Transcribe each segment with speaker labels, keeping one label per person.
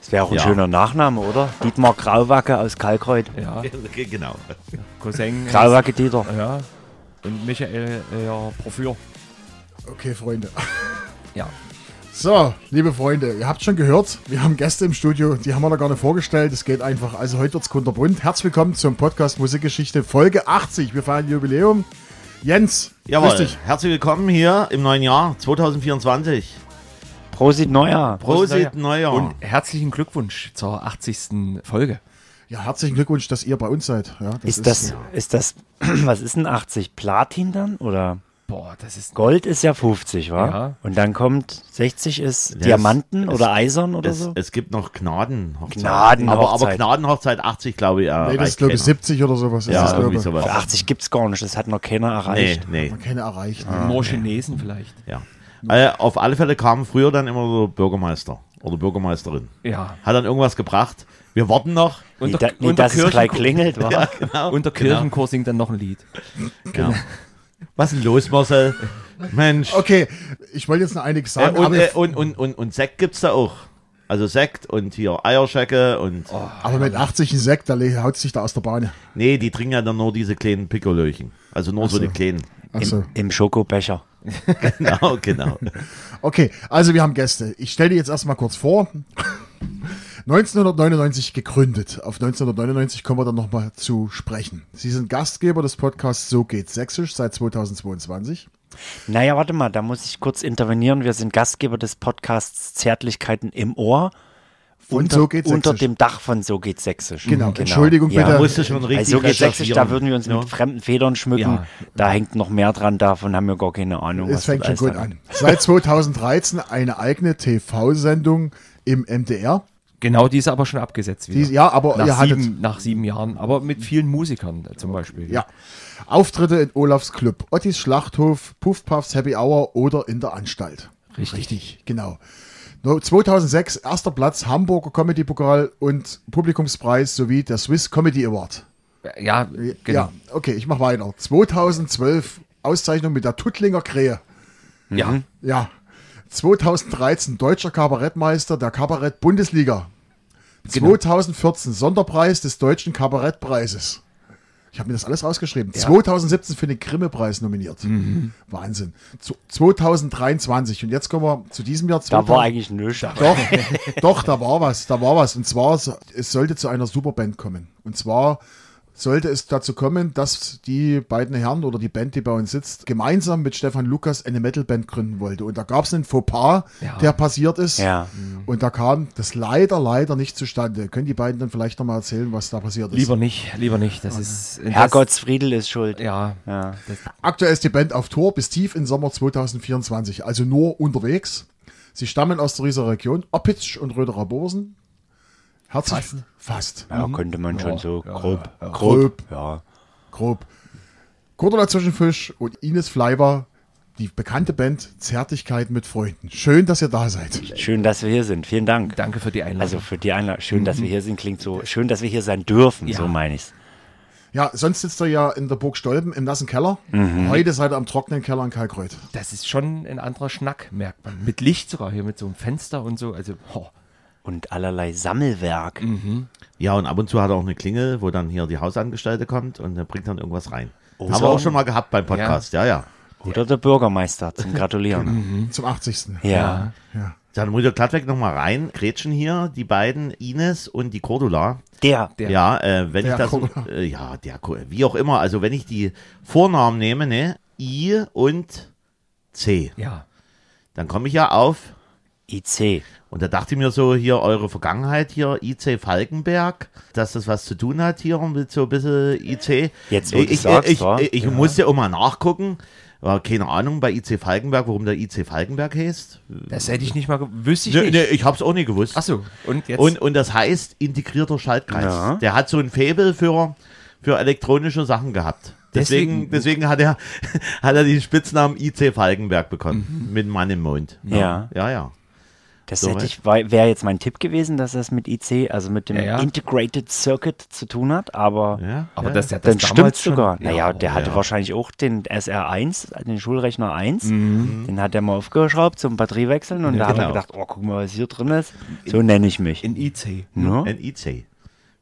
Speaker 1: Das wäre auch ein
Speaker 2: Ja.
Speaker 1: schöner Nachname, oder? Dietmar Grauwacke aus Kalkreuth.
Speaker 2: Ja,
Speaker 3: Genau.
Speaker 2: Cousin.
Speaker 1: Grauwacke Dieter.
Speaker 2: Ja. Und Michael ja, Profür.
Speaker 4: Okay, Freunde.
Speaker 2: Ja.
Speaker 4: So, liebe Freunde, ihr habt schon gehört, wir haben Gäste im Studio, die haben wir noch gar nicht vorgestellt. Es geht einfach. Also heute wird's kunterbunt. Herzlich willkommen zum Podcast Musikgeschichte Folge 80. Wir feiern Jubiläum. Jens, grüß
Speaker 3: Jawohl.
Speaker 4: dich.
Speaker 3: Herzlich willkommen hier im neuen Jahr 2024.
Speaker 1: Prosit Neuer.
Speaker 3: Prosit Neujahr.
Speaker 2: Und herzlichen Glückwunsch zur 80. Folge.
Speaker 4: Ja, herzlichen Glückwunsch, dass ihr bei uns seid. Ja, das
Speaker 1: Ist das, ist das, was ist denn 80? Platin dann? Oder?
Speaker 2: Boah, das ist
Speaker 1: Gold ist ja 50, wa?
Speaker 2: Ja.
Speaker 1: Und dann kommt 60 ist Diamanten
Speaker 3: es-
Speaker 1: oder Eisern oder
Speaker 3: es,
Speaker 1: so?
Speaker 3: es gibt noch Gnadenhochzeit.
Speaker 1: Gnadenhochzeit.
Speaker 3: Aber, aber Gnadenhochzeit 80, glaube ich. äh,
Speaker 4: Nee, das ist, glaube ich, 70 oder sowas. ist das,
Speaker 3: Ja,
Speaker 4: glaube
Speaker 3: irgendwie
Speaker 4: ich.
Speaker 3: sowas.
Speaker 1: Für 80 gibt's gar nicht, das hat noch keiner
Speaker 3: nee,
Speaker 1: erreicht.
Speaker 3: nee.
Speaker 4: Keine erreicht.
Speaker 2: nur Chinesen vielleicht.
Speaker 3: Ja. Äh, auf alle Fälle kamen früher dann immer so Bürgermeister oder Bürgermeisterin.
Speaker 2: Ja.
Speaker 3: Hat dann irgendwas gebracht. Wir warten noch.
Speaker 1: Nee,
Speaker 2: Unter,
Speaker 1: da, nee
Speaker 2: unter,
Speaker 1: dass es gleich
Speaker 2: Kirchenchor,
Speaker 1: klingelt, wa?
Speaker 3: Genau.
Speaker 2: unter Kirchenchor singt dann noch ein Lied.
Speaker 3: Genau. Was ist denn los, Marcel? Mensch.
Speaker 4: Okay, ich wollte jetzt noch einiges
Speaker 3: Äh,
Speaker 4: sagen,
Speaker 3: und,
Speaker 4: aber,
Speaker 3: äh, und, und, und, und Sekt gibt's da auch. Also Sekt und hier Eierschecke
Speaker 4: Oh,
Speaker 3: und.
Speaker 4: aber mit 80 ein Sekt, da le- haut sich da aus der Bahn.
Speaker 3: Nee, die trinken ja dann nur diese kleinen Pikolöchen. Also nur so. die kleinen.
Speaker 4: Achso.
Speaker 1: Im Schokobecher.
Speaker 3: Genau, genau.
Speaker 4: Okay, also wir haben Gäste. Ich stelle die jetzt erstmal kurz vor. 1999 gegründet. Auf 1999 kommen wir dann nochmal zu sprechen. Sie sind Gastgeber des Podcasts So geht Sächsisch seit 2022.
Speaker 1: Naja, warte mal, da muss ich kurz intervenieren. Wir sind Gastgeber des Podcasts Zärtlichkeiten im Ohr.
Speaker 4: Und
Speaker 1: unter,
Speaker 4: So geht
Speaker 1: unter
Speaker 4: Sächsisch.
Speaker 1: dem Dach von So geht Sächsisch. Mhm,
Speaker 4: Genau, Entschuldigung
Speaker 1: ja.
Speaker 4: bitte.
Speaker 3: Da musst du schon
Speaker 1: Bei
Speaker 3: richtig
Speaker 1: Also So geht Sächsisch, da
Speaker 3: recherchieren.
Speaker 1: würden wir uns
Speaker 3: Ja.
Speaker 1: mit fremden Federn schmücken.
Speaker 2: Ja.
Speaker 1: Da hängt noch mehr dran, davon haben wir gar keine Ahnung.
Speaker 4: Es fängt schon
Speaker 1: das
Speaker 4: gut
Speaker 1: alles
Speaker 4: an. Seit 2013 eine eigene TV-Sendung im MDR.
Speaker 2: Genau, die ist aber schon abgesetzt wieder.
Speaker 4: Die, ja, aber ihr
Speaker 2: nach,
Speaker 4: hattet
Speaker 2: sieben, nach sieben Jahren, aber mit vielen Musikern äh, zum Beispiel.
Speaker 4: Ja. Auftritte in Olafs Club, Ottis Schlachthof, Puff Puffs Happy Hour oder in der Anstalt.
Speaker 2: Richtig.
Speaker 4: Genau. No- 2006 erster Platz Hamburger Comedy Pokal und Publikumspreis sowie der Swiss Comedy Award.
Speaker 2: Ja, genau.
Speaker 4: Ja, okay, ich mach weiter. 2012 Auszeichnung mit der Tuttlinger Krähe.
Speaker 2: Ja.
Speaker 4: Ja. 2013 deutscher Kabarettmeister der Kabarett Bundesliga.
Speaker 1: Genau.
Speaker 4: 2014 Sonderpreis des deutschen Kabarettpreises. Ich habe mir das alles rausgeschrieben. 2017 für den Grimme-Preis nominiert.
Speaker 1: Mhm.
Speaker 4: Wahnsinn. Zu- 2023. Und jetzt kommen wir zu diesem Jahr.
Speaker 1: Da
Speaker 4: 2000
Speaker 1: war eigentlich nichts.
Speaker 4: doch, doch, da war was, da war was. Und zwar, so- es sollte zu einer Superband kommen. Und zwar sollte es dazu kommen, dass die beiden Herren oder die Band, die bei uns sitzt, gemeinsam mit Stefan Lukas eine Metalband gründen wollte. Und da gab es einen Fauxpas,
Speaker 2: Ja.
Speaker 4: der passiert ist.
Speaker 1: Ja.
Speaker 4: Und da kam das leider, leider nicht zustande. Können die beiden dann vielleicht nochmal erzählen, was da passiert ist?
Speaker 2: Lieber nicht, lieber nicht. Das ist.
Speaker 1: Herrgottsfriedel ist schuld.
Speaker 2: Das, Oh, ja.
Speaker 1: Ja.
Speaker 4: Aktuell ist die Band auf Tour bis tief in Sommer 2024, also nur unterwegs. Sie stammen aus der Rieser Region, Oppitsch und Röderer Borsen. Herzlich fast.
Speaker 1: Ja, könnte man schon so grob, grob,
Speaker 4: Grob.
Speaker 1: ja.
Speaker 4: Grob. Cordula Zwischenfisch und Ines Fleiber, die bekannte Band Zärtlichkeit mit Freunden. Schön, dass ihr da seid.
Speaker 1: Schön, dass wir hier sind. Vielen Dank.
Speaker 2: Danke für die Einladung.
Speaker 1: Also für die Einladung. Schön, dass wir hier sind, klingt so. Schön, dass wir hier sein dürfen, so meine ich's.
Speaker 4: Ja, sonst sitzt ihr ja in der Burg Stolpen im nassen Keller. Heute seid ihr am trockenen Keller in Kalkreuth.
Speaker 2: das ist schon ein anderer Schnack, merkt man. Mit Licht sogar hier, mit so einem Fenster und so. Also, oh,
Speaker 1: Und allerlei Sammelwerk.
Speaker 3: Ja, und ab und zu hat er auch eine Klingel, wo dann hier die Hausangestellte kommt und dann bringt dann irgendwas rein. Haben wir auch schon mal gehabt beim Podcast, ja, ja.
Speaker 1: Oder der Bürgermeister zum Gratulieren.
Speaker 4: Zum 80.
Speaker 1: ja.
Speaker 3: Dann muss ich glattweg nochmal rein. Gretchen hier, die beiden, Ines und die Cordula.
Speaker 1: Der.
Speaker 2: Der.
Speaker 3: Ja, äh, wenn
Speaker 4: Der
Speaker 3: ich das.
Speaker 4: Cordula.
Speaker 3: Äh, ja, der, Co- wie auch immer. Also, wenn ich die Vornamen nehme, ne? I und C.
Speaker 2: ja.
Speaker 3: Dann komme ich ja auf
Speaker 1: IC.
Speaker 3: Und da dachte ich mir so, hier eure Vergangenheit hier, IC Falkenberg, dass das was zu tun hat hier mit so ein bisschen IC.
Speaker 1: Jetzt, wo
Speaker 3: ich, äh,
Speaker 1: du's sagst,
Speaker 3: ich,
Speaker 1: wa?
Speaker 3: ich, ich musste auch mal nachgucken. War keine Ahnung bei IC Falkenberg, warum der IC Falkenberg heißt.
Speaker 2: Das hätte ich nicht mal gewusst. Wüsste ich
Speaker 3: Nee,
Speaker 2: nicht.
Speaker 3: nee, ich hab's auch nie gewusst.
Speaker 2: Achso, und jetzt?
Speaker 3: und, und das heißt integrierter Schaltkreis.
Speaker 1: Ja.
Speaker 3: Der hat so ein Faible für, für elektronische Sachen gehabt. Deswegen,
Speaker 2: Deswegen-
Speaker 3: deswegen hat, er,
Speaker 2: Mhm.
Speaker 3: hat er den Spitznamen IC Falkenberg bekommen. Mit Mann im Mond.
Speaker 1: Ja.
Speaker 3: Ja, ja.
Speaker 1: Das
Speaker 3: So
Speaker 1: hätte
Speaker 3: weit.
Speaker 1: ich, wäre jetzt mein Tipp gewesen, dass das mit IC, also mit dem
Speaker 2: Ja, ja.
Speaker 1: Integrated Circuit zu tun hat, aber
Speaker 3: Ja,
Speaker 2: Aber
Speaker 3: ja.
Speaker 2: das hat das
Speaker 1: dann stimmt
Speaker 2: damals schon-
Speaker 1: sogar. naja, der hatte
Speaker 3: ja.
Speaker 1: wahrscheinlich auch den SR1, also den Schulrechner 1, den hat er mal aufgeschraubt zum Batteriewechseln und da hat er
Speaker 3: genau.
Speaker 1: gedacht, oh, guck mal, was hier drin ist. So nenne ich mich.
Speaker 2: In IC.
Speaker 1: Ne?
Speaker 3: NIC.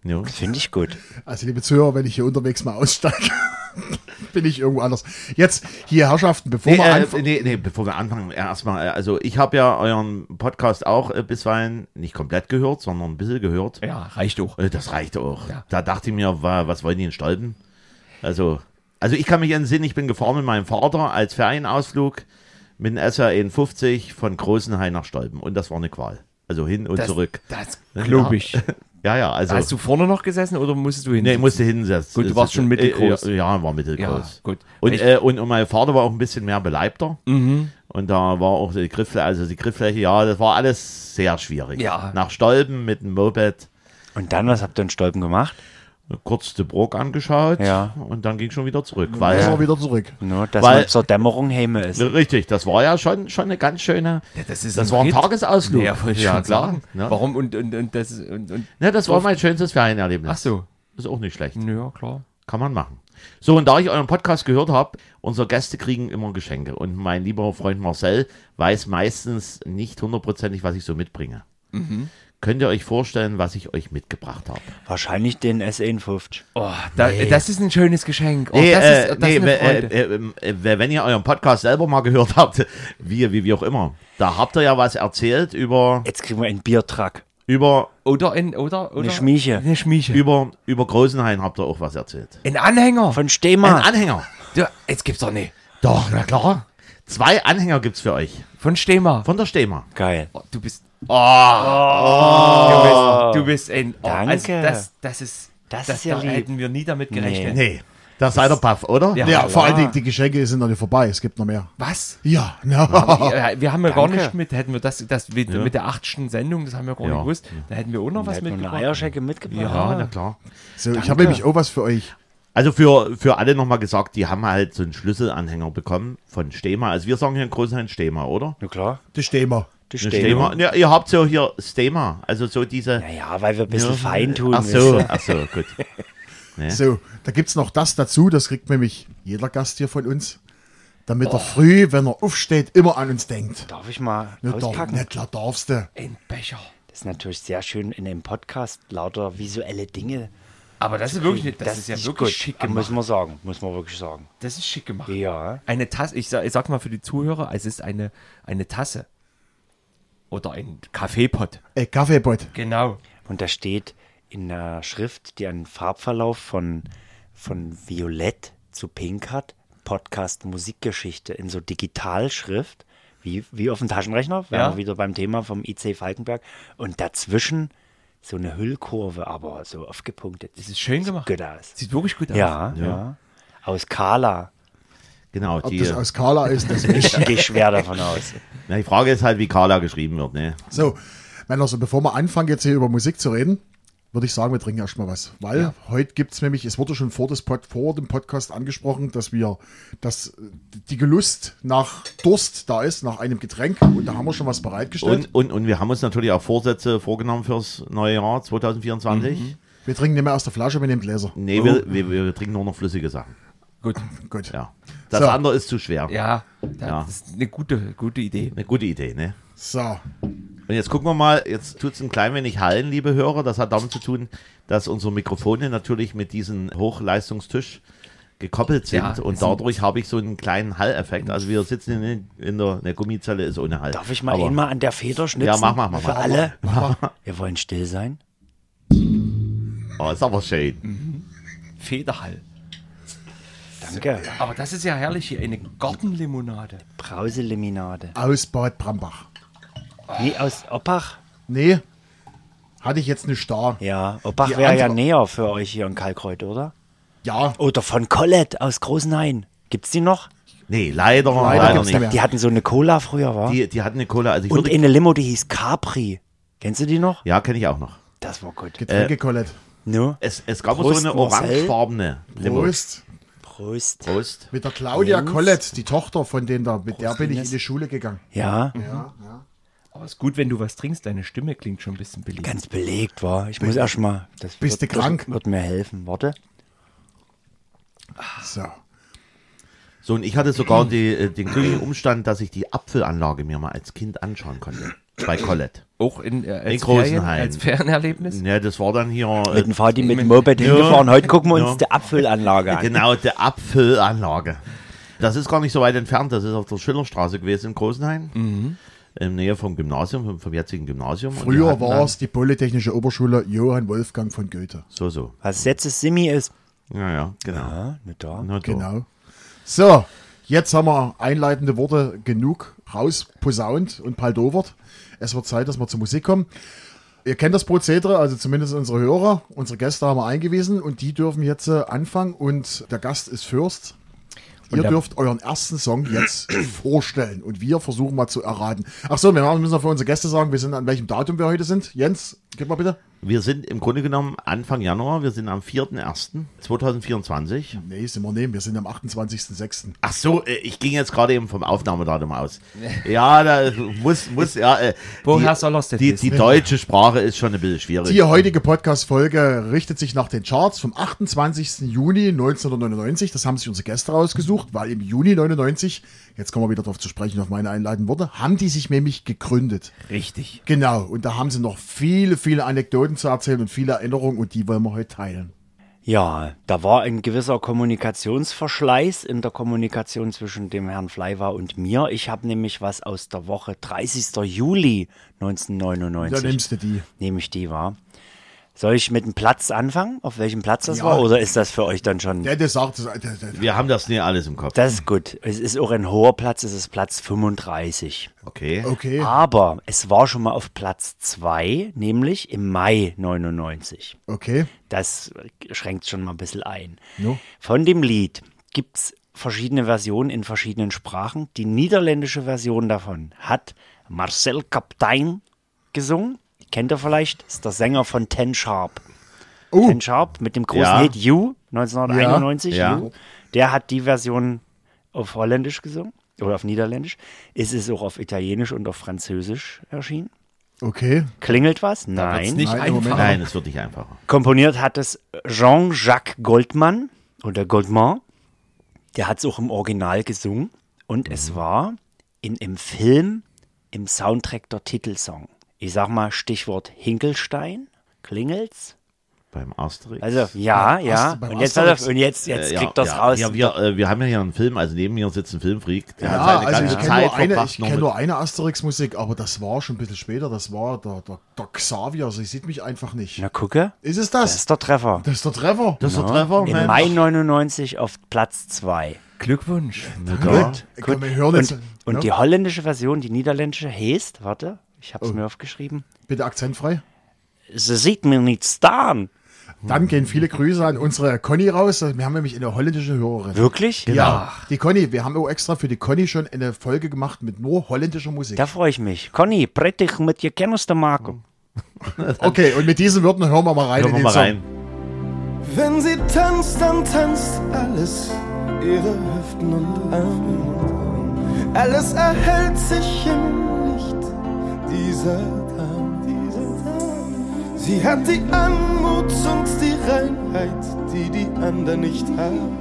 Speaker 3: Ja.
Speaker 1: Finde ich gut.
Speaker 4: Also liebe Zuhörer, wenn ich hier unterwegs mal aussteige, bin ich irgendwo anders. Jetzt hier Herrschaften, bevor
Speaker 2: Um
Speaker 3: Nee,
Speaker 4: wir
Speaker 3: äh,
Speaker 4: anfangen.
Speaker 3: nee, nee, bevor wir anfangen, erstmal, äh, also ich habe ja euren Podcast auch äh, bisweilen nicht komplett gehört, sondern ein bisschen gehört.
Speaker 2: Ja, reicht auch.
Speaker 3: Äh, Das reichte auch.
Speaker 2: Ja.
Speaker 3: Da dachte ich mir, wa- was wollen die in Stolpen? Also, also ich kann mich entsinnen, ich bin gefahren mit meinem Vater als Ferienausflug mit einem SR51 von Großenhain nach Stolpen. Und das war eine Qual. Also hin und
Speaker 2: Das-
Speaker 3: zurück.
Speaker 2: Das glaube ich.
Speaker 3: Ja, ja, also.
Speaker 2: Hast du vorne noch gesessen oder musstest du hin?
Speaker 3: Nee, ich musste hinsetzen.
Speaker 2: Gut, du warst schon mittelgroß.
Speaker 3: Äh, Ja, war mittelgroß.
Speaker 2: Ja, gut.
Speaker 3: Und,
Speaker 2: Ich- Mhm.
Speaker 3: äh, und, und mein Vater war auch ein bisschen mehr beleibter. Und da war auch die Grifffläche, also die Grifffläche, ja, das war alles sehr schwierig.
Speaker 2: Ja.
Speaker 3: Nach Stolpen mit dem Moped,
Speaker 1: Und dann, was habt ihr in Stolpen gemacht?
Speaker 3: kurz die Burg angeschaut
Speaker 1: Ja.
Speaker 3: und dann ging schon wieder zurück.
Speaker 4: Jetzt
Speaker 3: Weil,
Speaker 4: sind wir wieder zurück.
Speaker 1: Nur, dass
Speaker 3: Weil-
Speaker 1: man zur Dämmerung Häme ist.
Speaker 3: Richtig, das war ja schon, schon eine ganz schöne.
Speaker 2: das ist
Speaker 3: Das war ein
Speaker 2: Ritt.
Speaker 3: Tagesausflug.
Speaker 2: Ja, wollte ich
Speaker 3: Ja,
Speaker 2: schon
Speaker 3: klar,
Speaker 2: sagen.
Speaker 3: ne?
Speaker 2: Warum und, und, und das und, und
Speaker 3: Ne, das war mein schönstes Ferienerlebnis.
Speaker 2: Ach so.
Speaker 3: Ist auch nicht schlecht.
Speaker 2: Ja, klar.
Speaker 3: Kann man machen. So, und da ich euren Podcast gehört habe, unsere Gäste kriegen immer Geschenke. Und mein lieber Freund Marcel weiß meistens nicht hundertprozentig, was ich so mitbringe.
Speaker 2: Mhm.
Speaker 3: Könnt ihr euch vorstellen, was ich euch mitgebracht habe?
Speaker 1: Wahrscheinlich den S51.
Speaker 2: Oh, da, das ist ein schönes Geschenk. Oh,
Speaker 3: Nee,
Speaker 2: das
Speaker 3: äh,
Speaker 2: ist, das
Speaker 3: nee,
Speaker 2: ist eine
Speaker 3: äh,
Speaker 2: Freude.
Speaker 3: äh, äh, äh, wenn ihr euren Podcast selber mal gehört habt, wie, wie, wie auch immer, da habt ihr ja was erzählt über,
Speaker 1: Jetzt kriegen wir einen Biertruck.
Speaker 3: über,
Speaker 2: oder in oder oder
Speaker 1: Eine Schmieche.
Speaker 2: Eine Schmieche.
Speaker 3: über, über Großenhain habt ihr auch was erzählt.
Speaker 2: ein Anhänger.
Speaker 1: Von
Speaker 3: Ein
Speaker 1: Stehmer.
Speaker 3: Anhänger.
Speaker 2: ja, jetzt gibt's doch nicht.
Speaker 3: Doch, na klar. Zwei Anhänger gibt's für euch.
Speaker 2: Von Stema.
Speaker 3: Von der Stema.
Speaker 1: Geil.
Speaker 2: Oh, du bist. Oh, Du, bist du bist ein. Oh,
Speaker 1: Danke.
Speaker 2: Also das, das ist.
Speaker 1: Das ist ja
Speaker 2: da
Speaker 1: lieb.
Speaker 2: hätten wir nie damit gerechnet.
Speaker 3: Nee. Da seid ihr baff, oder?
Speaker 2: Ja.
Speaker 4: Ja, vor allen Dingen, die Geschenke sind noch nicht vorbei, es gibt noch mehr.
Speaker 2: Was?
Speaker 4: Ja, ne? na.
Speaker 2: Ja, wir haben ja gar
Speaker 1: Danke.
Speaker 2: nicht mit, hätten wir das, das mit, mit der achten Sendung, das haben wir gar
Speaker 3: Ja.
Speaker 2: nicht gewusst, da hätten wir auch noch was
Speaker 1: Hätten wir eine
Speaker 2: mitgebracht.
Speaker 1: Eierschecke mitgebracht.
Speaker 3: Ja, na klar.
Speaker 4: So, ich habe nämlich auch was für euch.
Speaker 3: Also für, für alle nochmal gesagt, die haben halt so einen Schlüsselanhänger bekommen von Stema. Also wir sagen hier in Großenhain Stema, oder?
Speaker 1: Na klar.
Speaker 4: Die Stehmer.
Speaker 1: Die
Speaker 3: Eine
Speaker 1: Stehmer.
Speaker 3: Ja, ihr habt ja hier Stema. Also so diese.
Speaker 1: Naja, weil wir ein bisschen fein tun.
Speaker 3: Ach so, ach so, gut.
Speaker 4: So, da gibt es noch das dazu, das kriegt nämlich jeder Gast hier von uns. Damit er früh, wenn er aufsteht, immer an uns denkt.
Speaker 1: Darf ich mal
Speaker 4: Na, darf,
Speaker 1: auspacken?
Speaker 4: na klar darfst du.
Speaker 2: Ein Becher.
Speaker 1: Das ist natürlich sehr schön in dem Podcast lauter visuelle Dinge.
Speaker 2: Aber das ist wirklich, nicht- das, ist ja wirklich schick
Speaker 1: Muss
Speaker 2: gemacht.
Speaker 1: man sagen, muss man wirklich sagen.
Speaker 2: Das ist schick gemacht.
Speaker 1: Ja.
Speaker 2: Eine Tasse, ich sag, ich sag mal für die Zuhörer, es ist eine, eine Tasse. Oder ein Kaffeepott.
Speaker 4: Äh, Kaffeepott.
Speaker 2: Genau.
Speaker 1: Und da steht in einer Schrift, die einen Farbverlauf von, von Violett zu Pink hat, Podcast Musikgeschichte in so Digitalschrift, wie, wie auf dem Taschenrechner, wären
Speaker 2: Ja.
Speaker 1: wir wieder beim Thema vom IC Falkenberg. Und dazwischen so eine Hüllkurve, aber so aufgepunktet.
Speaker 2: Das ist schön gemacht.
Speaker 1: Sieht gut aus.
Speaker 2: Sieht wirklich gut aus.
Speaker 1: Ja, ja. Aus Kala.
Speaker 3: Genau.
Speaker 4: Ob
Speaker 3: Die,
Speaker 4: das aus Kala ist, das
Speaker 1: Ich gehe schwer davon aus.
Speaker 3: na, die Frage ist halt, wie Carla geschrieben wird, ne?
Speaker 4: So, Männer, so bevor wir anfangen, jetzt hier über Musik zu reden, würde ich sagen, wir trinken erstmal was. Weil heute gibt es nämlich, es wurde schon vor, des Pod, vor dem Podcast angesprochen, dass wir, dass äh, die Gelust nach Durst da ist, nach einem Getränk. Und da haben wir schon was bereitgestellt.
Speaker 3: Und, und, und wir haben uns natürlich auch Vorsätze vorgenommen fürs neue Jahr 2024.
Speaker 1: Mhm.
Speaker 4: wir trinken nicht mehr aus der Flasche, wir nehmen Gläser.
Speaker 3: Nee,
Speaker 4: Oh.
Speaker 3: wir, wir, wir trinken nur noch flüssige Sachen.
Speaker 2: Gut.
Speaker 4: Gut.
Speaker 3: Ja. Das
Speaker 4: So.
Speaker 3: andere ist zu schwer.
Speaker 2: Ja, das
Speaker 3: Ja.
Speaker 2: ist eine gute, gute Idee.
Speaker 3: Eine gute Idee, ne?
Speaker 4: So,
Speaker 3: Und jetzt gucken wir mal, jetzt tut es ein klein wenig Hallen, liebe Hörer. Das hat damit zu tun, dass unsere Mikrofone natürlich mit diesem Hochleistungstisch gekoppelt sind.
Speaker 2: Ja,
Speaker 3: und
Speaker 2: es sind-
Speaker 3: dadurch habe ich so einen kleinen Hall-Effekt. Also wir sitzen in, in der, in der Gummizelle, ist ohne Hall.
Speaker 1: Darf ich mal
Speaker 3: Aber-
Speaker 1: einmal an der Feder schnitzen?
Speaker 3: Ja, mach mal, mach mal.
Speaker 1: Für alle. Wir wollen still sein.
Speaker 3: Oh, ist aber schön.
Speaker 2: Federhall.
Speaker 1: Danke.
Speaker 2: Aber das ist ja herrlich hier, eine Gartenlimonade.
Speaker 1: Brauseliminade.
Speaker 4: aus Bad Brambach.
Speaker 1: Nee, aus Oppach?
Speaker 4: Nee, hatte ich jetzt nicht da.
Speaker 1: Ja, Oppach
Speaker 4: Die
Speaker 1: wäre ja
Speaker 4: andere-
Speaker 1: näher für euch hier in Kalkreuth, oder?
Speaker 4: Ja,
Speaker 1: Oder von Colette aus Großenhain. Gibt's die noch?
Speaker 3: Nee, leider,
Speaker 4: Leider
Speaker 3: leider,
Speaker 4: gibt's
Speaker 3: nicht.
Speaker 4: Ja.
Speaker 1: Die hatten so eine Cola früher, war?
Speaker 3: Die, die hatten eine Cola. Also ich
Speaker 1: Und
Speaker 3: würde,
Speaker 1: eine Limo, die hieß Capri. Kennst du die noch? Ne?
Speaker 3: ja, kenne ich auch noch.
Speaker 1: Das war gut.
Speaker 4: Getränke, Colette.
Speaker 1: No?
Speaker 3: Es, es gab
Speaker 1: Prost,
Speaker 3: so eine
Speaker 1: Marcel.
Speaker 3: orangefarbene Limo.
Speaker 4: Prost.
Speaker 1: Prost.
Speaker 3: Prost.
Speaker 4: Mit der Claudia
Speaker 1: Prost.
Speaker 4: Colette, die Tochter von denen da, mit der bin ich
Speaker 1: Ines.
Speaker 4: in die Schule gegangen.
Speaker 1: Ja.
Speaker 4: Ja, ja.
Speaker 2: Aber Oh, ist gut, wenn du was trinkst, deine Stimme klingt schon ein bisschen beliebt.
Speaker 1: Ganz belegt war. Ich muss erst mal. Das
Speaker 4: Bist
Speaker 1: wird,
Speaker 4: du krank?
Speaker 1: Das wird mir helfen. Warte.
Speaker 4: So.
Speaker 3: So, und ich hatte sogar die, äh, den glücklichen Umstand, dass ich die Apfelanlage mir mal als Kind anschauen konnte. Bei Colette.
Speaker 2: Auch in, äh, als,
Speaker 3: In
Speaker 2: Ferien,
Speaker 3: Großenhain.
Speaker 2: als Ferienerlebnis.
Speaker 3: Ja, das war dann hier. äh,
Speaker 1: Mit dem Vati mit dem Moped hingefahren. Heute gucken wir uns
Speaker 3: Ja.
Speaker 1: die Apfelanlage an.
Speaker 3: Genau, die Apfelanlage. Das ist gar nicht so weit entfernt. Das ist auf der Schillerstraße gewesen in Großenhain. In Nähe vom Gymnasium, vom, vom jetzigen Gymnasium. Und die
Speaker 4: Früher
Speaker 3: hatten
Speaker 4: war es die Polytechnische Oberschule Johann Wolfgang von Goethe.
Speaker 3: dann- So, so.
Speaker 1: Was jetzt das Simi ist.
Speaker 3: Ja, ja, genau.
Speaker 1: Ja, nicht da.
Speaker 3: Na, so.
Speaker 4: Genau. So, jetzt haben wir einleitende Worte genug rausposaunt und paldovert. Es wird Zeit, dass wir zur Musik kommen. Ihr kennt das Prozedere, also zumindest unsere Hörer, unsere Gäste haben wir eingewiesen und die dürfen jetzt äh, anfangen und der Gast ist Fürst. Ihr
Speaker 2: der-
Speaker 4: dürft euren ersten Song jetzt vorstellen und wir versuchen mal zu erraten. Ach so, wir machen- müssen noch für unsere Gäste sagen, wir sind an welchem Datum wir heute sind. Jens, gib mal bitte.
Speaker 3: Wir sind im Grunde genommen Anfang Januar. Wir sind am 4.1.2024.
Speaker 4: Nee, sind wir nehmen, wir sind am 28.06.
Speaker 3: Ach so, äh, ich ging jetzt gerade eben vom Aufnahmedatum aus. Ja, da muss, muss, ja. äh,
Speaker 2: Woher
Speaker 3: die,
Speaker 2: soll er's denn
Speaker 3: die,
Speaker 2: wissen?
Speaker 3: die deutsche Sprache ist schon ein bisschen schwierig.
Speaker 4: Die heutige Podcast-Folge richtet sich nach den Charts vom 28. Juni 1999. Das haben sich unsere Gäste rausgesucht, weil im Juni 99, jetzt kommen wir wieder darauf zu sprechen, auf meine einleitenden Worte, haben die sich nämlich gegründet.
Speaker 2: Richtig.
Speaker 4: Genau, und da haben sie noch viele, viele Anekdoten zu erzählen und viele Erinnerungen und die wollen wir heute teilen.
Speaker 1: Ja, da war ein gewisser Kommunikationsverschleiß in der Kommunikation zwischen dem Herrn Fleiwer und mir. Ich habe nämlich was aus der Woche 30. Juli
Speaker 4: Da
Speaker 1: 1999.
Speaker 4: nimmst du die.
Speaker 1: Nehme ich die wahr. Soll ich mit dem Platz anfangen? Auf welchem Platz das
Speaker 4: Ja.
Speaker 1: war? Oder ist das für euch dann schon.
Speaker 4: Der, der sagt, das- der, der,
Speaker 3: Wir haben das nie alles im Kopf.
Speaker 1: Das ist gut. Es ist auch ein hoher Platz, es ist Platz 35.
Speaker 3: Okay.
Speaker 4: okay.
Speaker 1: Aber es war schon mal auf Platz 2, nämlich im Mai 99.
Speaker 4: Okay.
Speaker 1: Das schränkt schon mal ein bisschen ein.
Speaker 4: No.
Speaker 1: Von dem Lied gibt es verschiedene Versionen in verschiedenen Sprachen. Die niederländische Version davon hat Marcel Kaptein gesungen. Kennt ihr vielleicht? Ist der Sänger von Ten Sharp.
Speaker 4: Oh.
Speaker 1: Ten Sharp mit dem großen
Speaker 3: Ja.
Speaker 1: Hit You 1991.
Speaker 3: Ja.
Speaker 1: You. Der hat die Version auf Holländisch gesungen oder auf Niederländisch. Es ist auch auf Italienisch und auf Französisch erschienen.
Speaker 4: Okay.
Speaker 1: Klingelt was?
Speaker 2: Ist
Speaker 1: Nein.
Speaker 2: nicht
Speaker 4: Nein, im
Speaker 2: einfach.
Speaker 4: Moment-
Speaker 3: Nein, es wird nicht einfacher.
Speaker 1: Komponiert hat es Jean-Jacques Goldman oder Goldman. Der hat es auch im Original gesungen. Und
Speaker 3: Mhm.
Speaker 1: es war in, im Film im Soundtrack der Titelsong. Ich sag mal Stichwort Hinkelstein. Klingelt's?
Speaker 3: Beim Asterix.
Speaker 1: Also,
Speaker 3: Ah,
Speaker 1: ja, ja.
Speaker 4: Ast- beim
Speaker 1: Und jetzt,
Speaker 4: Asterix.
Speaker 1: hat er- und jetzt, jetzt
Speaker 3: Äh, ja,
Speaker 1: kriegt das
Speaker 3: ja.
Speaker 1: raus.
Speaker 3: Ja, wir, äh, wir haben ja hier einen Film, also neben mir sitzt ein Filmfreak. Der
Speaker 4: Ja,
Speaker 3: seine
Speaker 4: also ich
Speaker 3: ganze
Speaker 4: kenne nur,
Speaker 3: Zeit
Speaker 4: eine-
Speaker 3: verbracht
Speaker 4: ich
Speaker 3: nur
Speaker 4: kenn
Speaker 3: mit-
Speaker 4: nur eine Asterix-Musik, aber das war schon ein bisschen später. Das war der, der, der Xavier. Also ich sieht mich einfach nicht.
Speaker 1: Na, gucke.
Speaker 4: Ist es
Speaker 1: Das
Speaker 4: das?
Speaker 1: ist der Treffer.
Speaker 4: Das ist der Treffer.
Speaker 3: Das ist der Treffer,
Speaker 1: Im
Speaker 3: Mensch.
Speaker 1: Mai 99 auf Platz 2.
Speaker 2: Glückwunsch.
Speaker 3: Ja.
Speaker 4: Komm, wir hören jetzt.
Speaker 1: Und, und die
Speaker 4: ja,
Speaker 1: holländische Version, die niederländische, heißt, warte, ich
Speaker 3: Oh.
Speaker 1: hab's mir aufgeschrieben.
Speaker 4: bitte akzentfrei.
Speaker 1: Sie sieht mir nicht stan.
Speaker 4: Dann gehen viele Grüße an unsere Conny raus. Wir haben nämlich eine holländische Hörerin.
Speaker 1: Wirklich?
Speaker 4: Ja, die Conny. Wir haben auch extra für die Conny schon eine Folge gemacht mit nur holländischer Musik.
Speaker 1: Da freue ich mich. Conny, prettig mit dir Kennis der Marco.
Speaker 4: Okay, und mit diesen Worten hören wir mal rein
Speaker 3: Hören wir
Speaker 4: in den
Speaker 3: mal
Speaker 4: Song.
Speaker 3: rein.
Speaker 5: Wenn sie tanzt, dann tanzt alles. Ihre Hüften und Arme. Alles erhält sich im Licht dieser Dame. Dieser Dame. Sie hat die Anmut und die Reinheit, die die anderen nicht haben.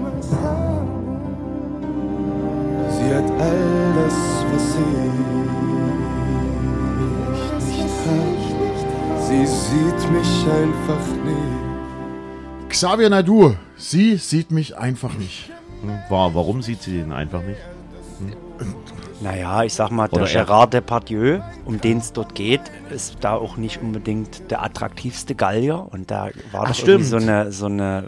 Speaker 5: Sie hat all das, was ich nicht hab. Sie sieht mich einfach nicht.
Speaker 4: Xavier Nadu, sie sieht mich einfach nicht.
Speaker 3: War, Hm, warum sieht sie den einfach nicht?
Speaker 1: Naja, ich sag mal, der
Speaker 3: Oder er.
Speaker 1: Gerard Depardieu, um den es dort geht, ist da auch nicht unbedingt der attraktivste Gallier. Und da war doch irgendwie
Speaker 3: stimmt.
Speaker 1: so eine, so eine,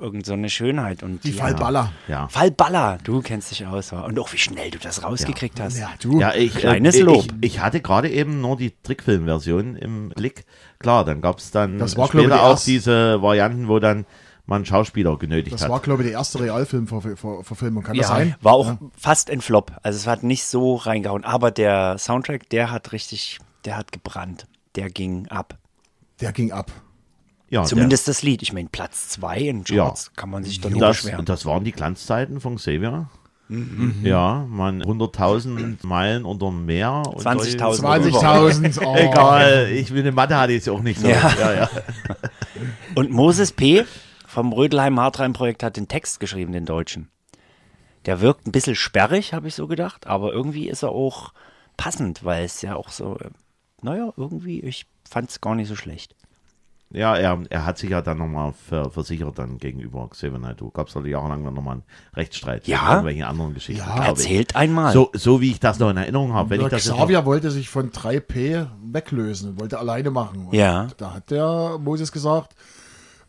Speaker 1: irgend so eine Schönheit. Und
Speaker 4: Die Fallballer.
Speaker 3: Ja.
Speaker 1: Fallballer, du kennst dich aus. wa? Und auch wie schnell du das rausgekriegt hast.
Speaker 4: Ja, du.
Speaker 3: Ja, ich, äh,
Speaker 1: Kleines
Speaker 3: ich-
Speaker 1: Lob.
Speaker 3: Ich, ich hatte gerade eben nur die Trickfilm-Version im Blick. Klar, dann gab es dann
Speaker 4: Das war, glaube ich,
Speaker 3: später
Speaker 4: die
Speaker 3: auch
Speaker 4: erste-
Speaker 3: diese Varianten, wo dann man Schauspieler genötigt
Speaker 4: das
Speaker 3: hat.
Speaker 4: war, glaube ich, die erste Realfilmverfilmung. Kann das
Speaker 2: Ja.
Speaker 4: sein?
Speaker 1: War auch fast ein Flop. Also es hat nicht so reingehauen. Aber der Soundtrack, der hat richtig, der hat gebrannt. Der ging ab.
Speaker 4: Der ging ab.
Speaker 3: ja, der-
Speaker 1: Zumindest das Lied. Ich meine, Platz 2 in Charts kann man sich doch nicht
Speaker 3: das,
Speaker 1: beschweren.
Speaker 3: das waren die Glanzzeiten von Xavier.
Speaker 1: Mhm.
Speaker 3: Ja, man 100.000 Meilen unter dem Meer. und
Speaker 1: 20.000
Speaker 4: 20.000. Oh.
Speaker 3: solche- Egal, ich will eine Mathe hatte ich jetzt auch nicht so.
Speaker 1: Ja.
Speaker 3: Ja, ja.
Speaker 1: Und Moses P. vom Rödelheim-Hartrein-Projekt hat den Text geschrieben, den deutschen. Der wirkt ein bisschen sperrig, habe ich so gedacht, aber irgendwie ist er auch passend, weil es ja auch so, äh, naja, irgendwie, ich fand es gar nicht so schlecht.
Speaker 3: Ja, er, er hat sich ja dann nochmal ver, versichert dann gegenüber Xavier Naidoo. Gab es da jahrelang dann nochmal einen Rechtsstreit
Speaker 1: Ja?
Speaker 3: wegen irgendwelchen anderen Geschichten.
Speaker 4: Ja.
Speaker 3: glaube ich.
Speaker 1: Erzählt einmal.
Speaker 3: So, so wie ich das noch in Erinnerung habe. Wenn ich das jetzt noch,
Speaker 4: Xavier wollte sich von 3P weglösen und wollte alleine machen. Und
Speaker 1: Ja.
Speaker 4: Da hat der Moses gesagt,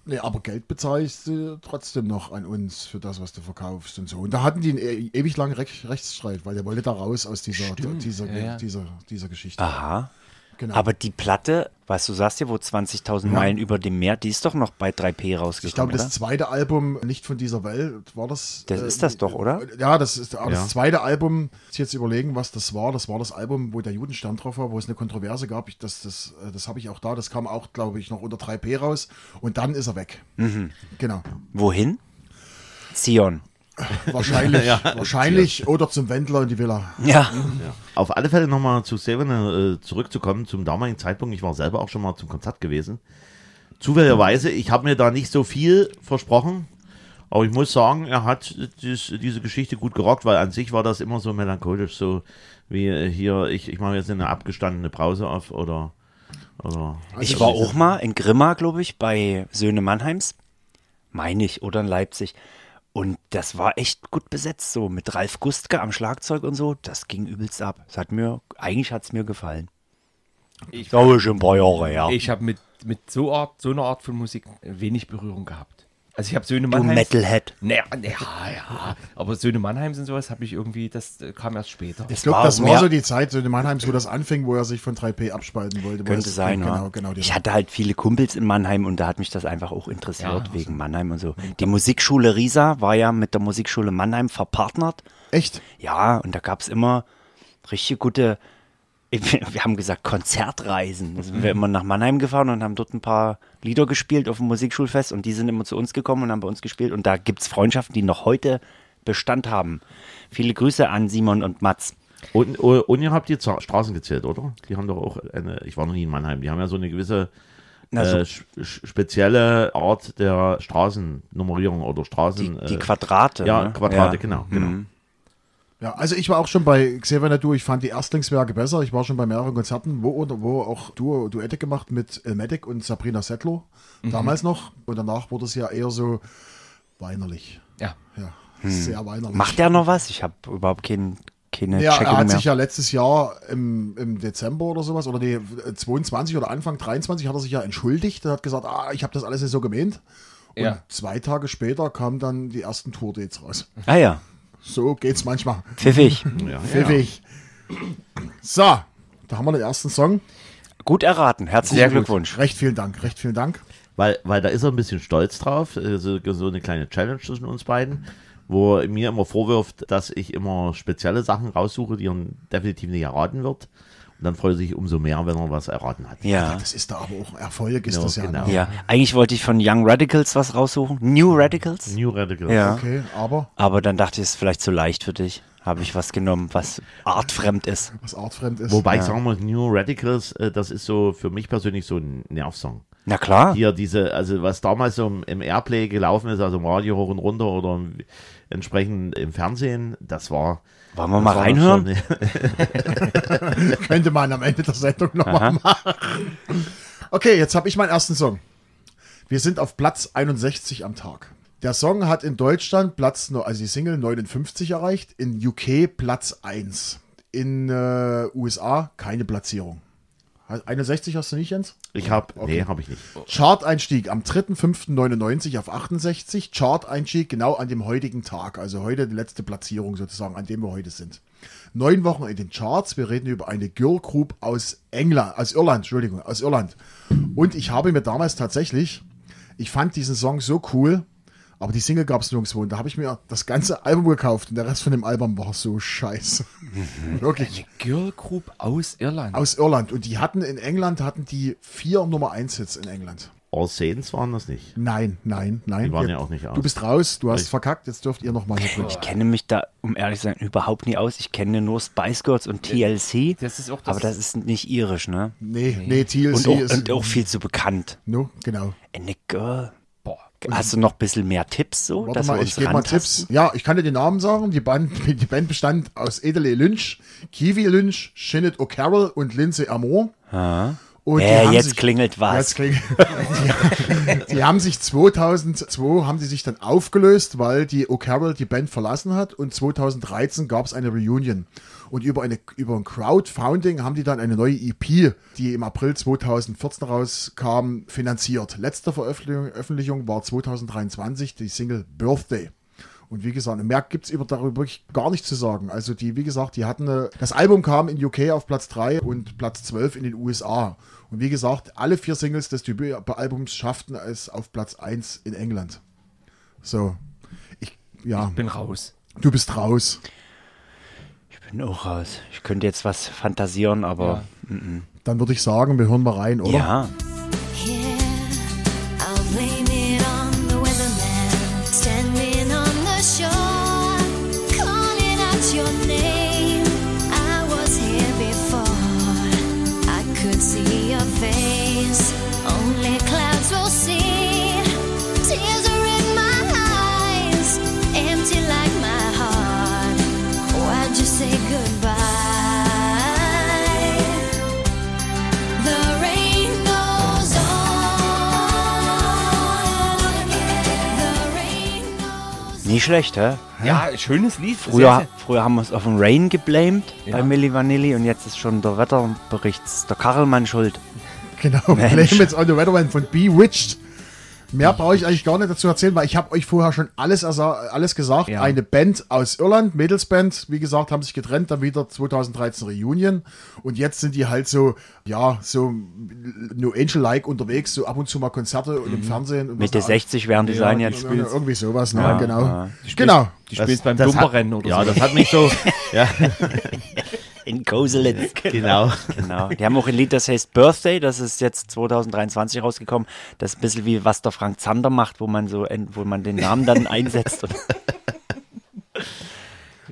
Speaker 4: nee, aber Geld bezahlst du trotzdem noch an uns für das, was du verkaufst und so. Und da hatten die einen e- ewig langen Rech- Rechtsstreit, weil der wollte da raus aus dieser, dieser,
Speaker 2: Ja, ja.
Speaker 4: dieser, dieser Geschichte.
Speaker 1: Aha.
Speaker 4: Genau.
Speaker 1: Aber die Platte, was du sagst hier, wo 20.000 Meilen über dem Meer, die ist doch noch bei 3P rausgekommen.
Speaker 4: Ich glaube, das
Speaker 1: oder?
Speaker 4: zweite Album, nicht von dieser Welt, war das. äh,
Speaker 1: Das ist das doch, oder?
Speaker 4: Ja, das ist aber
Speaker 3: Ja.
Speaker 4: das zweite Album. Ich jetzt überlegen, was das war. Das war das Album, wo der Judenstern drauf war, wo es eine Kontroverse gab. Ich, das das, äh, das habe ich auch da. Das kam auch, glaube ich, noch unter 3P raus. Und dann ist er weg.
Speaker 1: Mhm.
Speaker 4: Genau.
Speaker 1: Wohin? Zion.
Speaker 4: Wahrscheinlich. wahrscheinlich. Oder zum Wendler in die Villa.
Speaker 1: Ja.
Speaker 3: auf alle Fälle nochmal zu Xavier äh, zurückzukommen, zum damaligen Zeitpunkt. Ich war selber auch schon mal zum Konzert gewesen. Zufälligerweise, ich habe mir da nicht so viel versprochen. Aber ich muss sagen, er hat dies, diese Geschichte gut gerockt, weil an sich war das immer so melancholisch, so wie äh, hier, ich, ich mache jetzt eine abgestandene Brause auf oder, oder
Speaker 1: Ich war auch mal in Grimma, glaube ich, bei Söhne Mannheims, meine ich, oder in Leipzig. Und das war echt gut besetzt, so mit Ralf Gustke am Schlagzeug und so. Das ging übelst ab. Das hat mir, eigentlich hat es mir gefallen. Ich glaube, schon ein paar Jahre her.
Speaker 2: Ich habe mit, mit so, Art, so einer Art von Musik wenig Berührung gehabt. Also ich habe Söhne
Speaker 1: du
Speaker 2: Mannheims...
Speaker 1: Metalhead.
Speaker 2: Naja, ja, ja. Aber Söhne Mannheims und sowas habe ich irgendwie, das äh, kam erst später.
Speaker 4: Ich glaube,
Speaker 1: war
Speaker 4: das
Speaker 1: auch
Speaker 4: war
Speaker 1: mehr-
Speaker 4: so die Zeit, so in Mannheim, wo das anfing, wo er sich von 3P abspalten wollte. wo
Speaker 1: Könnte
Speaker 4: es-
Speaker 1: sein,
Speaker 4: Genau,
Speaker 1: oder?
Speaker 4: genau. die-
Speaker 1: Ich hatte halt viele Kumpels in Mannheim und da hat mich das einfach auch interessiert, wegen Mannheim und so. Die Musikschule Riesa war ja mit der Musikschule Mannheim verpartnert.
Speaker 4: Echt?
Speaker 1: Ja, und da gab es immer richtig gute, wir haben gesagt Konzertreisen. Da sind wir
Speaker 3: Mhm.
Speaker 1: immer nach Mannheim gefahren und haben dort ein paar Lieder gespielt auf dem Musikschulfest und die sind immer zu uns gekommen und haben bei uns gespielt. Und da gibt es Freundschaften, die noch heute Bestand haben. Viele Grüße an Simon und Mats.
Speaker 3: Und, und ihr habt die Za- Straßen gezählt, oder? Die haben doch auch eine, ich war noch nie in Mannheim, die haben ja so eine gewisse
Speaker 1: Na, so-
Speaker 3: äh, sch- sch- spezielle Art der Straßennummerierung oder
Speaker 1: Die,
Speaker 3: Straßen.
Speaker 1: die
Speaker 3: äh,
Speaker 1: Quadrate.
Speaker 3: Ja,
Speaker 1: ne?
Speaker 3: Quadrate, genau. genau.
Speaker 4: Ja, also ich war auch schon bei Xavier Nadu, ich fand die Erstlingswerke besser. Ich war schon bei mehreren Konzerten, wo, wo auch Duo, Duette gemacht mit Elmatic und Sabrina Settler,
Speaker 1: Mhm.
Speaker 4: damals noch. Und danach wurde es ja eher so weinerlich.
Speaker 2: Ja.
Speaker 4: Ja, sehr weinerlich.
Speaker 1: Hm. Macht der noch was? Ich habe überhaupt kein, keine
Speaker 4: ja,
Speaker 1: Checkung
Speaker 4: er hat
Speaker 1: mehr.
Speaker 4: sich ja letztes Jahr im, im Dezember oder sowas, oder nee, 22 oder Anfang 23 hat er sich ja entschuldigt. Er hat gesagt, ah, ich habe das alles nicht so gemeint. Und
Speaker 2: Ja.
Speaker 4: zwei Tage später kamen dann die ersten Tourdates raus.
Speaker 1: ah ja,
Speaker 4: So geht's manchmal.
Speaker 1: pfiffig.
Speaker 3: Ja, ja.
Speaker 4: Pfiffig. So, da haben wir den ersten Song.
Speaker 1: Gut erraten. Herzlichen
Speaker 2: Sehr gut.
Speaker 1: Glückwunsch.
Speaker 4: Recht vielen Dank, recht vielen Dank.
Speaker 3: Weil, weil da ist er ein bisschen stolz drauf, äh, so, so eine kleine Challenge zwischen uns beiden, wo er mir immer vorwirft, dass ich immer spezielle Sachen raussuche, die er definitiv nicht erraten wird. Und dann freut er sich umso mehr, wenn er was erraten hat.
Speaker 1: Ja.
Speaker 4: Das ist da aber auch ein Erfolg, ist
Speaker 3: Genau,
Speaker 4: das ja.
Speaker 3: genau.
Speaker 4: ne?
Speaker 1: Ja, eigentlich wollte ich von Young Radicals was raussuchen. New Radicals.
Speaker 3: New Radical.
Speaker 1: Ja.
Speaker 4: Okay, aber
Speaker 1: Aber dann dachte ich, es ist vielleicht zu leicht für dich. Habe ich was genommen, was artfremd ist.
Speaker 4: was artfremd ist.
Speaker 3: Wobei ich sagen muss, New Radicals, äh, das ist so für mich persönlich so ein Nervsong.
Speaker 1: Na klar.
Speaker 3: Hier diese, also was damals so im, im Airplay gelaufen ist, also im Radio hoch und runter oder im, entsprechend im Fernsehen, das war.
Speaker 1: Wollen wir
Speaker 3: das
Speaker 1: mal
Speaker 3: war
Speaker 1: reinhören?
Speaker 3: schon-
Speaker 4: Könnte man am Ende der Sendung nochmal machen. Okay, jetzt habe ich meinen ersten Song. Wir sind auf Platz 61 am Tag. Der Song hat in Deutschland Platz, no- also die Single 59 erreicht, in UK Platz 1. In äh, USA keine Platzierung. Hat- 61 hast du nicht, Jens?
Speaker 3: ich habe, nee, habe ich nicht.
Speaker 4: Charteinstieg am 3.5.99 auf 68. Charteinstieg genau an dem heutigen Tag. Also heute die letzte Platzierung sozusagen, an dem wir heute sind. Neun Wochen in den Charts. Wir reden über eine Girl Group aus England, aus Irland, Entschuldigung, aus Irland. Und ich habe mir damals tatsächlich, ich fand diesen Song so cool, aber die Single gab es nirgendwo. Und da habe ich mir das ganze Album gekauft und der Rest von dem Album war so scheiße. Wirklich.
Speaker 2: Girl Group aus Irland.
Speaker 4: Aus Irland. Und die hatten in England, hatten die vier Nummer 1 Hits in England.
Speaker 3: Orsens waren das nicht.
Speaker 4: Nein, nein, nein.
Speaker 3: Die waren
Speaker 4: Wir-
Speaker 3: ja auch nicht aus.
Speaker 4: Du bist raus, du hast
Speaker 3: Richtig.
Speaker 4: verkackt, jetzt dürft ihr nochmal hier drin.
Speaker 1: Ich kenne mich da, um ehrlich zu sein, überhaupt nie aus. Ich kenne nur Spice Girls und TLC.
Speaker 2: das ist auch das-
Speaker 1: aber das ist nicht irisch, ne?
Speaker 4: Nee, nee, TLC
Speaker 1: Und auch,
Speaker 4: ist.
Speaker 1: und auch viel zu bekannt.
Speaker 4: no, genau.
Speaker 1: Eine Girl.
Speaker 2: Boah.
Speaker 1: Hast du noch ein bisschen mehr Tipps so?
Speaker 4: Warte mal, ich gebe mal Tipps.
Speaker 1: rantasten?
Speaker 4: Ja, ich kann dir den Namen sagen. Die Band, die Band bestand aus Edele Lynch, Kiwi Lynch, Shinnet O'Carroll und Lindsay Amor. Und die
Speaker 1: Äh,
Speaker 4: haben
Speaker 1: jetzt klingelt was.
Speaker 4: Jetzt klingelt, die, die haben sich 2002 haben die sich dann aufgelöst, weil die O'Carroll die Band verlassen hat und 2013 gab es eine Reunion. Und über, eine, über ein Crowdfunding haben die dann eine neue EP, die im April 2014 rauskam, finanziert. Letzte Veröffentlichung Veröffentlichung war 2023 die Single Birthday. Und wie gesagt, mehr gibt es über darüber wirklich gar nichts zu sagen. Also die, wie gesagt, die hatten eine, das Album kam in UK auf Platz 3 und Platz 12 in den USA. Und wie gesagt, alle vier Singles des Debütalbums schafften es auf Platz 1 in England. So. Ich, ja,
Speaker 2: Bin raus.
Speaker 4: du bist raus.
Speaker 1: Ich bin auch raus. Ich könnte jetzt was fantasieren, aber
Speaker 4: Dann würde ich sagen, wir hören mal rein, oder?
Speaker 1: ja.
Speaker 6: Here, I'll blame it on the weatherman standing on the shore, calling out your name. I was here before. I could see your face. Only clouds will see. Tears are in my eyes, empty like my heart. Why'd you say goodbye? The rain goes on. The rain goes
Speaker 1: Nicht schlecht, hä?
Speaker 2: Ja, schönes Lied.
Speaker 1: Früher,
Speaker 2: Sehr,
Speaker 1: früher haben wir es auf den Rain geblamed
Speaker 2: Ja.
Speaker 1: bei Milli Vanilli und jetzt ist schon der Wetterbericht, der Karlmann schuld.
Speaker 4: Genau,
Speaker 1: Mensch.
Speaker 4: Blame It's on the Weatherman von Bewitched. Mehr brauche ich eigentlich gar nicht dazu erzählen, weil ich habe euch vorher schon alles, ersa- alles gesagt.
Speaker 2: Ja.
Speaker 4: Eine Band aus Irland, Mädelsband, wie gesagt, haben sich getrennt, dann wieder 2013 Reunion. Und jetzt sind die halt so, ja, so No Angel-like unterwegs, so ab und zu mal Konzerte und im Fernsehen. Und
Speaker 1: Mitte
Speaker 4: was da-
Speaker 1: 60 werden die sein
Speaker 2: die
Speaker 1: jetzt.
Speaker 4: Ja, irgendwie sowas, ne? genau. Genau.
Speaker 2: Genau. Die spielst beim
Speaker 3: das hat-
Speaker 2: Dumperrennen oder
Speaker 3: Ja,
Speaker 2: so.
Speaker 3: das hat mich so. ja,
Speaker 1: In Koselitz.
Speaker 3: genau.
Speaker 1: Genau. Die haben auch ein Lied, das heißt Birthday, das ist jetzt 2023 rausgekommen. Das ist ein bisschen wie was der Frank Zander macht, wo man so, en- wo man den Namen dann einsetzt. Und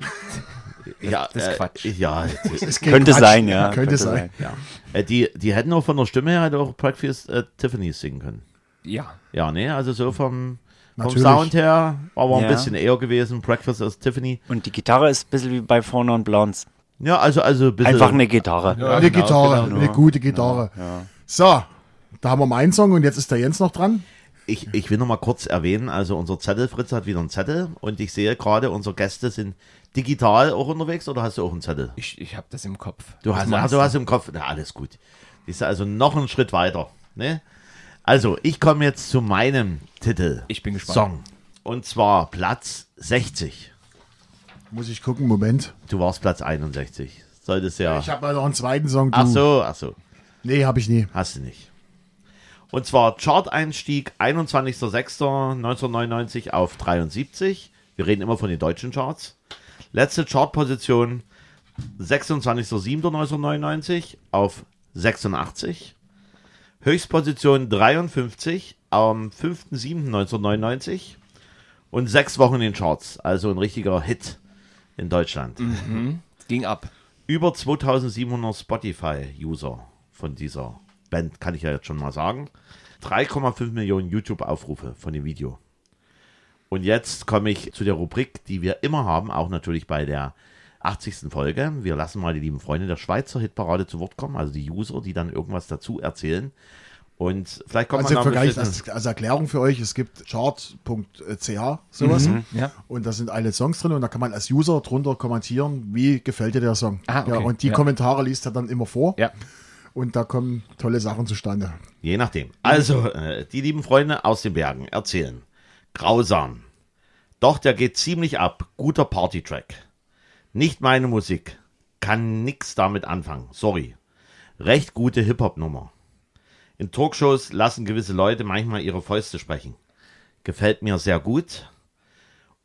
Speaker 3: Ja,
Speaker 2: Das ist Quatsch.
Speaker 3: Äh, ja,
Speaker 4: Es geht
Speaker 1: könnte
Speaker 4: Quatsch.
Speaker 1: sein, ja.
Speaker 4: Könnte, sein.
Speaker 3: ja. Äh, die, die hätten auch von der Stimme her halt auch Breakfast äh, Tiffany singen können.
Speaker 2: Ja.
Speaker 3: Ja, nee, also so vom, vom
Speaker 4: Natürlich.
Speaker 3: Sound her war wir
Speaker 1: Ja.
Speaker 3: ein bisschen eher gewesen. Breakfast as Tiffany.
Speaker 1: Und die Gitarre ist ein bisschen wie bei Four Non Blondes.
Speaker 3: Ja, also, also ein bisschen.
Speaker 1: Einfach eine Gitarre.
Speaker 4: eine
Speaker 3: genau,
Speaker 4: Gitarre,
Speaker 3: genau.
Speaker 4: eine gute Gitarre. So, da haben wir meinen Song und jetzt ist der Jens noch dran.
Speaker 3: Ich, ich will noch mal kurz erwähnen, also unser Zettel, Fritz hat wieder einen Zettel und ich sehe gerade, unsere Gäste sind digital auch unterwegs oder hast du auch einen Zettel?
Speaker 2: Ich, ich habe das im Kopf.
Speaker 3: Du
Speaker 2: Was
Speaker 3: hast, also
Speaker 2: meinst
Speaker 3: ach, du hast im Kopf, na alles gut. Ist also noch einen Schritt weiter. Ne? Also, ich komme jetzt zu meinem Titel.
Speaker 2: Ich bin gespannt.
Speaker 3: Song. Und zwar Platz 60.
Speaker 4: Muss ich gucken, Moment.
Speaker 3: Du warst Platz 61. Solltest ja.
Speaker 4: Ich habe mal noch einen zweiten Song. Du.
Speaker 3: Ah. Ach so, ach so.
Speaker 4: Nee, habe ich nie.
Speaker 3: Hast du nicht. Und zwar Chart-Einstieg 21.06.1999 auf 73. Wir reden immer von den deutschen Charts. Letzte Chartposition 26.07.1999 auf 86. Höchstposition 53 am 5.07.1999. Und sechs Wochen in den Charts. Also ein richtiger Hit in Deutschland
Speaker 2: Ging ab.
Speaker 3: über 2700 Spotify-User von dieser Band, kann ich ja jetzt schon mal sagen. 3,5 Millionen YouTube-Aufrufe von dem Video. Und jetzt komme ich zu der Rubrik, die wir immer haben, auch natürlich bei der 80. Folge. Wir lassen mal die lieben Freunde der Schweizer Hitparade zu Wort kommen, also die User, die dann irgendwas dazu erzählen. Und vielleicht kommt
Speaker 4: Also,
Speaker 3: man
Speaker 4: für
Speaker 3: da ein
Speaker 4: gleich,
Speaker 3: bisschen-
Speaker 4: als, als Erklärung für euch, es gibt chart.ch, sowas.
Speaker 2: Ja.
Speaker 4: Und da sind alle Songs drin und da kann man als User drunter kommentieren, wie gefällt dir der Song.
Speaker 2: Ah, okay.
Speaker 4: ja, und die
Speaker 2: Ja.
Speaker 4: Kommentare liest er dann immer vor
Speaker 2: Ja.
Speaker 4: und da kommen tolle Sachen zustande.
Speaker 3: Je nachdem. Also, äh, die lieben Freunde aus den Bergen erzählen. Grausam. Doch, der geht ziemlich ab. Guter Partytrack. Nicht meine Musik. Kann nix damit anfangen. Sorry. Recht gute Hip-Hop-Nummer. In Talkshows lassen gewisse Leute manchmal ihre Fäuste sprechen. Gefällt mir sehr gut.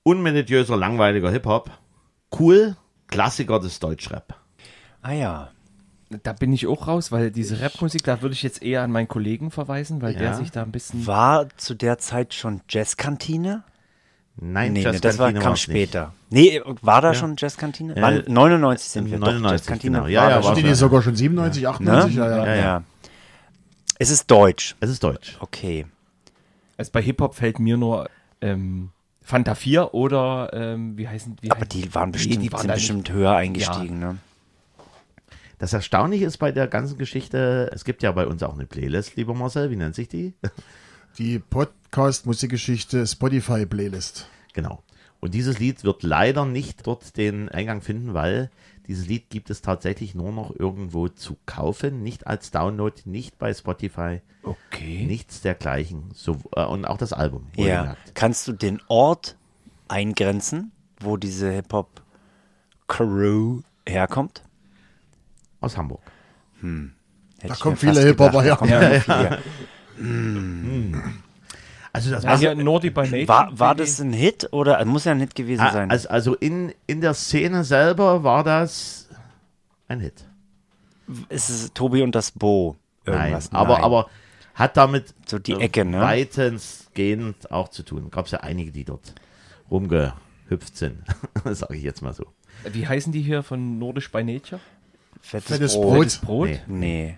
Speaker 3: Unmelodiöser, langweiliger Hip-Hop. Cool. Klassiker des Deutschrap.
Speaker 1: Ah ja.
Speaker 2: da bin ich auch raus, weil diese Rapmusik, da würde ich jetzt eher an meinen Kollegen verweisen, weil der
Speaker 3: Ja.
Speaker 2: sich da ein bisschen.
Speaker 1: War zu der Zeit schon Jazzkantine?
Speaker 3: Nein,
Speaker 1: Nee,
Speaker 3: Jazz
Speaker 1: nee, das war,
Speaker 3: Cantina
Speaker 1: kam
Speaker 3: war's nicht.
Speaker 1: später. Nee, äh, war da schon Jazzkantine?
Speaker 3: Äh,
Speaker 1: Wann- 99 sind wir
Speaker 3: 99,
Speaker 1: doch. Jazzkantine
Speaker 3: genau. Ja,
Speaker 1: war da
Speaker 3: ja, war
Speaker 1: schon.
Speaker 4: Die, die sogar schon 97, 98, ja, Ne? ja.
Speaker 1: Ja, ja. Es ist deutsch.
Speaker 3: Es ist deutsch.
Speaker 1: Okay.
Speaker 2: Also bei Hip-Hop fällt mir nur ähm, Fanta 4 oder ähm, wie heißen wie
Speaker 1: Aber
Speaker 2: heißen-
Speaker 1: die waren
Speaker 2: Nee,
Speaker 1: bestimmt,
Speaker 2: die waren
Speaker 1: sind
Speaker 2: da
Speaker 1: bestimmt höher eingestiegen. Ne?
Speaker 3: Das Erstaunliche ist bei der ganzen Geschichte, es gibt ja bei uns auch eine Playlist, lieber Marcel, wie nennt sich die?
Speaker 4: Die Podcast-Musikgeschichte Spotify-Playlist.
Speaker 3: Genau. Und dieses Lied wird leider nicht dort den Eingang finden, weil dieses Lied gibt es tatsächlich nur noch irgendwo zu kaufen, nicht als Download, nicht bei Spotify,
Speaker 2: nicht. Okay.
Speaker 3: nichts dergleichen. So, äh, und auch das Album.
Speaker 1: Ja.
Speaker 3: wohlgemerkt.
Speaker 1: Kannst du den Ort eingrenzen, wo diese Hip-Hop-Crew herkommt?
Speaker 3: Aus Hamburg.
Speaker 1: Hätte
Speaker 4: Da
Speaker 1: ich
Speaker 4: kommen
Speaker 1: mir fast
Speaker 4: viele Hip-Hopper
Speaker 1: gedacht, da
Speaker 4: her.
Speaker 1: kommen viele.
Speaker 3: Also das
Speaker 2: Ja,
Speaker 3: war
Speaker 2: hier Nordi by Nature.
Speaker 1: äh, War, war das ein Hit oder es muss ja ein Hit gewesen sein?
Speaker 3: also, also in, in der Szene selber war das ein Hit.
Speaker 1: ist es Tobi und das Bo?
Speaker 3: Nein,
Speaker 1: Irgendwas?
Speaker 3: aber, aber hat damit
Speaker 1: So die
Speaker 3: äh,
Speaker 1: Ecke, ne?
Speaker 3: weitestgehend auch zu tun. Gab es ja einige, die dort rumgehüpft sind, sage ich jetzt mal so.
Speaker 2: Wie heißen die hier von Nordisch by Nature?
Speaker 1: Fettes,
Speaker 4: Fettes
Speaker 1: Brot.
Speaker 4: Brot.
Speaker 2: Brot?
Speaker 3: Nee.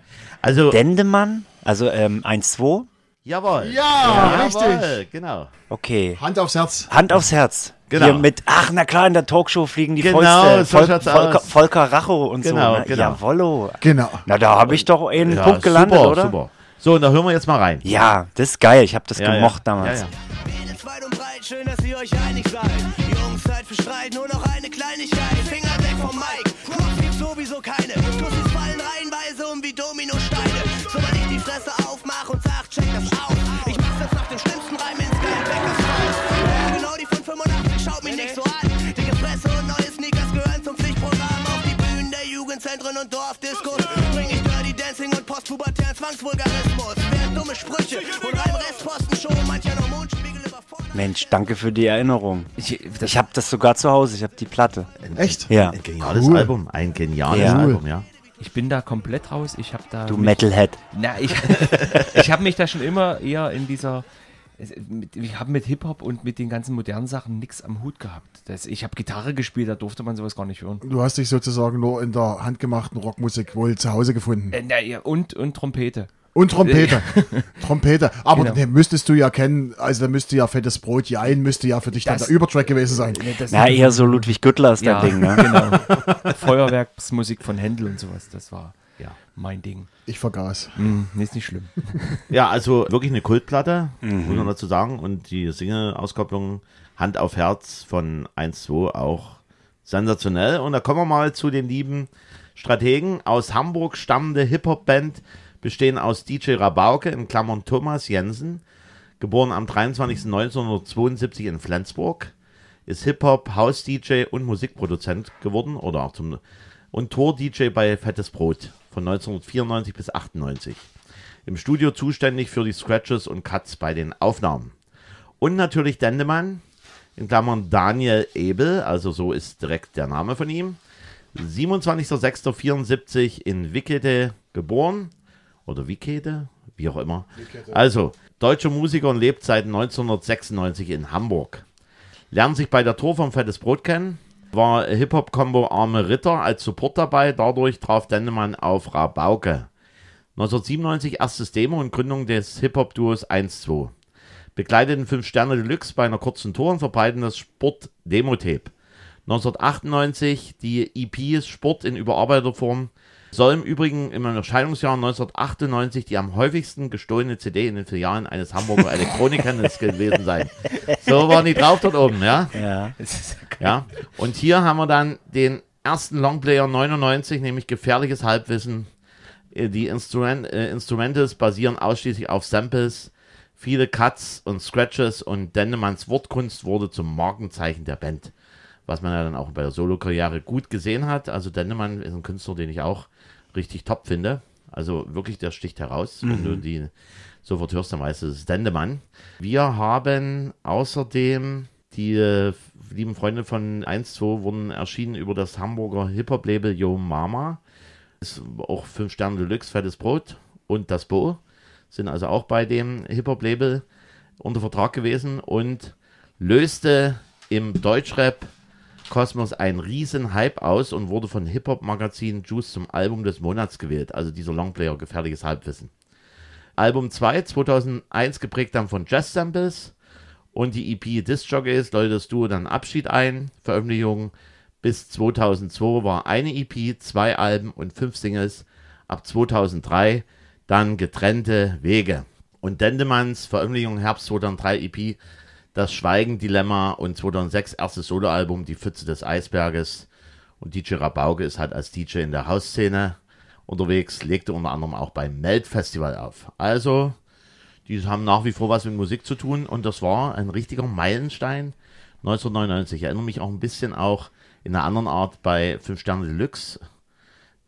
Speaker 1: Nee.
Speaker 3: Also,
Speaker 1: Dendemann? Also ähm, 1-2?
Speaker 3: jawohl.
Speaker 4: Ja, richtig.
Speaker 3: Jawohl, genau.
Speaker 1: Okay.
Speaker 4: Hand aufs Herz.
Speaker 1: Hand aufs Herz.
Speaker 3: Genau.
Speaker 1: Hier mit, ach, na klar, in der Talkshow fliegen die
Speaker 3: Genau,
Speaker 1: Fäuste.
Speaker 3: so schaut's
Speaker 1: Volker,
Speaker 3: aus.
Speaker 1: Volker Racho und
Speaker 3: Genau,
Speaker 1: so. Ne?
Speaker 3: genau.
Speaker 1: Jawollo.
Speaker 4: Genau.
Speaker 1: Na, da habe ich doch einen
Speaker 3: Ja,
Speaker 1: Punkt gelandet,
Speaker 3: super,
Speaker 1: oder?
Speaker 3: Super. So, und da hören wir jetzt mal rein.
Speaker 1: Ja, das ist geil. Ich habe das
Speaker 3: Ja, ja.
Speaker 1: gemocht damals.
Speaker 3: Ja, ja.
Speaker 7: Mädels weit und breit, schön, dass ihr euch einig seid. Jungs, Zeit für Streit, nur noch eine Kleinigkeit. Finger weg vom Mike, Kurz gibt's sowieso keine. Tussis fallen reihenweise um wie Dominosteine. Sobald ich die Fresse aufmache und sag, check das aus. Ich mach's jetzt nach dem schlimmsten Reim ins Geldbeckers raus. Ja, genau die von 85 schaut mich nicht so an. Dicke Fresse und neue Sneakers gehören zum Pflichtprogramm. Auf die Bühnen der Jugendzentren und Dorfdiskos bring ich Dirty Dancing und postpubertären Zwangsvulgarismus. Während dumme Sprüche und einem Restposten schon mancher noch Mondspiegel überfordert.
Speaker 1: Mensch, danke für die Erinnerung.
Speaker 2: Ich, das,
Speaker 1: Ich habe das sogar zu Hause. Ich habe die Platte.
Speaker 3: Äh,
Speaker 4: Echt?
Speaker 1: Ja.
Speaker 3: Ein geniales
Speaker 4: Cool.
Speaker 3: Album, ein geniales
Speaker 1: Ja.
Speaker 3: Album, ja.
Speaker 2: ich bin da komplett raus. Ich habe da.
Speaker 1: Du
Speaker 2: mich-
Speaker 1: Metalhead.
Speaker 2: Na, ich, ich habe mich da schon immer eher in dieser. mit- Ich habe mit Hip-Hop und mit den ganzen modernen Sachen nichts am Hut gehabt. Das, ich habe Gitarre gespielt, da durfte man sowas gar nicht hören.
Speaker 4: Du hast dich sozusagen nur in der handgemachten Rockmusik wohl zu Hause gefunden.
Speaker 2: Äh, na ja, Und, und Trompete.
Speaker 4: Und Trompete. Trompete. Aber
Speaker 2: Genau.
Speaker 4: den müsstest du ja kennen, also da müsste ja fettes Brot, Jein müsste ja für dich dann
Speaker 2: Das-
Speaker 4: der Übertrack gewesen sein.
Speaker 2: Äh, Das
Speaker 1: Na, eher so Ludwig Güttler ist
Speaker 2: ja,
Speaker 1: dein Ding, ne?
Speaker 2: genau. Feuerwerksmusik von Händel und sowas, das war
Speaker 3: Ja.
Speaker 2: mein Ding.
Speaker 4: Ich vergaß.
Speaker 2: Hm, nee, ist nicht schlimm.
Speaker 3: Ja, also wirklich eine Kultplatte, muss man dazu sagen. Und die Single-Auskopplung Hand auf Herz von 1-2 auch sensationell. Und da kommen wir mal zu den lieben Strategen. Aus Hamburg stammende Hip-Hop-Band bestehen aus DJ Rabauke in Klammern Thomas Jensen, geboren am 23. 1972 in Flensburg, ist Hip-Hop, House-DJ und Musikproduzent geworden oder auch zum und Tour-DJ bei Fettes Brot von 1994 bis 98 im Studio zuständig für die Scratches und Cuts bei den Aufnahmen. Und natürlich Dendemann, in Klammern Daniel Ebel, also so ist direkt der Name von ihm. 27.06.74 in Wickede geboren. Oder Wickede, wie auch immer. Also, deutscher Musiker und lebt seit 1996 in Hamburg. Lernt sich bei der Tour vom Fettes Brot kennen. War Hip-Hop-Kombo Arme Ritter als Support dabei. Dadurch traf Dendemann auf Rabauke. 1997 erstes Demo und Gründung des Hip-Hop-Duos 1-2. Begleiteten 5 Sterne Deluxe bei einer kurzen Tour und verbreiten das Sport-Demo-Tape. 1998 die EP Sport in überarbeiteter Form. Soll im Übrigen im Erscheinungsjahr 1998 die am häufigsten gestohlene CD in den Filialen eines Hamburger Elektronikhandels gewesen sein. So waren die drauf dort oben, ja?
Speaker 1: Ja.
Speaker 2: Das ist ja geil.
Speaker 3: Ja, und hier haben wir dann den ersten Longplayer 99, nämlich Gefährliches Halbwissen. Äh, Die Instrument, äh, Instrumentals basieren ausschließlich auf Samples. Viele Cuts und Scratches und Dendemanns Wortkunst wurde zum Markenzeichen der Band. Was man ja dann auch bei der Solo-Karriere gut gesehen hat. Also Dendemann ist ein Künstler, den ich auch richtig top finde. Also wirklich, der sticht heraus. Wenn du die sofort hörst, dann weißt du, es ist Dendemann. Wir haben außerdem die äh, lieben Freunde von 1-2 wurden erschienen über das Hamburger Hip-Hop-Label Yo Mama Ist auch 5 Sterne Deluxe, fettes Brot und das Bo sind also auch bei dem Hip-Hop-Label unter Vertrag gewesen und löste im Deutschrap Kosmos einen riesen Hype aus und wurde von Hip-Hop-Magazin Juice zum Album des Monats gewählt, also dieser Longplayer, gefährliches Halbwissen. Album 2, 2001 geprägt dann von Jazz Samples und die E EP Discjockeys läutet das Duo dann Abschied ein, Veröffentlichung bis 2002 war eine EP, zwei Alben und fünf Singles. Ab 2003 dann getrennte Wege. Und Dendemanns Veröffentlichung Herbst E 2003 EP Das Schweigen-Dilemma und 2006 erstes Soloalbum Die Pfütze des Eisberges. Und DJ Rabauke ist halt als DJ in der Hausszene unterwegs, legte unter anderem auch beim Melt-Festival auf. Also, die haben nach wie vor was mit Musik zu tun und das war ein richtiger Meilenstein 1999. Ich erinnere mich auch ein bisschen auch in einer anderen Art bei 5 Sterne Deluxe,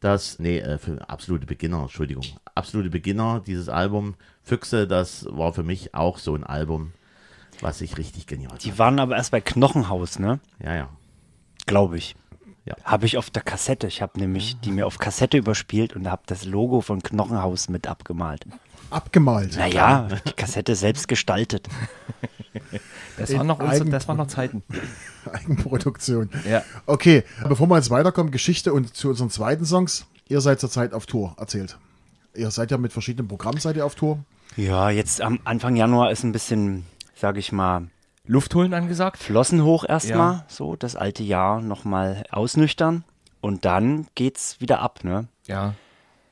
Speaker 3: das, nee, äh, für absolute Beginner, Entschuldigung, absolute Beginner, dieses Album Füchse, das war für mich auch so ein Album, was ich richtig genial
Speaker 1: Die
Speaker 3: fand.
Speaker 1: waren aber erst bei Knochenhaus, ne?
Speaker 3: Ja, ja.
Speaker 1: Glaube ich.
Speaker 3: Ja.
Speaker 1: Habe ich auf der Kassette. Ich habe nämlich die mir auf Kassette überspielt und habe das Logo von Knochenhaus mit abgemalt.
Speaker 4: Abgemalt.
Speaker 1: Naja, die Kassette selbst gestaltet.
Speaker 2: Das waren noch, unsere, das waren noch Zeiten.
Speaker 4: Eigenproduktion.
Speaker 2: Ja.
Speaker 4: Okay, bevor wir jetzt weiterkommen, Geschichte und zu unseren zweiten Songs. Ihr seid zurzeit auf Tour, erzählt. Ihr seid ja mit verschiedenen Programmen seid ihr auf Tour.
Speaker 1: Ja, jetzt am Anfang Januar ist ein bisschen, sage ich mal,
Speaker 2: Luft holen angesagt.
Speaker 1: Flossen hoch erstmal,
Speaker 2: Ja.
Speaker 1: so das alte Jahr nochmal ausnüchtern und dann geht's wieder ab, ne?
Speaker 2: Ja.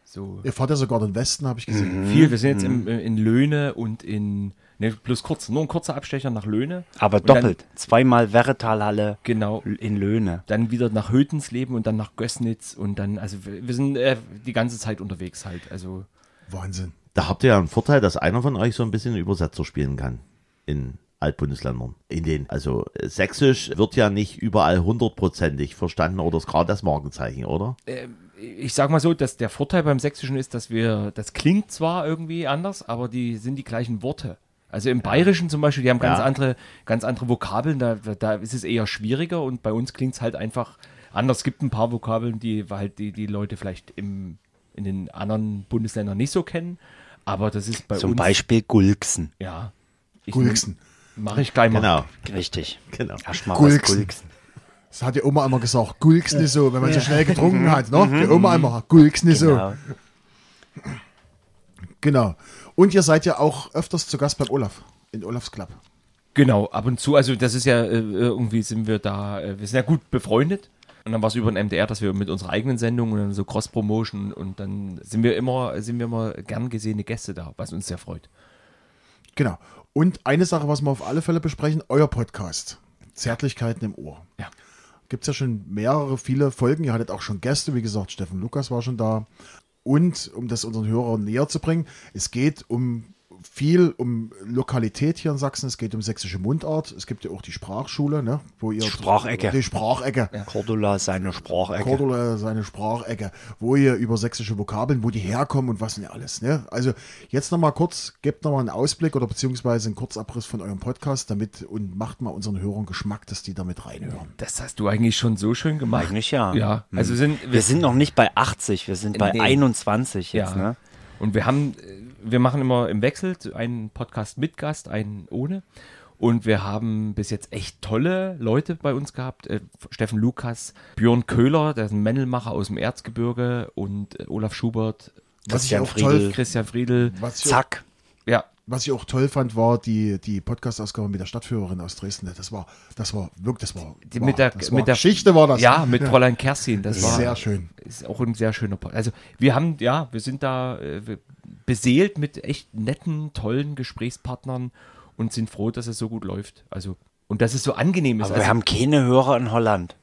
Speaker 2: So.
Speaker 4: Ihr fahrt ja sogar den Westen, habe ich gesehen.
Speaker 2: Viel. Wir sind jetzt
Speaker 1: Mhm.
Speaker 2: im, äh, in Löhne und in. Ne, bloß kurz. Nur ein kurzer Abstecher nach Löhne.
Speaker 1: Aber
Speaker 2: Und
Speaker 1: doppelt.
Speaker 2: Dann,
Speaker 1: Zweimal Werretalhalle
Speaker 2: genau.
Speaker 1: in Löhne.
Speaker 2: Dann wieder nach Hötensleben und dann nach Gößnitz und dann, also wir, wir sind äh, die ganze Zeit unterwegs halt. Also
Speaker 4: Wahnsinn.
Speaker 3: Da habt ihr ja einen Vorteil, dass einer von euch so ein bisschen Übersetzer spielen kann in Altbundesländern. In den, also äh, Sächsisch wird ja nicht überall hundertprozentig verstanden oder ist gerade das Markenzeichen, oder?
Speaker 2: ich sag mal so, dass der Vorteil beim Sächsischen ist, dass wir, das klingt zwar irgendwie anders, aber die sind die gleichen Worte. Also im Bayerischen zum Beispiel, die haben ganz
Speaker 3: Ja.
Speaker 2: andere, ganz andere Vokabeln, da, da ist es eher schwieriger und bei uns klingt es halt einfach anders. Es gibt ein paar Vokabeln, die halt die, die Leute vielleicht im, in den anderen Bundesländern nicht so kennen, aber das ist bei
Speaker 1: Zum
Speaker 2: uns.
Speaker 1: Beispiel Gulksen.
Speaker 2: Ja.
Speaker 4: Gulksen.
Speaker 2: Mache ich gleich mal.
Speaker 3: Genau.
Speaker 1: Richtig.
Speaker 3: Genau.
Speaker 1: Erst mal
Speaker 4: Gulksen.
Speaker 1: was Gulksen.
Speaker 4: Das hat die Oma immer gesagt. Gulksen ist so, wenn man so schnell getrunken hat. Ne? Die Oma immer, Gulksen ist so.
Speaker 1: Genau.
Speaker 4: Genau. Und ihr seid ja auch öfters zu Gast beim Olaf. In Olafs Club.
Speaker 2: Genau, ab und zu. Also das ist ja, äh, irgendwie sind wir da, äh, wir sind ja gut befreundet. Und dann war es über den MDR, dass wir mit unserer eigenen Sendung und dann so Cross-Promotion und dann sind wir immer, sind wir immer gern gesehene Gäste da, was uns sehr freut.
Speaker 4: Genau. Und eine Sache, was wir auf alle Fälle besprechen, euer Podcast. Zärtlichkeiten im Ohr.
Speaker 2: Ja.
Speaker 4: Gibt es ja schon mehrere, viele Folgen. Ihr hattet auch schon Gäste, wie gesagt, Steffen Lukas war schon da. Und um das unseren Hörern näher zu bringen, es geht um viel um Lokalität hier in Sachsen, es geht um sächsische Mundart, es gibt ja auch die Sprachschule, ne, wo ihr
Speaker 1: Sprachecke.
Speaker 4: die Sprachecke,
Speaker 1: Cordula ist seine Sprachecke.
Speaker 4: Cordula, seine Sprachecke, wo ihr über sächsische Vokabeln, wo die herkommen und was denn alles. Ne? Also jetzt nochmal kurz, gebt nochmal einen Ausblick oder beziehungsweise einen Kurzabriss von eurem Podcast damit und macht mal unseren Hörern Geschmack, dass die damit reinhören.
Speaker 2: Das hast du eigentlich schon so schön gemacht.
Speaker 1: Eigentlich ja.
Speaker 2: Ja,
Speaker 1: Hm.
Speaker 2: also sind
Speaker 1: wir sind noch nicht bei 80, wir sind bei
Speaker 2: Nee.
Speaker 1: 21 jetzt,
Speaker 2: ja.
Speaker 1: ne?
Speaker 2: Und wir haben, äh, wir machen immer im Wechsel einen Podcast mit Gast, einen ohne. Und wir haben bis jetzt echt tolle Leute bei uns gehabt. Äh, Steffen Lukas, Björn Köhler, der ist ein Mendelmacher aus dem Erzgebirge und äh, Olaf Schubert,
Speaker 4: Was ich
Speaker 1: Christian
Speaker 4: auch toll,
Speaker 1: Friedel.
Speaker 2: Christian Friedl.
Speaker 4: was ich auch
Speaker 1: Zack.
Speaker 2: Ja,
Speaker 4: Was ich auch toll fand, war die, die Podcast-Ausgabe mit der Stadtführerin aus Dresden. Das war, das war wirklich, das war,
Speaker 2: die,
Speaker 4: war
Speaker 2: mit der,
Speaker 4: das war
Speaker 2: mit der
Speaker 4: Geschichte war das. ne?
Speaker 2: Ja, mit Fräulein Kerstin. Das war
Speaker 4: Sehr schön.
Speaker 2: Ist auch ein sehr schöner Podcast. Also wir haben, ja, wir sind da äh, wir- beseelt mit echt netten, tollen Gesprächspartnern und sind froh, dass es so gut läuft. Also und dass es so angenehm ist.
Speaker 1: Aber
Speaker 2: also,
Speaker 1: wir haben keine Hörer in Holland.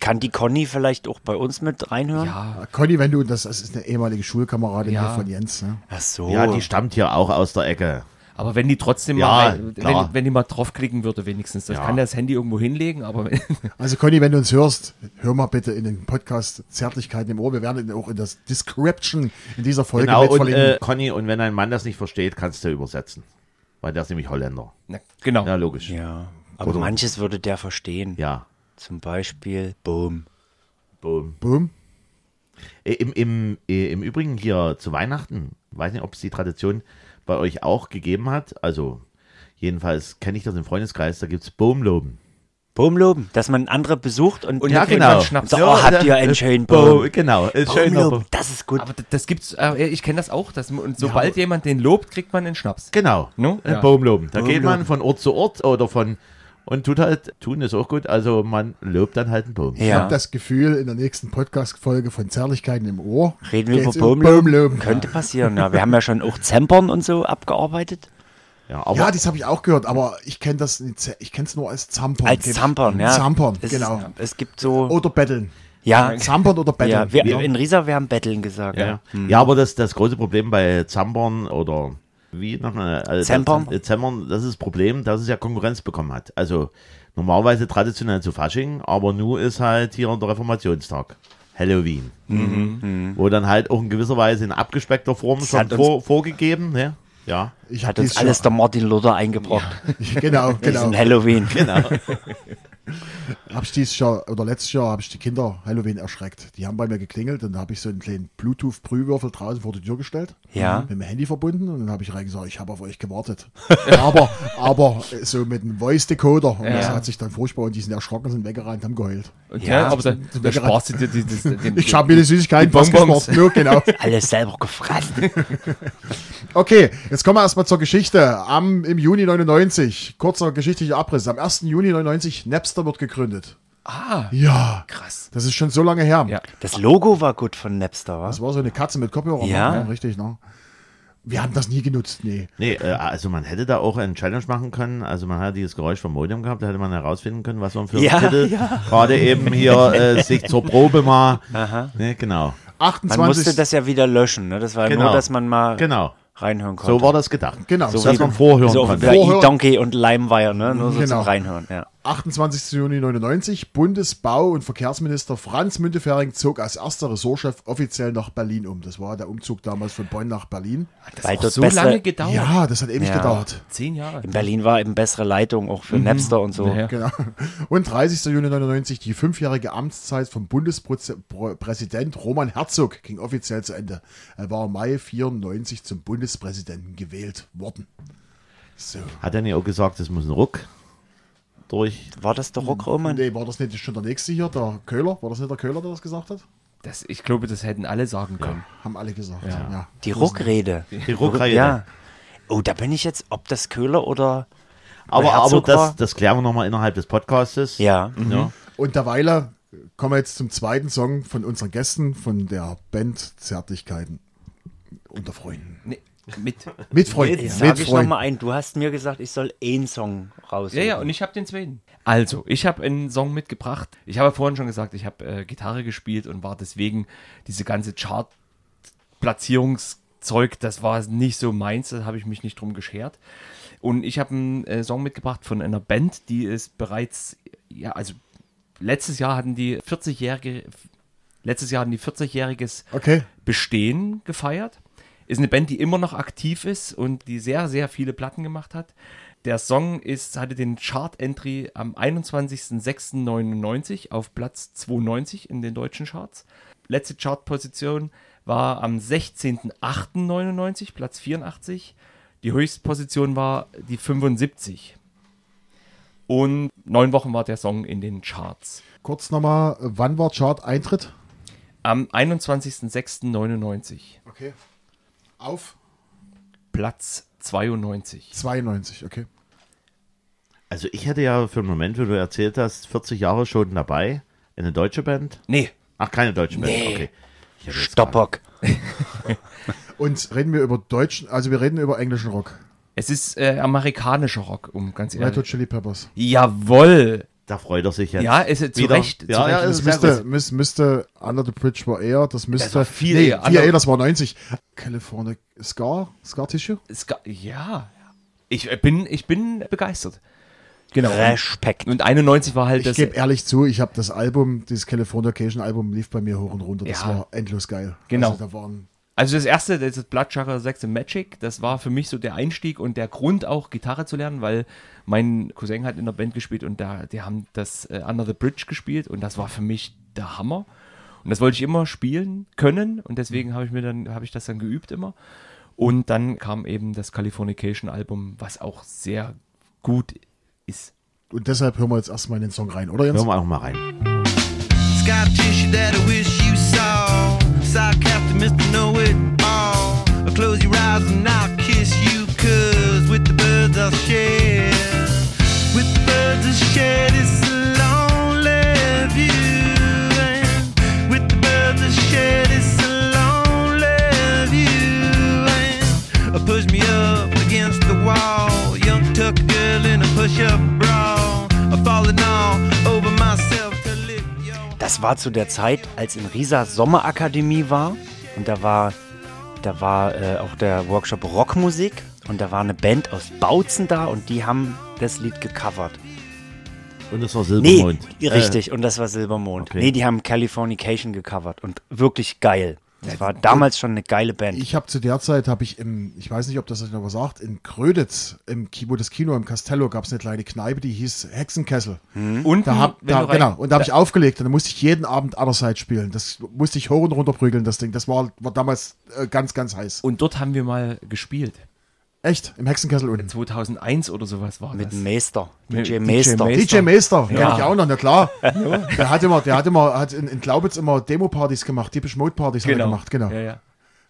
Speaker 1: Kann die Conny vielleicht auch bei uns mit reinhören?
Speaker 2: ja,
Speaker 4: Ah, Conny, wenn du, das, das ist eine ehemalige Schulkameradin
Speaker 2: Ja.
Speaker 4: hier von Jens. Ne?
Speaker 1: Ach so.
Speaker 3: Ja, die stammt hier auch aus der Ecke.
Speaker 2: aber wenn die trotzdem
Speaker 3: Ja,
Speaker 2: mal, rein-
Speaker 3: klar.
Speaker 2: wenn, wenn die mal draufklicken würde, wenigstens. Das
Speaker 3: Ja.
Speaker 2: kann das Handy irgendwo hinlegen, aber
Speaker 4: Also Conny, wenn du uns hörst, hör mal bitte in den Podcast Zärtlichkeiten im Ohr. Wir werden ihn auch in das Description in dieser Folge
Speaker 3: Genau,
Speaker 4: mit
Speaker 3: und
Speaker 4: verlinken.
Speaker 3: äh, Conny, und wenn ein Mann das nicht versteht, kannst du übersetzen. Weil der ist nämlich Holländer.
Speaker 2: na, genau.
Speaker 3: Ja, logisch. Ja.
Speaker 1: Ja. Aber manches würde der verstehen. Zum Beispiel, boom.
Speaker 3: Boom.
Speaker 4: Boom.
Speaker 3: Äh, Im, im, äh, Im Übrigen hier zu Weihnachten, weiß nicht, ob es die Tradition bei euch auch gegeben hat. Also, jedenfalls kenne ich das im Freundeskreis, da gibt es Bohmloben.
Speaker 1: Bohmloben, dass man andere besucht und,
Speaker 2: Ja,
Speaker 1: kriegt
Speaker 2: genau.
Speaker 1: man Schnaps. So, oh, habt ihr einen
Speaker 3: äh,
Speaker 1: schönen
Speaker 3: Bohm?
Speaker 1: Bohm?
Speaker 3: Genau, äh, schöner Bohm.
Speaker 1: Bohmloben, das ist gut.
Speaker 2: Aber d- das gibt's, äh, ich kenne das auch, dass, und sobald jemand den lobt, kriegt man einen Schnaps.
Speaker 3: Genau.
Speaker 2: No?
Speaker 3: Ein
Speaker 2: Ja.
Speaker 3: Baumloben. Da geht man
Speaker 1: Baumloben.
Speaker 3: von Ort zu Ort oder von und tut halt, tun ist auch gut, also man lobt dann halt einen Baum.
Speaker 4: Ich
Speaker 1: ja,
Speaker 4: habe das Gefühl, in der nächsten Podcast-Folge von Zärtlichkeiten im Ohr.
Speaker 1: reden wir über
Speaker 4: geht's um
Speaker 1: Bohmloben.
Speaker 4: Bohmloben.
Speaker 1: Könnte passieren. Ja, wir haben ja schon auch Zempern und so abgearbeitet.
Speaker 3: Ja, aber
Speaker 4: Ja, das habe ich auch gehört, aber ich kenne das nicht, sehr- ich kenne es nur als Zampern.
Speaker 1: Als
Speaker 4: Gibt's-
Speaker 1: Zampern, ja.
Speaker 4: Zampern,
Speaker 1: es,
Speaker 4: genau.
Speaker 1: Es gibt so,
Speaker 4: Oder betteln.
Speaker 1: ja,
Speaker 4: Zampern oder betteln. Genau,
Speaker 1: ja wir, in Riesa, wir haben Betteln gesagt.
Speaker 3: ja. ja, aber das, das große Problem bei Zambern oder wie nochmal? Also
Speaker 1: Zempern.
Speaker 3: Das, äh, Zempern, das ist das Problem, dass es ja Konkurrenz bekommen hat. Also normalerweise traditionell zu Fasching, aber nur ist halt hier der Reformationstag. Halloween. Wo dann halt auch in gewisser Weise in abgespeckter Form schon
Speaker 1: hat uns-
Speaker 3: vor, vorgegeben, ne? Ja.
Speaker 4: ich
Speaker 1: Hat
Speaker 4: habe
Speaker 1: uns alles der Martin Luther eingebracht.
Speaker 4: Genau, genau.
Speaker 1: Diesen Halloween.
Speaker 4: Hab ich dieses Jahr oder letztes Jahr habe ich die Kinder Halloween erschreckt. Die haben bei mir geklingelt und da habe ich so einen kleinen Bluetooth-Brühwürfel draußen vor die Tür gestellt.
Speaker 1: Ja.
Speaker 4: Mit dem Handy verbunden und dann habe ich reingesagt, ich habe auf euch gewartet. aber, aber äh, so mit einem Voice-Decoder. Und das
Speaker 2: Ja.
Speaker 4: hat sich dann furchtbar und die sind erschrocken, sind weggerannt, haben geheult.
Speaker 2: Und
Speaker 1: Ja.
Speaker 2: ja, aber da, da sparst du dir die, das- den,
Speaker 4: Ich habe mir die Süßigkeiten
Speaker 2: Die
Speaker 4: was
Speaker 2: Bonbons.
Speaker 4: gespart. Ja, genau.
Speaker 1: Alles selber gefressen.
Speaker 4: Okay, jetzt kommen wir erstmal zur Geschichte. Am, Im Juni 99, kurzer geschichtlicher Abriss, am 1. Juni 99, Napster wird gegründet.
Speaker 2: Ah,
Speaker 4: Ja,
Speaker 2: krass.
Speaker 4: das ist schon so lange her.
Speaker 2: Ja.
Speaker 1: Das Logo war gut von Napster, was?
Speaker 4: Das war so eine Katze mit Kopfhörer.
Speaker 1: Ja.
Speaker 4: Richtig, ne? Wir haben das nie genutzt, nee.
Speaker 3: Nee, äh, also man hätte da auch einen Challenge machen können. Also man hat dieses Geräusch vom Modem gehabt, da hätte man herausfinden können, was man für einen
Speaker 1: Ja,
Speaker 3: Titel gerade eben hier äh, sich zur Probe mal. Ne, genau,
Speaker 4: 28.
Speaker 1: Man musste das ja wieder löschen. Ne? Das war ja nur,
Speaker 3: Genau.
Speaker 1: dass man mal
Speaker 3: genau.
Speaker 1: reinhören konnte.
Speaker 3: So war das gedacht.
Speaker 4: Genau,
Speaker 3: so
Speaker 4: so
Speaker 3: dass
Speaker 4: wie-
Speaker 3: man vorhören
Speaker 1: So
Speaker 3: konnte.
Speaker 1: wie
Speaker 4: Vorhören.
Speaker 1: E-Donkey und Limewire, ne? nur so
Speaker 4: Genau.
Speaker 1: zum Reinhören. Ja.
Speaker 4: 28. Juni 99, Bundesbau- und Verkehrsminister Franz Müntefering zog als erster Ressortchef offiziell nach Berlin um. Das war der Umzug damals von Bonn nach Berlin.
Speaker 2: Das
Speaker 1: Weil
Speaker 2: hat auch
Speaker 1: dort
Speaker 2: so
Speaker 1: bessere-
Speaker 2: lange gedauert.
Speaker 4: Ja, das hat ewig
Speaker 1: Ja.
Speaker 4: gedauert.
Speaker 2: Zehn Jahre.
Speaker 1: In Berlin war eben bessere Leitung auch
Speaker 3: Mhm.
Speaker 1: für Napster und so.
Speaker 2: Ja.
Speaker 4: Genau. Und 30. Juni 99, die fünfjährige Amtszeit vom Bundespräsident Roman Herzog ging offiziell zu Ende. Er war im Mai 94 zum Bundespräsidenten gewählt worden. So.
Speaker 3: Hat er nicht auch gesagt, es muss ein Ruck durch.
Speaker 1: War das der Rock Roman?
Speaker 4: Nee, war das nicht schon der nächste hier, der Köhler? War das nicht der Köhler, der das gesagt hat?
Speaker 2: Das, ich glaube, das hätten alle sagen können.
Speaker 4: Haben alle gesagt. Ja.
Speaker 1: Die Ruckrede.
Speaker 3: Die Ruckrede.
Speaker 1: Ja. Oh, da bin ich jetzt, ob das Köhler oder.
Speaker 3: Aber, aber
Speaker 1: Herzog war-
Speaker 3: das, Mhm. das klären wir nochmal innerhalb des Podcastes.
Speaker 1: Ja.
Speaker 3: Ja.
Speaker 4: Und derweil äh, kommen wir jetzt zum zweiten Song von unseren Gästen, von der Band Zärtlichkeiten unter Freunden.
Speaker 2: Nee, mit.
Speaker 4: Mit Freunden.
Speaker 1: Jetzt
Speaker 4: mit
Speaker 1: sage ich
Speaker 4: Freunden.
Speaker 1: nochmal ein. Du hast mir gesagt, ich soll einen Song raus.
Speaker 2: Ja, ja, und ich habe den zweiten. Also, ich habe einen Song mitgebracht. Ich habe vorhin schon gesagt, ich habe äh, Gitarre gespielt und war deswegen diese ganze Chart-Platzierungszeug, das war nicht so meins, da habe ich mich nicht drum geschert. Und ich habe einen äh, Song mitgebracht von einer Band, die ist bereits, ja, also letztes Jahr hatten die 40-jährige, letztes Jahr hatten die 40-jähriges
Speaker 4: Okay.
Speaker 2: Bestehen gefeiert. Ist eine Band, die immer noch aktiv ist und die sehr, sehr viele Platten gemacht hat. Der Song ist, hatte den Chart-Entry am 21.06.99 auf Platz 92 in den deutschen Charts. Letzte Chartposition war am 16.08.99, Platz 84. Die Höchstposition war die 75. Und neun Wochen war der Song in den Charts.
Speaker 4: Kurz nochmal, wann war Chart-Eintritt?
Speaker 2: Am 21.06.99.
Speaker 4: Okay. Auf
Speaker 2: Platz 92.
Speaker 4: 92, okay.
Speaker 3: Also ich hatte ja für einen Moment, wie du erzählt hast, 40 Jahre schon dabei. Eine deutsche Band?
Speaker 2: Nee,
Speaker 3: Ach, keine deutsche Band. Okay.
Speaker 1: Stoppock.
Speaker 4: Und reden wir über deutschen, also wir reden über englischen Rock.
Speaker 2: es ist äh, amerikanischer Rock, um ganz
Speaker 4: Red Hot
Speaker 2: ehrlich.
Speaker 4: Chili Peppers.
Speaker 2: Jawohl!
Speaker 3: Da freut er sich jetzt.
Speaker 2: Ja, ist er zu
Speaker 3: wieder.
Speaker 2: Recht,
Speaker 3: Ja,
Speaker 2: zu
Speaker 3: ja,
Speaker 2: Recht.
Speaker 3: ist
Speaker 4: Das müsste, müß, müsste, Under the Bridge war eher, das müsste.
Speaker 2: war viel
Speaker 4: nee,
Speaker 2: eher.
Speaker 4: viel
Speaker 2: Under-
Speaker 4: eher, das war 90. California Scar, Scar Tissue?
Speaker 2: Es ga- ja, ich äh, bin, ich bin begeistert. Genau.
Speaker 1: Respekt.
Speaker 2: Und 91 war halt
Speaker 4: Ich
Speaker 2: das.
Speaker 4: gebe ehrlich zu, ich habe das Album, dieses California Occasion Album lief bei mir hoch und runter. Das
Speaker 2: Ja.
Speaker 4: war endlos geil.
Speaker 2: Genau.
Speaker 4: Also da waren
Speaker 2: Also das erste, das ist Blood Sugar Sex and Magic, das war für mich so der Einstieg und der Grund auch Gitarre zu lernen, weil mein Cousin hat in der Band gespielt und da, die haben das äh, Under the Bridge gespielt und das war für mich der Hammer. Und das wollte ich immer spielen können und deswegen habe ich mir dann, habe ich das dann geübt immer. Und dann kam eben das Californication-Album, was auch sehr gut ist.
Speaker 4: Und deshalb hören wir jetzt erstmal in den Song rein, oder Jens?
Speaker 3: Hören wir auch mal rein.
Speaker 7: It's got tissue that I wish you saw. Sarcastic Mr. Know It All. I'll close your eyes and I'll kiss you, cause with the birds I'll share. With the birds I'll share this lonely view. And with the birds I'll share this lonely view. And uh, push me up against the wall. Young tuck girl in a push up bra. I'm falling all over myself to lift your
Speaker 1: Das war zu der Zeit, als in Riesa Sommerakademie war und da war, da war äh, auch der Workshop Rockmusik und da war eine Band aus Bautzen da und die haben das Lied gecovert.
Speaker 3: Und das war
Speaker 1: Nee, äh,
Speaker 3: Silbermond.
Speaker 1: richtig, und das war Silbermond.
Speaker 3: okay.
Speaker 1: Nee, die haben Californication gecovert und wirklich geil. Das war damals schon eine geile Band.
Speaker 4: Ich habe zu der Zeit, habe ich im, ich weiß nicht, ob das euch noch was sagt, in Kröditz, im Kibo des Kino, im Castello, gab es eine kleine Kneipe, die hieß Hexenkessel.
Speaker 2: Und
Speaker 4: Hm? Da hab, da,
Speaker 2: Hm. rein-
Speaker 4: genau, und da habe ich aufgelegt und da musste ich jeden Abend Otherseite spielen. Das musste ich hoch und runter prügeln, das Ding. Das war, war damals äh, ganz, ganz heiß.
Speaker 2: und dort haben wir mal gespielt.
Speaker 4: Echt, im Hexenkessel unten.
Speaker 2: 2001 oder sowas war
Speaker 1: mit
Speaker 2: das.
Speaker 1: dem Meister,
Speaker 2: Mit
Speaker 1: DJ
Speaker 2: DJ
Speaker 1: Meister.
Speaker 2: Meister.
Speaker 4: DJ Meister, ja.
Speaker 2: Ja.
Speaker 4: ich auch noch, na klar. Der hat immer, der hat immer, hat in, in Glaubitz immer Demo-Partys gemacht, typisch Mode-Partys hat er gemacht, genau.
Speaker 2: Ja, ja.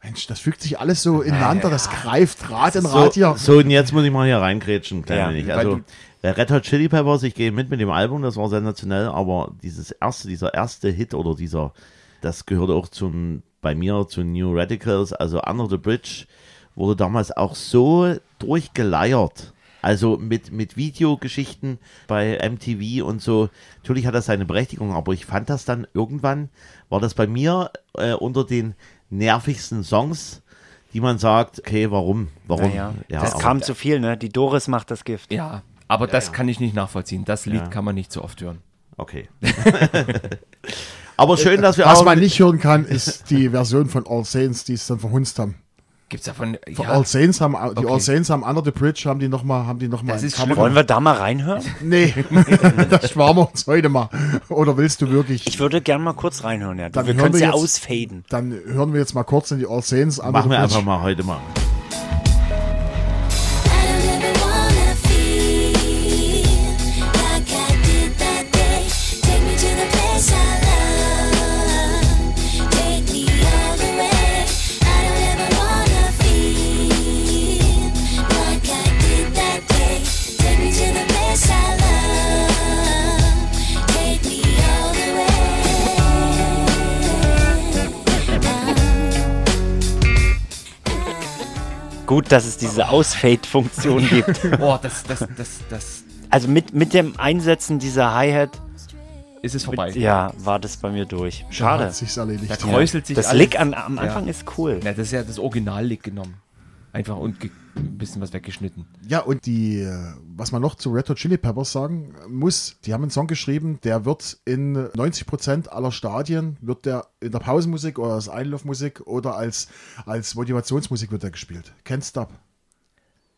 Speaker 4: Mensch, das fügt sich alles so ineinander, das greift Rad in Rad hier.
Speaker 3: So, so, und jetzt muss ich mal hier reingrätschen, klein
Speaker 1: Ja,
Speaker 3: wenig.
Speaker 1: weil
Speaker 3: Also,
Speaker 1: du-
Speaker 3: äh, Red Hot Chili Peppers, ich gehe mit mit dem Album, das war sensationell, aber dieses erste, dieser erste Hit oder dieser, das gehörte auch zum, bei mir zu New Radicals, also Under the Bridge, wurde damals auch so durchgeleiert. Also mit, mit Videogeschichten bei MTV und so. Natürlich hat das seine Berechtigung, aber ich fand das dann irgendwann, war das bei mir äh, unter den nervigsten Songs, die man sagt, okay, warum? Warum?
Speaker 1: Naja,
Speaker 3: Ja,
Speaker 1: das
Speaker 3: aber-
Speaker 1: kam zu viel, ne? Die Doris macht das Gift.
Speaker 2: ja, aber das kann ich nicht nachvollziehen. Das Lied kann man nicht so oft hören.
Speaker 3: Okay. Aber schön, dass wir
Speaker 4: Was
Speaker 3: auch.
Speaker 4: man nicht hören kann, ist die Version von All Saints, die es dann verhunzt haben.
Speaker 2: Gibt's davon.
Speaker 4: Von
Speaker 2: Ja,
Speaker 4: All Saints haben, die
Speaker 2: Okay.
Speaker 4: All Saints haben Under the Bridge, haben die nochmal, haben die nochmal.
Speaker 2: Das ist
Speaker 1: Wollen wir da mal reinhören?
Speaker 4: Nee, das sparen wir uns heute mal. Oder willst du wirklich?
Speaker 1: Ich würde gerne mal kurz reinhören, ja.
Speaker 4: Dann
Speaker 1: wir
Speaker 4: hören
Speaker 1: können es
Speaker 4: wir
Speaker 1: ja
Speaker 4: jetzt-
Speaker 1: ausfaden.
Speaker 4: Dann hören wir jetzt mal kurz in die All Saints an.
Speaker 3: machen wir einfach mal heute mal.
Speaker 6: I don't ever wanna feel like I did that day. Take me to the place I love. Take me all the way. I don't ever wanna feel like I did that day. Take me to the place I love. Take me all the way.
Speaker 1: Gut, dass es diese Ausfade-Funktion gibt.
Speaker 2: oh, das, das, das, das
Speaker 1: Also mit, mit dem Einsetzen dieser Hi-Hat,
Speaker 2: ist es vorbei.
Speaker 1: ja, war das bei mir durch.
Speaker 4: Schade.
Speaker 1: Schade.
Speaker 4: Hat sich's erledigt.
Speaker 2: Da kräuselt sich
Speaker 1: Das
Speaker 2: alles.
Speaker 1: Lick an, am Anfang
Speaker 2: ja.
Speaker 1: ist cool.
Speaker 2: Na, das ist ja das Original-Lick genommen. Einfach und ge ein bisschen was weggeschnitten.
Speaker 4: Ja, und die, äh, was man noch zu Red Hot Chili Peppers sagen muss, die haben einen Song geschrieben, der wird in 90% aller Stadien, wird der in der Pausenmusik oder als Einlaufmusik oder als, als Motivationsmusik wird der gespielt. Can't Stop.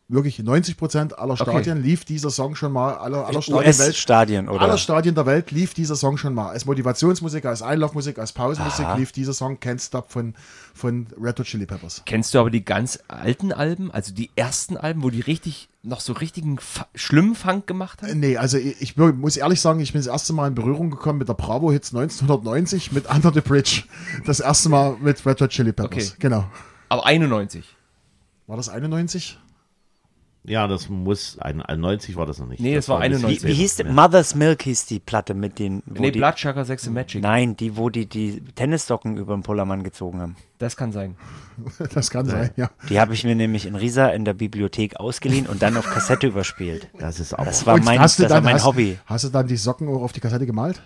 Speaker 4: Wirklich, in 90% aller Stadien lief dieser Song schon mal, aller, aller Stadien, Welt,
Speaker 1: US-Stadien, oder?
Speaker 4: aller Stadien der Welt lief dieser Song schon mal. Als Motivationsmusik, als Einlaufmusik, als Pausenmusik lief dieser Song Can't Stop von, von Red Hot Chili Peppers.
Speaker 2: Kennst du aber die ganz alten Alben, also die ersten Alben, wo die richtig noch so richtigen Fa schlimmen Funk gemacht haben?
Speaker 4: Nee, also ich, ich wür- muss ehrlich sagen, ich bin das erste Mal in Berührung gekommen mit der Bravo Hits 1990 mit Under the Bridge. Das erste Mal mit Red Hot Chili Peppers.
Speaker 2: Okay.
Speaker 4: Genau.
Speaker 1: Äh,
Speaker 2: Aber 91.
Speaker 4: War das 91?
Speaker 3: Ja, das muss. Ein, ein 90 war das noch nicht.
Speaker 2: Nee,
Speaker 3: das
Speaker 2: es war
Speaker 3: ein bisschen
Speaker 2: 91.
Speaker 1: Wie, wie hieß die,
Speaker 3: später.
Speaker 1: Mother's Milk hieß die Platte mit den. Wo
Speaker 2: Nee,
Speaker 1: die,
Speaker 2: Bloodsugar Sex and Magic.
Speaker 1: Nein, die, wo die die Tennissocken über den Pullermann gezogen haben.
Speaker 2: Das kann sein.
Speaker 4: Das kann sein, ja.
Speaker 1: Die habe ich mir nämlich in Riesa in der Bibliothek ausgeliehen und dann auf Kassette überspielt.
Speaker 3: Das ist aber.
Speaker 1: Das war mein, das
Speaker 4: hast du
Speaker 1: war
Speaker 4: dann,
Speaker 1: mein
Speaker 4: hast,
Speaker 1: Hobby.
Speaker 4: Hast du dann die Socken auch auf die Kassette gemalt?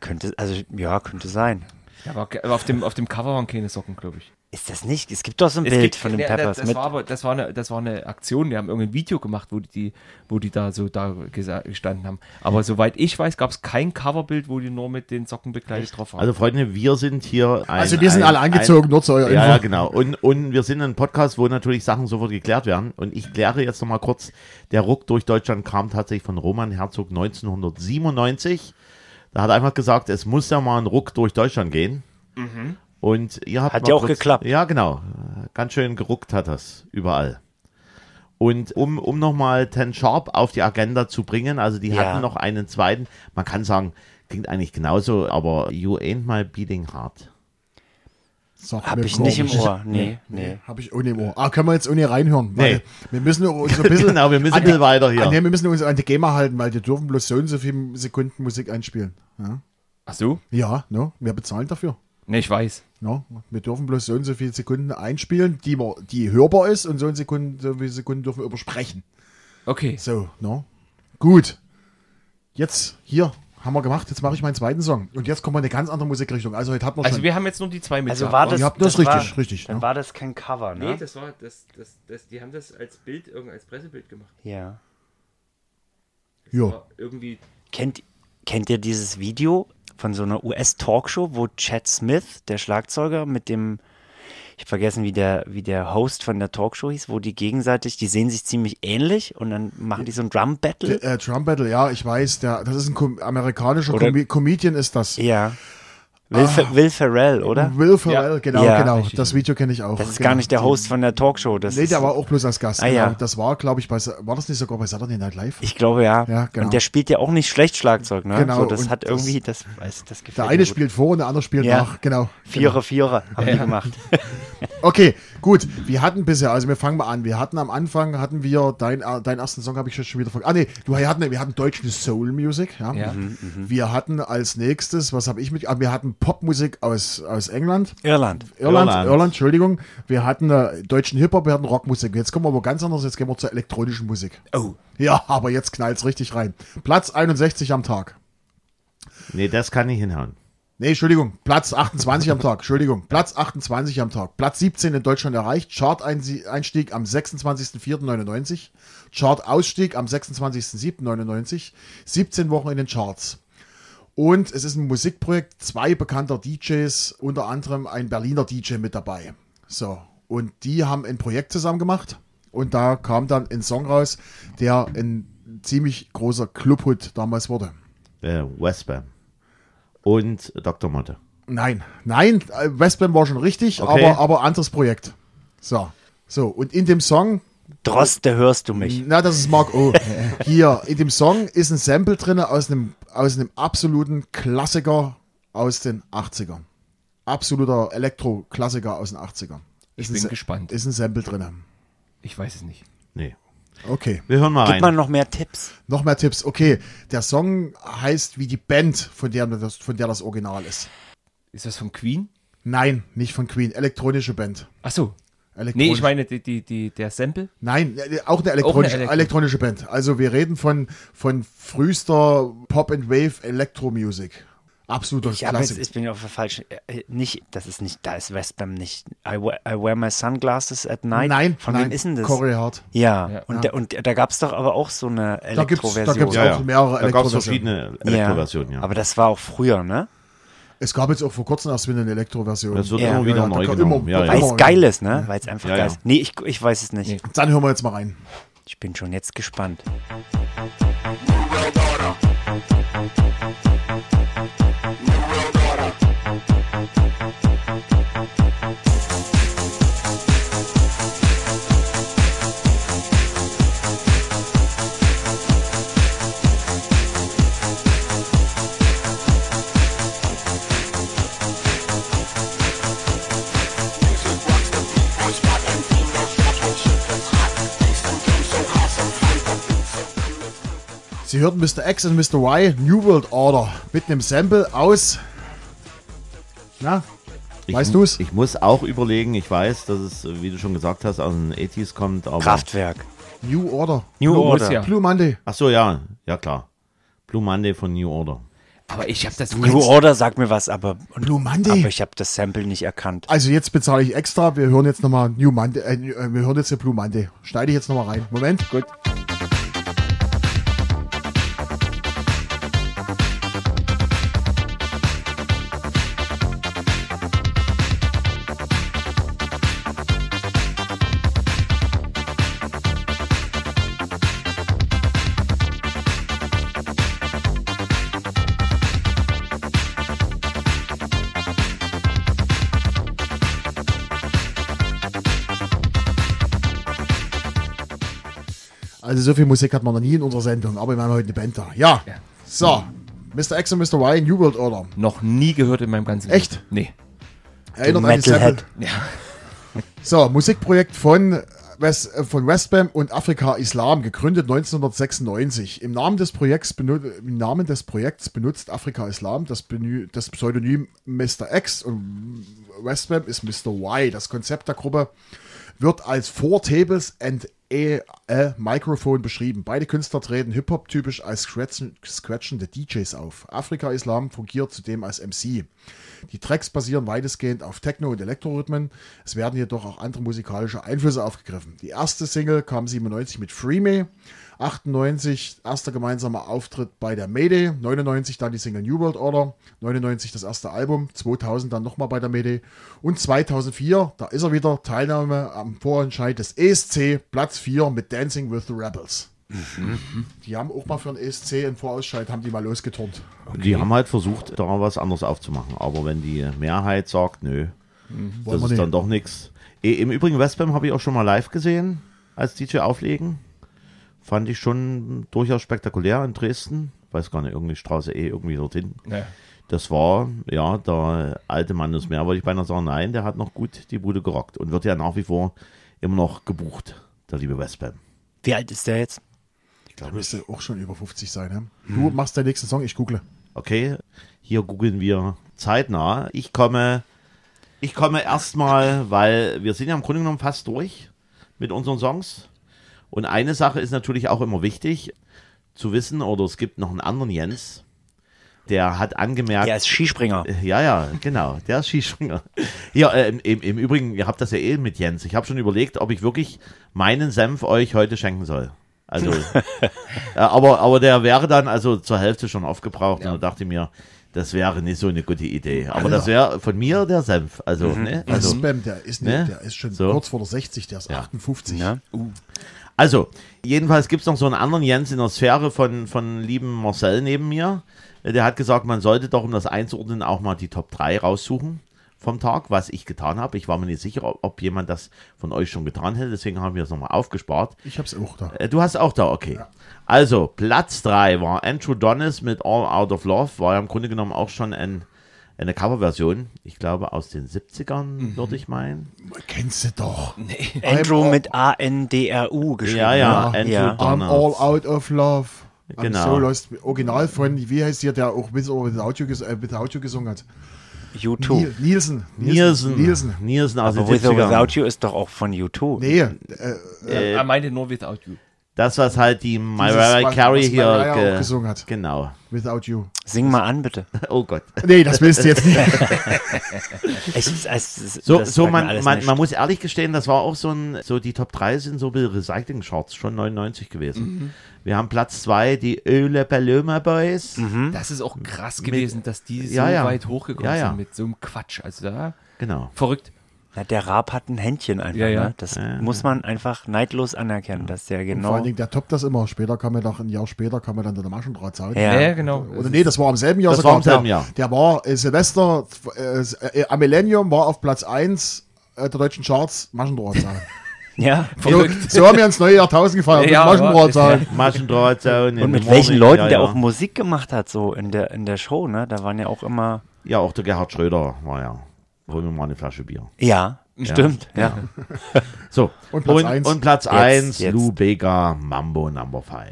Speaker 1: Könnte, also ja, könnte sein.
Speaker 2: Ja, aber aber auf dem, auf dem Cover waren keine Socken, glaube ich.
Speaker 1: Ist das nicht? Es gibt doch so ein
Speaker 2: Es
Speaker 1: Bild
Speaker 2: gibt-
Speaker 1: von den
Speaker 2: ne,
Speaker 1: Peppers
Speaker 2: Das, das,
Speaker 1: mit.
Speaker 2: war aber, das, war eine, das war eine Aktion, die haben irgendein Video gemacht, wo die, wo die da so da gesa- gestanden haben. Aber soweit ich weiß, gab es kein Coverbild, wo die nur mit den Socken bekleidet drauf waren.
Speaker 3: Also, Freunde, wir sind hier. Ein,
Speaker 4: Also wir sind
Speaker 3: ein,
Speaker 4: alle angezogen, nur zu eurer
Speaker 3: Ein, ja,
Speaker 4: Info.
Speaker 3: ja, genau. Und, und wir sind ein Podcast, wo natürlich Sachen sofort geklärt werden. Und ich kläre jetzt nochmal kurz: Der Ruck durch Deutschland kam tatsächlich von Roman Herzog 1997. Da hat er einfach gesagt, es muss ja mal ein Ruck durch Deutschland gehen. Und ihr habt
Speaker 1: Mhm. Hat
Speaker 3: mal
Speaker 1: ja auch
Speaker 3: kurz-
Speaker 1: geklappt.
Speaker 3: Ja, genau. Ganz schön geruckt hat das überall. Und um, um nochmal Ten Sharp auf die Agenda zu bringen, also die
Speaker 1: Ja.
Speaker 3: hatten noch einen zweiten, man kann sagen, klingt eigentlich genauso, aber You Ain't My Beating Heart.
Speaker 1: Hab ich nicht im Ohr. Nee, nee.
Speaker 4: Habe ich ohne im Ohr. Ah, können wir jetzt ohne reinhören? Weil
Speaker 3: Nee.
Speaker 4: Wir müssen uns ein bisschen.
Speaker 3: Genau, wir müssen ein bisschen weiter hier.
Speaker 4: Ah, nee, wir müssen uns an die GEMA halten, weil die dürfen bloß so und so viele Sekunden Musik einspielen. Ja,
Speaker 2: Ach so?
Speaker 4: ja no, wir bezahlen dafür.
Speaker 2: Ne, ich weiß.
Speaker 4: No, wir dürfen bloß so und so viele Sekunden einspielen, die, wir, die hörbar ist und so und Sekunden, so viele Sekunden dürfen wir übersprechen.
Speaker 2: Okay.
Speaker 4: So, no? Gut. Jetzt, hier, haben wir gemacht. Jetzt mache ich meinen zweiten Song. Und jetzt kommen wir in eine ganz andere Musikrichtung. Also, heute hatten wir
Speaker 2: Also
Speaker 4: schon.
Speaker 2: wir haben jetzt nur die zwei mit.
Speaker 1: Also war
Speaker 4: ihr
Speaker 1: das.
Speaker 4: habt das richtig,
Speaker 1: war,
Speaker 4: richtig,
Speaker 1: Dann
Speaker 4: ne?
Speaker 1: war das kein Cover, ne?
Speaker 2: Nee, das war, das, das, das, die haben das als Bild, irgend- als Pressebild gemacht.
Speaker 1: ja.
Speaker 4: ja.
Speaker 2: War irgendwie,
Speaker 1: Kennt, kennt ihr dieses Video von so einer US-Talkshow, wo Chad Smith, der Schlagzeuger, mit dem, ich hab vergessen, wie der, wie der Host von der Talkshow hieß, wo die gegenseitig, die sehen sich ziemlich ähnlich und dann machen die so ein Drum-Battle?
Speaker 4: Äh, Trump Battle, ja, ich weiß. Der, das ist ein kom amerikanischer
Speaker 1: Oder-
Speaker 4: Comi- Comedian, ist das.
Speaker 1: Ja. Will, Fer- Will Ferrell, oder?
Speaker 4: Ah. Will Ferrell,
Speaker 2: Ja.
Speaker 4: genau,
Speaker 1: Ja.
Speaker 4: genau. Das Video kenne ich auch.
Speaker 1: Das ist
Speaker 4: genau.
Speaker 1: gar nicht der Host von der Talkshow. Das
Speaker 4: Nee,
Speaker 1: ist,
Speaker 4: der war auch bloß als Gast.
Speaker 1: Ah, ja.
Speaker 4: genau. Das war, glaube ich, bei, Sa- war das nicht sogar bei Saturday Night Live?
Speaker 1: ich glaube ja.
Speaker 4: Ja, genau.
Speaker 1: Und der spielt ja auch nicht schlecht Schlagzeug, ne?
Speaker 4: Genau,
Speaker 1: So, das
Speaker 4: und
Speaker 1: hat
Speaker 4: das-
Speaker 1: irgendwie, das, weiß, das gefällt
Speaker 4: der
Speaker 1: mir
Speaker 4: eine
Speaker 1: gut.
Speaker 4: spielt vor und der andere spielt
Speaker 1: Ja.
Speaker 4: nach, genau.
Speaker 1: Vierer, Vierer haben die gemacht.
Speaker 4: Okay, gut. Wir hatten bisher, also wir fangen mal an. Wir hatten am Anfang, hatten wir, dein, äh, deinen ersten Song habe ich schon wieder vergessen. Ah, nee, du, wir hatten, wir hatten deutschen Soul Music. Ja. Mhm,
Speaker 2: Ja.
Speaker 4: Wir hatten als nächstes, was habe ich mit, ah, wir hatten Popmusik aus, aus England.
Speaker 1: Irland.
Speaker 4: Irland, Irland,
Speaker 3: Irland.
Speaker 4: Entschuldigung. Wir hatten äh, deutschen Hip-Hop, wir hatten Rockmusik. Jetzt kommen wir aber ganz anders, jetzt gehen wir zur elektronischen Musik.
Speaker 1: Oh.
Speaker 4: Ja, aber jetzt knallt's richtig rein. Platz 61 am Tag.
Speaker 3: Nee, das kann nicht hinhauen.
Speaker 4: Nee, Entschuldigung, Platz 28 am Tag. Entschuldigung, Platz 28 am Tag. Platz 17 in Deutschland erreicht. Chart-Einstieg am 26.04.99. Chart-Ausstieg am 26.07.99. 17 Wochen in den Charts. Und es ist ein Musikprojekt zwei bekannter DJs, unter anderem ein Berliner DJ mit dabei. So, und die haben ein Projekt zusammen gemacht und da kam dann ein Song raus, der ein ziemlich großer Clubhut damals wurde.
Speaker 3: Äh, Westbam. Und Dr. Motte.
Speaker 4: Nein, nein, äh, Westbam war schon richtig,
Speaker 3: Okay.
Speaker 4: aber, aber anderes Projekt. So. So, und in dem Song,
Speaker 1: Droste, hörst du mich?
Speaker 4: na, das ist Mark O. Hier, in dem Song ist ein Sample drin aus einem, aus einem absoluten Klassiker aus den 80ern. Absoluter Elektro-Klassiker aus den 80ern. Ist
Speaker 2: ich
Speaker 4: ein
Speaker 2: bin
Speaker 4: Sa-
Speaker 2: gespannt.
Speaker 4: Ist ein Sample drin.
Speaker 2: Ich weiß es nicht.
Speaker 3: Nee.
Speaker 4: Okay.
Speaker 3: Wir hören mal
Speaker 1: Gib mal
Speaker 3: rein.
Speaker 1: noch mehr Tipps.
Speaker 4: Noch mehr Tipps. Okay, der Song heißt wie die Band, von der das, von der das Original ist.
Speaker 2: Ist das von Queen?
Speaker 4: Nein, nicht von Queen. Elektronische Band.
Speaker 2: Ach so.
Speaker 4: Elektronische.
Speaker 2: Nee, ich meine, die, die, die, der Sample.
Speaker 4: Nein, äh, auch eine elektronische,
Speaker 2: Elektro-
Speaker 4: elektronische Band. Also wir reden von, von frühester Pop and Wave Electro-Music. Absoluter
Speaker 1: Ich, hab jetzt,
Speaker 4: Klassiker.
Speaker 1: ich bin auf der falschen. Äh, nicht, das ist nicht, da ist Westbam nicht. I wear, I wear my sunglasses at night.
Speaker 4: Nein,
Speaker 1: von
Speaker 4: nein,
Speaker 1: wem ist denn das?
Speaker 4: Corey Hart.
Speaker 1: Ja,
Speaker 2: Ja.
Speaker 1: Und, Da, und da gab es doch aber auch so eine
Speaker 4: Da gibt's, da
Speaker 1: Elektroversion.
Speaker 4: gibt's
Speaker 3: Ja,
Speaker 4: auch
Speaker 3: ja.
Speaker 4: mehrere
Speaker 3: Da gab es
Speaker 4: Elektroversionen.
Speaker 3: verschiedene Elektroversionen, ja.
Speaker 1: Aber das war auch früher, ne?
Speaker 4: Es gab jetzt auch vor kurzem erst wieder eine Elektroversion.
Speaker 3: Das wird
Speaker 1: Ja,
Speaker 3: immer
Speaker 1: ja,
Speaker 3: wieder
Speaker 4: ja,
Speaker 3: neu
Speaker 4: da kann
Speaker 3: genommen.
Speaker 4: immer-
Speaker 3: ja,
Speaker 4: da
Speaker 1: Weil
Speaker 3: ja.
Speaker 4: weiß-
Speaker 1: es geil ist, ne? Weil es einfach
Speaker 3: Ja,
Speaker 1: geil
Speaker 3: ja.
Speaker 1: ist. Nee, ich, ich weiß es nicht.
Speaker 4: Dann hören wir jetzt mal rein.
Speaker 1: Ich bin schon jetzt gespannt.
Speaker 4: Sie hörten Mr. X und Mr. Y, New World Order, mit einem Sample aus. Na?
Speaker 3: Ich,
Speaker 4: Weißt du's?
Speaker 3: Ich muss auch überlegen, ich weiß, dass es, wie du schon gesagt hast, aus den 80s kommt, aber.
Speaker 1: Kraftwerk.
Speaker 4: New Order.
Speaker 1: New
Speaker 2: Blue
Speaker 1: Order.
Speaker 2: Russia.
Speaker 4: Blue Monday.
Speaker 3: Ach so, ja, ja klar. Blue Monday von New Order.
Speaker 2: Aber ich habe das
Speaker 1: New Order sagt mir was, aber,
Speaker 4: Blue Monday.
Speaker 1: aber ich habe das Sample nicht erkannt.
Speaker 4: Also jetzt bezahle ich extra. Wir hören jetzt nochmal New Monday. Äh, wir hören jetzt den Blue Monday. Schneide ich jetzt nochmal rein. Moment. Gut. Also so viel Musik hat man noch nie in unserer Sendung, aber wir haben heute eine Band da. Ja.
Speaker 2: Ja.
Speaker 4: So. Mr. X und Mr. Y, New World Order.
Speaker 2: Noch nie gehört in meinem ganzen
Speaker 4: Echt?
Speaker 2: Leben. Nee.
Speaker 4: Erinnert an die
Speaker 1: Metalhead.
Speaker 4: Sample. So, Musikprojekt von, West, äh, von Westbam und Afrika Islam, gegründet 1996. Im Namen des Projekts, benut im Namen des Projekts benutzt Afrika Islam das, Benü- das Pseudonym Mr. X und Westbam ist Mr. Y. Das Konzept der Gruppe wird als Four Tables and a, a Microphone beschrieben. Beide Künstler treten Hip-Hop-typisch als scratchen- scratchende DJs auf. Afrika Islam fungiert zudem als MC. Die Tracks basieren weitestgehend auf Techno- und Elektrorhythmen. Es werden jedoch auch andere musikalische Einflüsse aufgegriffen. Die erste Single kam 97 mit Free Me, 98 erster gemeinsamer Auftritt bei der Mayday, 99 dann die Single New World Order, 99 das erste Album, 2000 dann nochmal bei der Mayday und 2004, da ist er wieder, Teilnahme am Vorentscheid des ESC, Platz 4 mit Dancing with the Rebels.
Speaker 3: Mhm.
Speaker 4: Die haben auch mal für den E ESC im Vorausscheid, haben die mal losgeturnt.
Speaker 3: Die haben halt versucht, da was anderes aufzumachen. Aber wenn die Mehrheit sagt, nö, das
Speaker 4: Mhm. wir
Speaker 3: ist
Speaker 4: nicht.
Speaker 3: dann doch nichts. Im Übrigen, Westbam habe ich auch schon mal live gesehen, als DJ auflegen. Fand ich schon durchaus spektakulär in Dresden. Weiß gar nicht, irgendwie Straße E, irgendwie dorthin.
Speaker 2: Ja.
Speaker 3: Das war, ja, der alte Mann ist mehr, wollte ich beinahe sagen, nein, der hat noch gut die Bude gerockt und wird ja nach wie vor immer noch gebucht, der liebe Westbam.
Speaker 1: Wie alt ist der jetzt?
Speaker 4: Da müsste auch schon über 50 sein. Ne?
Speaker 3: Mhm.
Speaker 4: Du machst deinen nächsten Song, ich google.
Speaker 3: Okay, hier googeln wir zeitnah. Ich komme, ich komme erstmal, weil wir sind ja im Grunde genommen fast durch mit unseren Songs. Und eine Sache ist natürlich auch immer wichtig zu wissen, oder es gibt noch einen anderen Jens, der hat angemerkt,
Speaker 1: Der ist Skispringer.
Speaker 3: ja, ja, genau. Der ist Skispringer. Ja, äh, im, im, im Übrigen, ihr habt das ja eh mit Jens. Ich habe schon überlegt, ob ich wirklich meinen Senf euch heute schenken soll. Also, äh, aber, aber der wäre dann also zur Hälfte schon aufgebraucht. Und da dachte ich mir, das wäre nicht so eine gute Idee. Aber das wäre von mir der Senf. Also, ne?
Speaker 4: Also,
Speaker 3: also
Speaker 4: Spam, der ist,
Speaker 3: ne?
Speaker 4: nicht, der ist schon
Speaker 3: So.
Speaker 4: kurz vor der 60, der ist 58.
Speaker 1: Ne?
Speaker 3: Also, jedenfalls gibt es noch so einen anderen Jens in der Sphäre von, von lieben Marcel neben mir. Äh, Der hat gesagt, man sollte doch, um das einzuordnen, auch mal die Top 3 raussuchen vom Tag, was ich getan habe. Ich war mir nicht sicher, ob- ob jemand das von euch schon getan hätte, deswegen haben wir es nochmal aufgespart.
Speaker 4: Ich hab's auch da.
Speaker 3: Äh, Du hast auch da, okay. Also, Platz 3 war Andrew Donis mit All Out of Love. War ja im Grunde genommen auch schon ein, eine Coverversion. Ich glaube, aus den 70ern, würde ich meinen.
Speaker 4: Kennst du doch.
Speaker 1: Andrew
Speaker 4: I'm
Speaker 1: mit A-N-D-R-U geschrieben. ne?
Speaker 3: Ja, ja, Andrew
Speaker 1: ja.
Speaker 4: I'm
Speaker 3: Donis.
Speaker 4: all out of love. I'm
Speaker 3: Genau.
Speaker 4: so lost. Original von, wie heißt hier, der auch mit, mit, Audio, ges- äh, mit Audio gesungen hat?
Speaker 1: U2.
Speaker 4: Niel- Nielsen.
Speaker 3: Nielsen.
Speaker 4: Nielsen.
Speaker 3: Nielsen aus
Speaker 1: Aber
Speaker 3: den
Speaker 1: With or
Speaker 3: 70ern.
Speaker 1: Without You ist doch auch von U2.
Speaker 4: Nee, äh,
Speaker 2: I meinte nur without you.
Speaker 3: Das, was halt die
Speaker 4: was-
Speaker 3: Mariah
Speaker 4: was
Speaker 3: Carey hier
Speaker 4: Mariah
Speaker 3: ge
Speaker 4: auch gesungen hat.
Speaker 3: Genau.
Speaker 4: without you.
Speaker 1: Sing mal an, bitte.
Speaker 3: Oh Gott.
Speaker 4: Nee, das willst du jetzt nicht.
Speaker 1: Ich, es, es,
Speaker 3: So,
Speaker 1: das
Speaker 3: so
Speaker 1: sagt mir
Speaker 3: man,
Speaker 1: alles
Speaker 3: man,
Speaker 1: nicht.
Speaker 3: man muss ehrlich gestehen, das war auch so ein, so die Top 3 sind so ein bisschen Recycling-Charts, schon 99 gewesen.
Speaker 4: Mhm.
Speaker 3: Wir haben Platz 2, die Öle Paloma Boys.
Speaker 1: Mhm.
Speaker 2: Das ist auch krass gewesen, dass die so
Speaker 3: Ja, ja.
Speaker 2: weit hochgekommen
Speaker 3: Ja, ja.
Speaker 2: sind mit so einem Quatsch. Also da,
Speaker 3: Genau.
Speaker 2: verrückt.
Speaker 1: Na, der Raab hat ein Händchen einfach.
Speaker 2: Ja, ja.
Speaker 1: Ne? Das muss man einfach neidlos anerkennen, dass der
Speaker 4: Vor allen
Speaker 1: genau.
Speaker 4: Dingen, der toppt das immer. Später kam er doch, ein Jahr später kam er dann der Maschendraht zu Hause.
Speaker 1: Ja.
Speaker 2: Ja, genau.
Speaker 4: Oder nee, das war am selben Jahr
Speaker 3: Das war am selben
Speaker 4: der,
Speaker 3: Jahr.
Speaker 4: Der war äh, Silvester, äh, äh, am Millennium war auf Platz 1 äh, der deutschen Charts Maschendrahtzahl.
Speaker 1: Ja.
Speaker 4: so, so haben wir ins neue Jahrtausend gefeiert mit
Speaker 2: Ja,
Speaker 4: Maschendrahtzahl.
Speaker 3: Maschendraht,
Speaker 1: Und mit welchen Leuten der auch Musik gemacht hat, so in der, in der Show, ne? Da waren ja auch immer.
Speaker 3: Ja, auch der Gerhard Schröder war ja. Holen wir mal eine Flasche Bier.
Speaker 1: Ja, stimmt. Ja.
Speaker 3: So,
Speaker 4: Und Platz
Speaker 3: und,
Speaker 4: eins.
Speaker 3: und Platz 1,
Speaker 1: jetzt.
Speaker 3: Lou Bega, Mambo Number 5.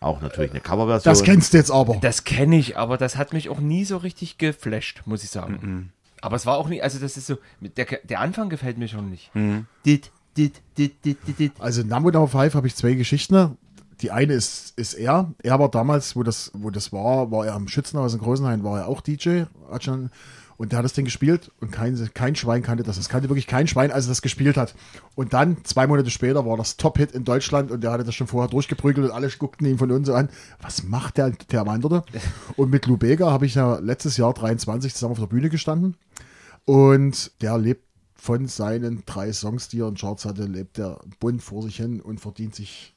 Speaker 3: Auch natürlich eine Coverversion.
Speaker 4: Das kennst du jetzt aber.
Speaker 2: Das kenne ich, aber das hat mich auch nie so richtig geflasht, muss ich sagen. Aber es war auch nicht, also das ist so, der, der Anfang gefällt mir schon nicht. Dit, dit, dit, dit, dit, dit.
Speaker 4: Also in Number Number 5 habe ich zwei Geschichten. Die eine ist, ist er. Er war damals, wo das, wo das war, war er im Schützenhaus in Großenhain, war er auch DJ. Hat schon, und der hat das Ding gespielt und kein, kein Schwein kannte das. Das kannte wirklich kein Schwein, als er das gespielt hat. Und dann, zwei Monate später, war das Top-Hit in Deutschland und der hatte das schon vorher durchgeprügelt und alle guckten ihn von uns an. Was macht der, der Mann dort? Und mit Lou Bega habe ich ja letztes Jahr 23 zusammen auf der Bühne gestanden. Und der lebt von seinen drei Songs, die er in Charts hatte, lebt er bunt vor sich hin und verdient sich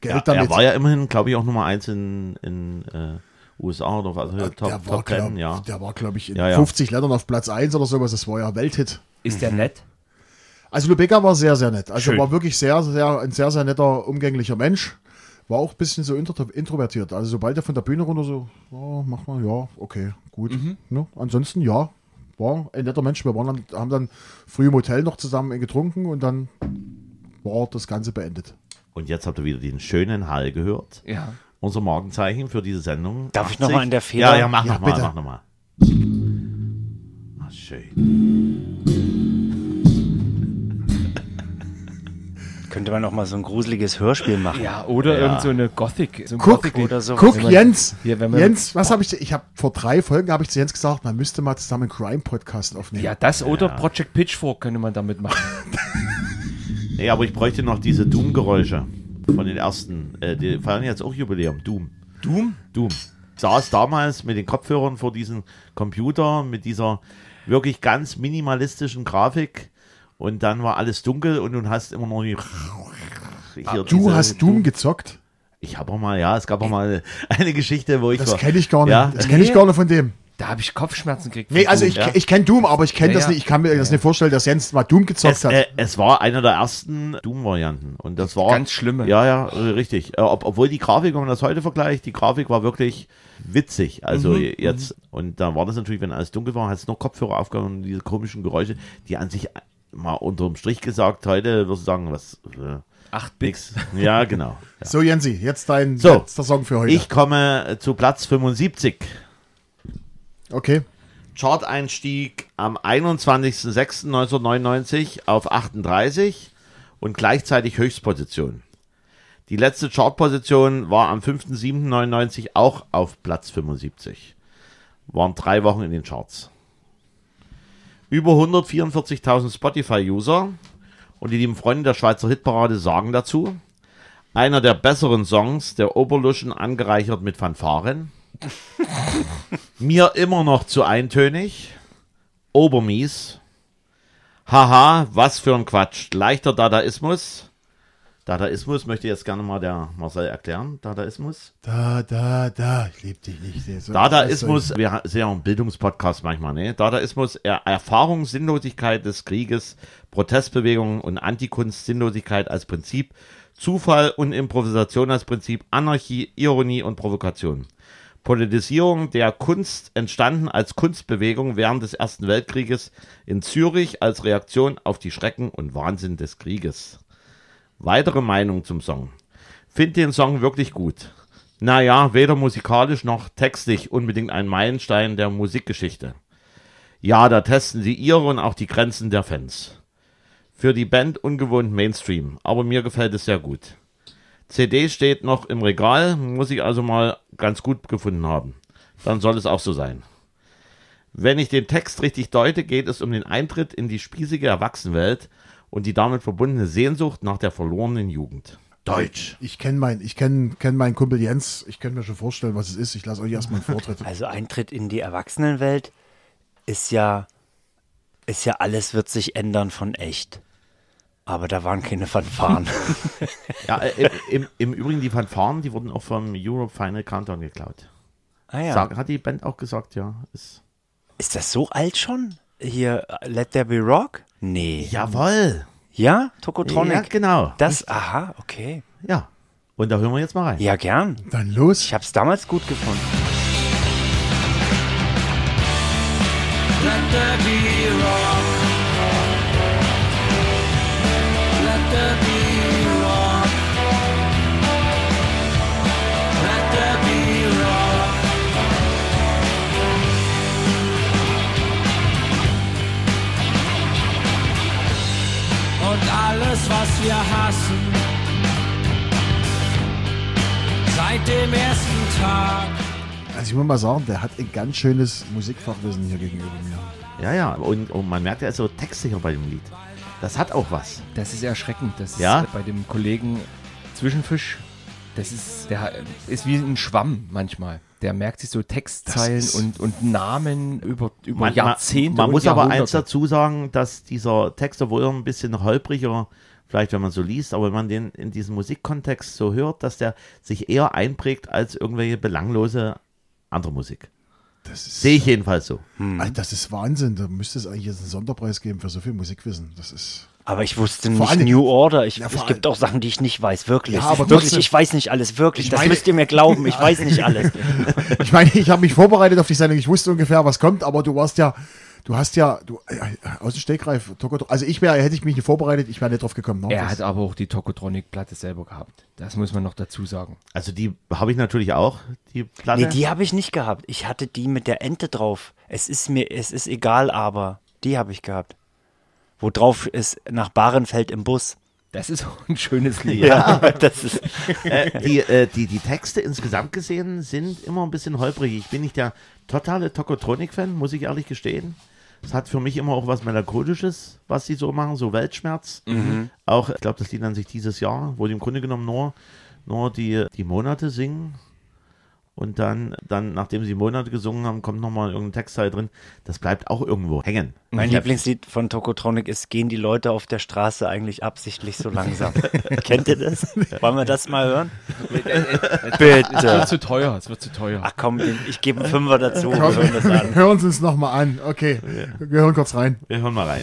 Speaker 4: Geld
Speaker 3: Ja,
Speaker 4: damit.
Speaker 3: Er war ja immerhin, glaube ich, auch Nummer 1 in, in äh, USA oder was? Also,
Speaker 4: Äh, der
Speaker 3: Top,
Speaker 4: war,
Speaker 3: Top 10,
Speaker 4: glaub-
Speaker 3: ja.
Speaker 4: der war, glaube ich, in
Speaker 3: Ja, ja.
Speaker 4: 50 Ländern auf Platz 1 oder sowas. Das war ja ein Welthit.
Speaker 2: Ist der nett?
Speaker 4: Also Lubecka war sehr, sehr nett. Also
Speaker 2: Schön.
Speaker 4: war wirklich sehr, sehr, ein sehr, sehr netter, umgänglicher Mensch. War auch ein bisschen so intro- introvertiert. Also sobald er von der Bühne runter so, ja, mach mal, ja, okay, gut. Ne? Ansonsten ja, war ein netter Mensch. Wir waren dann, haben dann früh im Hotel noch zusammen getrunken und dann war das Ganze beendet.
Speaker 3: Und jetzt habt ihr wieder den schönen Hall gehört.
Speaker 2: Ja.
Speaker 3: Unser Morgenzeichen für diese Sendung.
Speaker 1: Darf ich
Speaker 3: 80.
Speaker 1: noch mal in der Feder-
Speaker 3: Ja, ja, mach
Speaker 4: Ja,
Speaker 3: nochmal,
Speaker 4: bitte.
Speaker 3: mach nochmal. Ah, schön.
Speaker 1: Könnte man auch mal so ein gruseliges Hörspiel machen.
Speaker 2: Ja, oder
Speaker 3: Ja.
Speaker 2: irgend so eine Gothic. So ein
Speaker 4: Guck,
Speaker 2: Gothic
Speaker 1: Oder so.
Speaker 4: Guck,
Speaker 2: Also, wenn man-
Speaker 4: Jens,
Speaker 2: hier, wenn man-
Speaker 4: Jens, was habe ich, dir- ich habe vor drei Folgen habe ich zu Jens gesagt, man müsste mal zusammen einen Crime-Podcast aufnehmen.
Speaker 2: Ja, das oder Project Pitchfork könnte man damit machen.
Speaker 3: Nee, aber ich bräuchte noch diese Doom-Geräusche von den ersten. Äh, die feiern jetzt auch Jubiläum. Doom.
Speaker 2: Doom?
Speaker 3: Doom. Saß damals mit den Kopfhörern vor diesem Computer, mit dieser wirklich ganz minimalistischen Grafik. Und dann war alles dunkel und du hast immer noch die. hier
Speaker 4: Ah, du
Speaker 3: diese-
Speaker 4: hast Doom gezockt?
Speaker 3: Ich habe auch mal, ja, es gab auch mal eine Geschichte, wo ich.
Speaker 4: Das
Speaker 3: war-
Speaker 4: kenne ich gar nicht.
Speaker 3: Ja,
Speaker 4: Das kenne ich
Speaker 2: Nee.
Speaker 4: gar nicht von dem.
Speaker 2: Da habe ich Kopfschmerzen gekriegt.
Speaker 4: Nee, also ich,
Speaker 3: ja.
Speaker 4: ich kenne Doom, aber ich kenne
Speaker 2: Ja,
Speaker 4: das
Speaker 2: ja.
Speaker 4: nicht. Ich kann mir das nicht vorstellen, dass Jens mal Doom gezockt
Speaker 3: es,
Speaker 4: hat.
Speaker 3: äh, es war einer der ersten Doom-Varianten. Und das war.
Speaker 2: Ganz schlimme.
Speaker 3: Ja, ja, äh, richtig. Äh, Ob, obwohl die Grafik, wenn man das heute vergleicht, die Grafik war wirklich witzig. Also
Speaker 4: Mhm,
Speaker 3: jetzt. Und da war das natürlich, wenn alles dunkel war, hat es nur Kopfhörer aufgenommen und diese komischen Geräusche, die an sich äh, mal unterm Strich gesagt, heute wirst du sagen, was. Äh,
Speaker 2: 8
Speaker 3: nix. Ja, genau. Ja.
Speaker 4: So, Jensi, jetzt dein
Speaker 3: So.
Speaker 4: letzter Song für heute.
Speaker 3: Ich komme zu Platz 75.
Speaker 4: okay.
Speaker 3: Chart-Einstieg am 21.06.1999 auf 38 und gleichzeitig Höchstposition. Die letzte Chartposition war am 5.07.99 auch auf Platz 75. Waren drei Wochen in den Charts. Über 144.000 Spotify-User und die lieben Freunde der Schweizer Hitparade sagen dazu, einer der besseren Songs der Oberluschen angereichert mit Fanfaren. Mir immer noch zu eintönig. Obermies. Haha, was für ein Quatsch. Leichter Dadaismus. Dadaismus möchte jetzt gerne mal der Marcel erklären. Dadaismus.
Speaker 4: Da, da, da. Ich liebe dich nicht. So,
Speaker 3: Dadaismus, wir ha- sind ja auch ein Bildungspodcast manchmal, ne? Dadaismus, er Erfahrung, Sinnlosigkeit des Krieges, Protestbewegungen und Antikunst, Sinnlosigkeit als Prinzip, Zufall und Improvisation als Prinzip, Anarchie, Ironie und Provokation. Politisierung der Kunst entstanden als Kunstbewegung während des Ersten Weltkrieges in Zürich als Reaktion auf die Schrecken und Wahnsinn des Krieges. Weitere Meinung zum Song. Find den Song wirklich gut. Naja, weder musikalisch noch textlich unbedingt ein Meilenstein der Musikgeschichte. Ja, da testen sie ihre und auch die Grenzen der Fans. Für die Band ungewohnt Mainstream, aber mir gefällt es sehr gut. CD steht noch im Regal, muss ich also mal ganz gut gefunden haben. Dann soll es auch so sein. Wenn ich den Text richtig deute, geht es um den Eintritt in die spießige Erwachsenenwelt und die damit verbundene Sehnsucht nach der verlorenen Jugend. Deutsch.
Speaker 4: Ich kenne mein, ich kenn, kenn meinen Kumpel Jens. Ich könnte mir schon vorstellen, was es ist. Ich lasse euch erstmal einen Vortritt.
Speaker 1: Also Eintritt in die Erwachsenenwelt ist ja, ist ja alles wird sich ändern von echt. Aber da waren keine Fanfaren.
Speaker 3: Ja, äh, im, im, im Übrigen, die Fanfaren, die wurden auch vom Europe Final Countdown geklaut.
Speaker 1: ah ja.
Speaker 3: Sag, hat die Band auch gesagt, ja. Ist
Speaker 1: Ist das so alt schon? Hier, äh, Let There Be Rock? Nee. Ja?
Speaker 3: Jawohl. Ja,
Speaker 1: Tokotronic?
Speaker 3: genau.
Speaker 1: Das, aha, okay.
Speaker 3: Ja. Und da hören wir jetzt mal rein.
Speaker 1: Ja, gern.
Speaker 4: Dann los.
Speaker 1: Ich hab's damals gut gefunden.
Speaker 7: Let there be rock. Let there be rock. Let there be rock. Und alles, was wir hassen, seit dem ersten Tag.
Speaker 4: Also ich muss mal sagen, der hat ein ganz schönes Musikfachwissen hier gegenüber mir.
Speaker 3: Ja, ja. Und, und man merkt, er ist so textsicher bei dem Lied. Das hat auch was.
Speaker 2: Das ist erschreckend. Das
Speaker 3: Ja?
Speaker 2: ist bei dem Kollegen Zwischenfisch. Das ist, der ist wie ein Schwamm manchmal. Der merkt sich so Textzeilen
Speaker 4: ist-
Speaker 2: und, und Namen über, über
Speaker 3: Man,
Speaker 2: Jahrzehnte.
Speaker 3: man, man
Speaker 2: und
Speaker 3: muss aber eins
Speaker 2: Jahrhunderte.
Speaker 3: dazu sagen, dass dieser Text, obwohl er ein bisschen holpriger, vielleicht wenn man so liest, aber wenn man den in diesem Musikkontext so hört, dass der sich eher einprägt als irgendwelche belanglose andere Musik.
Speaker 4: Das ist,
Speaker 3: Sehe ich jedenfalls so.
Speaker 4: Alter, das ist Wahnsinn. Da müsste es eigentlich jetzt einen Sonderpreis geben für so viel Musikwissen. Das ist
Speaker 1: Aber ich wusste
Speaker 4: Vor
Speaker 1: nicht
Speaker 4: allen Dingen-
Speaker 1: New Order. Ich,
Speaker 4: Ja, vor
Speaker 1: es gibt
Speaker 4: allen-
Speaker 1: auch Sachen, die ich nicht weiß, wirklich.
Speaker 4: Ja, aber
Speaker 1: wirklich,
Speaker 4: trotzdem-
Speaker 1: ich weiß nicht alles, wirklich.
Speaker 4: Ich
Speaker 1: Das
Speaker 4: meine-
Speaker 1: müsst ihr mir glauben, ich weiß nicht alles.
Speaker 4: Ich meine, ich habe mich vorbereitet auf die Sendung, ich wusste ungefähr, was kommt, aber du warst ja, du hast ja, du, äh, aus dem Stegreif, Tokotronic. also ich wäre, hätte ich mich nicht vorbereitet, ich wäre nicht drauf gekommen. Ne?
Speaker 2: Er
Speaker 4: Das-
Speaker 2: hat aber auch die Tokotronic-Platte selber gehabt. Das muss man noch dazu sagen.
Speaker 3: Also die habe ich natürlich auch, die Platte.
Speaker 1: Nee, die habe ich nicht gehabt. Ich hatte die mit der Ente drauf. Es ist mir, es ist egal, aber die habe ich gehabt. Wo drauf ist, nach Bahrenfeld im Bus.
Speaker 2: Das ist auch ein schönes Lied.
Speaker 1: Ja, das ist.
Speaker 3: äh, die, äh, die, die Texte insgesamt gesehen sind immer ein bisschen holprig. Ich bin nicht der totale Tokotronic-Fan, muss ich ehrlich gestehen. Es hat für mich immer auch was Melancholisches, was sie so machen, so Weltschmerz. Auch, ich glaube, das Lied an sich dieses Jahr, wo die im Grunde genommen nur, nur die, die Monate singen. Und dann, dann, nachdem sie Monate gesungen haben, kommt nochmal irgendein Textteil drin. Das bleibt auch irgendwo hängen.
Speaker 4: Mhm.
Speaker 1: Mein Lieblingslied von Tokotronic ist Gehen die Leute auf der Straße eigentlich absichtlich so langsam. Kennt ihr das? Wollen wir das mal hören?
Speaker 2: Es
Speaker 1: Bitte.
Speaker 2: wird zu teuer, es wird zu teuer.
Speaker 1: Ach komm, ich gebe einen Fünfer dazu. Wir hören das
Speaker 4: Komm,
Speaker 1: an.
Speaker 4: hören Sie uns nochmal an. Okay, wir hören kurz rein.
Speaker 3: Wir hören mal rein.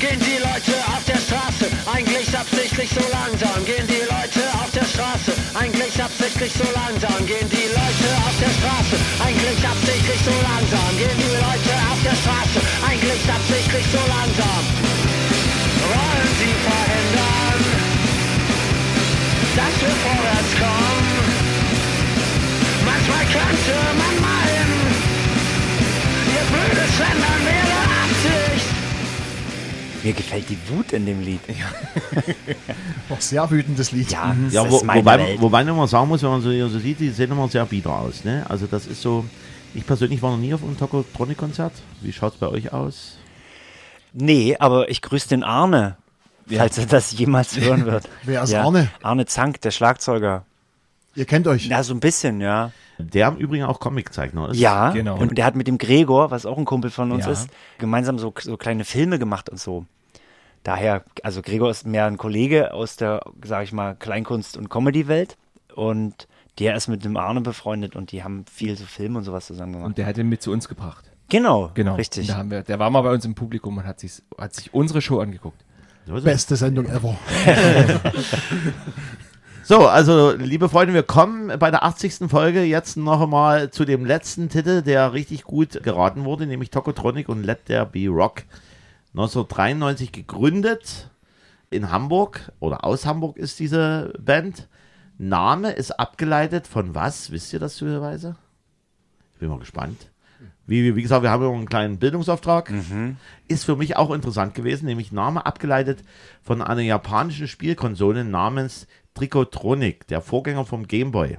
Speaker 8: Gehen die Leute auf der Straße, eigentlich absichtlich so langsam. Gehen die Leute auf der Straße, eigentlich absichtlich so langsam. Gehen die Leute auf der Straße, eigentlich absichtlich so langsam. Gehen die Leute auf der Straße, eigentlich absichtlich so langsam. Wollen sie verhindern, dass wir vorwärts kommen? Manchmal könnte man meinen, ihr blödes Ländern wäre Absicht.
Speaker 1: Mir gefällt die Wut in dem Lied.
Speaker 4: Auch sehr wütendes Lied. Mhm.
Speaker 1: Ja, das
Speaker 3: Ja, wo,
Speaker 1: ist meine
Speaker 3: wobei,
Speaker 1: Welt.
Speaker 3: wobei man mal sagen muss, wenn man so, so sieht, die sehen immer sehr bieder aus. Ne? Also das ist so, ich persönlich war noch nie auf einem Tokotronic-Konzert. Wie schaut es bei euch aus?
Speaker 1: Nee, aber ich grüße den Arne, falls er das jemals hören wird.
Speaker 4: Wer ist Arne?
Speaker 1: Arne Zank, der Schlagzeuger.
Speaker 4: Ihr kennt euch.
Speaker 1: Ja, so ein bisschen, ja.
Speaker 3: Der im Übrigen auch Comiczeichner ist.
Speaker 1: Ja,
Speaker 2: Genau.
Speaker 1: und der hat mit dem Gregor, was auch ein Kumpel von uns
Speaker 2: Ja.
Speaker 1: ist, gemeinsam so, so kleine Filme gemacht und so. Daher, also Gregor ist mehr ein Kollege aus der, sag ich mal, Kleinkunst- und Comedy-Welt und der ist mit dem Arne befreundet und die haben viel so Filme und sowas zusammen gemacht.
Speaker 2: Und der hat ihn mit zu uns gebracht.
Speaker 1: genau,
Speaker 2: Genau.
Speaker 1: richtig.
Speaker 2: Da haben wir, der war mal bei uns im Publikum und hat sich, hat sich unsere Show angeguckt.
Speaker 3: So, ist es.
Speaker 4: Beste Sendung ever.
Speaker 3: so, also liebe Freunde, wir kommen bei der 80. Folge jetzt noch einmal zu dem letzten Titel, der richtig gut geraten wurde, nämlich Tokotronic und Let There Be Rock. 1993 gegründet in Hamburg oder aus Hamburg ist diese Band. Name ist abgeleitet von was? Wisst ihr das zufälligerweise? Ich bin mal gespannt. Wie, wie gesagt, wir haben ja einen kleinen Bildungsauftrag. Ist für mich auch interessant gewesen, nämlich Name abgeleitet von einer japanischen Spielkonsole namens Tricotronic, der Vorgänger vom Game Boy.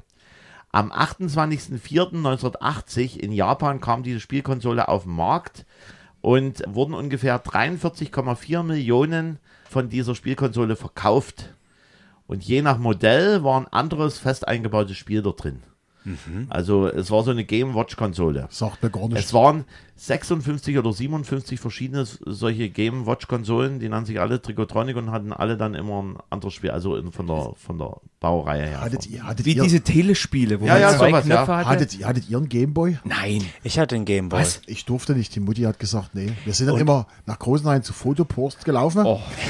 Speaker 3: Am 28.04.1980 in Japan kam diese Spielkonsole auf den Markt und wurden ungefähr 43,4 Millionen von dieser Spielkonsole verkauft. Und je nach Modell war ein anderes fest eingebautes Spiel da drin. Also es war so eine Game Watch Konsole.
Speaker 4: Sagt mir gar
Speaker 3: Es
Speaker 4: nichts.
Speaker 3: waren 56 oder 57 verschiedene s- solche Game Watch Konsolen, die nannten sich alle Tricotronic und hatten alle dann immer ein anderes Spiel, also in, von, der, von der Baureihe her.
Speaker 4: Hattet ihr, hattet,
Speaker 2: Wie
Speaker 4: ihr,
Speaker 2: diese Telespiele, wo
Speaker 3: Ja,
Speaker 2: man
Speaker 3: ja,
Speaker 2: zwei
Speaker 3: sowas, ja.
Speaker 2: Knöpfe hatte.
Speaker 4: hattet, ihr- hattet ihr einen Gameboy?
Speaker 2: Nein.
Speaker 1: Ich hatte den Gameboy.
Speaker 2: Was?
Speaker 4: Ich durfte nicht. Die Mutti hat gesagt, nee. Wir sind dann immer nach Großenhain zu Fotopost gelaufen.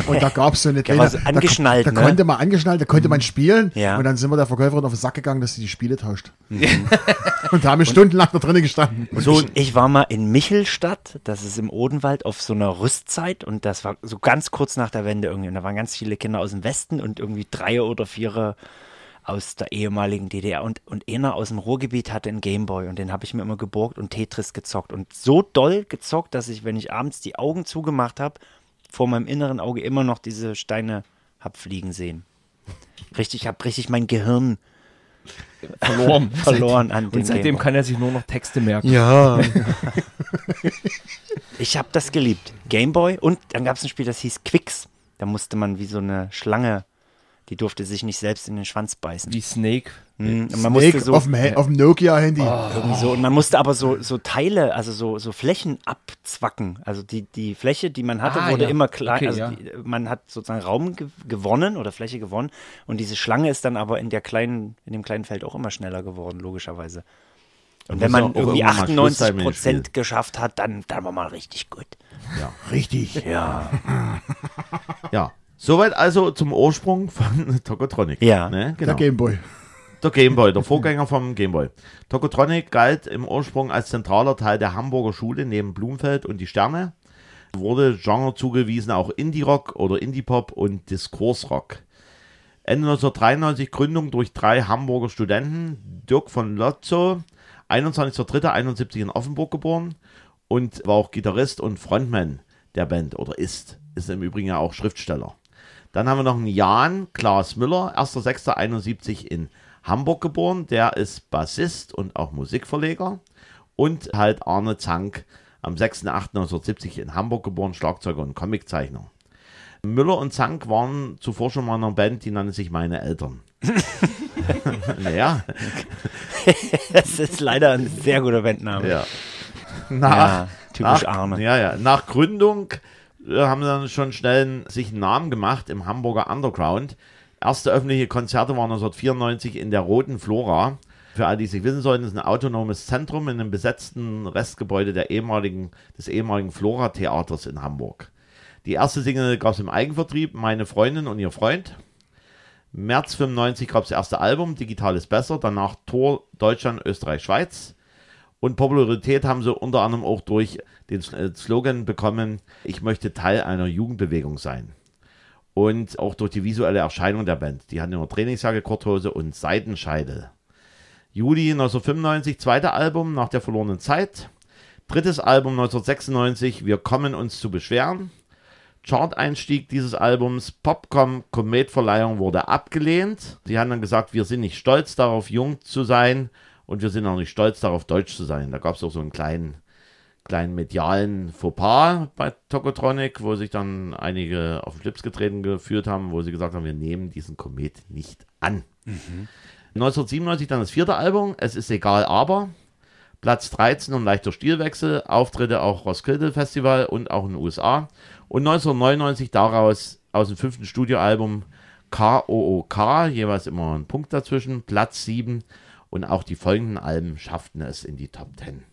Speaker 4: Und da gab es so eine
Speaker 1: Oh. Da war so
Speaker 4: da-
Speaker 1: angeschnallt,
Speaker 4: Da,
Speaker 1: ne? Mhm.
Speaker 4: konnte man angeschnallt, da konnte man spielen.
Speaker 1: Ja. Mhm.
Speaker 4: Und dann sind wir der Verkäuferin auf den Sack gegangen, dass sie die Spiele tauscht. und da haben wir stundenlang da drinnen gestanden.
Speaker 3: so,
Speaker 1: Ich war mal in Michelstadt, das ist im Odenwald, auf so einer Rüstzeit und das war so ganz kurz nach der Wende irgendwie. Und da waren ganz viele Kinder aus dem Westen und irgendwie drei oder vier aus der ehemaligen DDR und, und einer aus dem Ruhrgebiet hatte einen Gameboy und den habe ich mir immer geborgt und Tetris gezockt und so doll gezockt, dass ich, wenn ich abends die Augen zugemacht habe, vor meinem inneren Auge immer noch diese Steine hab fliegen sehen. Richtig, habe richtig mein Gehirn
Speaker 2: Verloren.
Speaker 1: verloren an dem
Speaker 2: Und seitdem
Speaker 1: Gameboy.
Speaker 2: kann er sich nur noch Texte merken.
Speaker 4: Ja.
Speaker 1: Ich habe das geliebt. Gameboy und dann gab es ein Spiel, das hieß Quicks. Da musste man wie so eine Schlange, die durfte sich nicht selbst in den Schwanz beißen.
Speaker 2: Wie Snake.
Speaker 1: Mhm, und, man musste
Speaker 4: Snake
Speaker 1: so, Oh,
Speaker 4: auf dem, Ha- auf dem Nokia-Handy.
Speaker 1: irgend so, und man musste aber so, so Teile, also so, so Flächen abzwacken. Also die, die Fläche, die man hatte,
Speaker 2: Ah,
Speaker 1: wurde
Speaker 2: ja.
Speaker 1: immer kleiner.
Speaker 2: Okay,
Speaker 1: also
Speaker 2: ja.
Speaker 1: die, man hat sozusagen Raum ge gewonnen oder Fläche gewonnen. Und diese Schlange ist dann aber in der kleinen, in dem kleinen Feld auch immer schneller geworden, logischerweise. Und
Speaker 3: muss
Speaker 1: wenn
Speaker 3: ja
Speaker 1: man
Speaker 3: auch
Speaker 1: irgendwie
Speaker 3: irgendwann mal Schluss
Speaker 1: 98
Speaker 3: sein mit dem
Speaker 1: Prozent geschafft hat, dann, dann war man richtig gut. Ja. Richtig. Ja.
Speaker 3: Ja. Soweit also zum Ursprung von Tokotronic.
Speaker 1: Ja.
Speaker 3: Ne?
Speaker 4: Der
Speaker 3: Genau.
Speaker 4: Gameboy.
Speaker 3: Der Gameboy, der Vorgänger vom Gameboy. Tokotronic galt im Ursprung als zentraler Teil der Hamburger Schule neben Blumfeld und die Sterne. Wurde Genre zugewiesen auch Indie-Rock oder Indie-Pop und Diskursrock. Ende 1993 Gründung durch drei Hamburger Studenten. Dirk von Lotzo, 21.03.71 in Offenburg geboren und war auch Gitarrist und Frontman der Band oder ist. Ist im Übrigen ja auch Schriftsteller. Dann haben wir noch einen Jan Klaas Müller, 1.6.71 in Hamburg geboren. Der ist Bassist und auch Musikverleger. Und halt Arne Zank, am 6.8.1970 in Hamburg geboren, Schlagzeuger und Comiczeichner. Müller und Zank waren zuvor schon mal in einer Band, die nannte sich Meine Eltern. naja,
Speaker 1: Das ist leider ein sehr guter Bandname.
Speaker 3: ja. Nach,
Speaker 1: Ja, typisch
Speaker 3: nach,
Speaker 1: Arne.
Speaker 3: Ja, ja. Nach Gründung äh, haben sie dann schon schnell einen- sich einen Namen gemacht im Hamburger Underground. Erste öffentliche Konzerte waren 1994 in der Roten Flora. Für alle, die es nicht wissen sollten, ist ein autonomes Zentrum in einem besetzten Restgebäude der ehemaligen, des ehemaligen Flora-Theaters in Hamburg. Die erste Single gab es im Eigenvertrieb, Meine Freundin und ihr Freund. März 95 gab es das erste Album, Digital ist besser, danach Tor Deutschland, Österreich, Schweiz. Und Popularität haben sie unter anderem auch durch den äh, Slogan bekommen, ich möchte Teil einer Jugendbewegung sein. Und auch durch die visuelle Erscheinung der Band. Die hatten immer Trainingsjacke, Korthose und Seitenscheitel. Juli 1995, zweite Album nach der verlorenen Zeit. Drittes Album 1996, Wir kommen uns zu beschweren. Chart-Einstieg dieses Albums, Popcom Kometverleihung wurde abgelehnt. Sie haben dann gesagt, wir sind nicht stolz darauf, jung zu sein und wir sind auch nicht stolz darauf, deutsch zu sein. Da gab es auch so einen kleinen, kleinen medialen Fauxpas bei Tokotronic, wo sich dann einige auf den Schlips getreten geführt haben, wo sie gesagt haben, wir nehmen diesen Komet nicht an. 1997 dann das vierte Album, Es ist egal, aber Platz 13 und leichter Stilwechsel, Auftritte auch Roskilde Festival und auch in den USA. Und 1999 daraus aus dem fünften Studioalbum KOOK, jeweils immer ein Punkt dazwischen, Platz 7 und auch die folgenden Alben schafften es in die Top 10.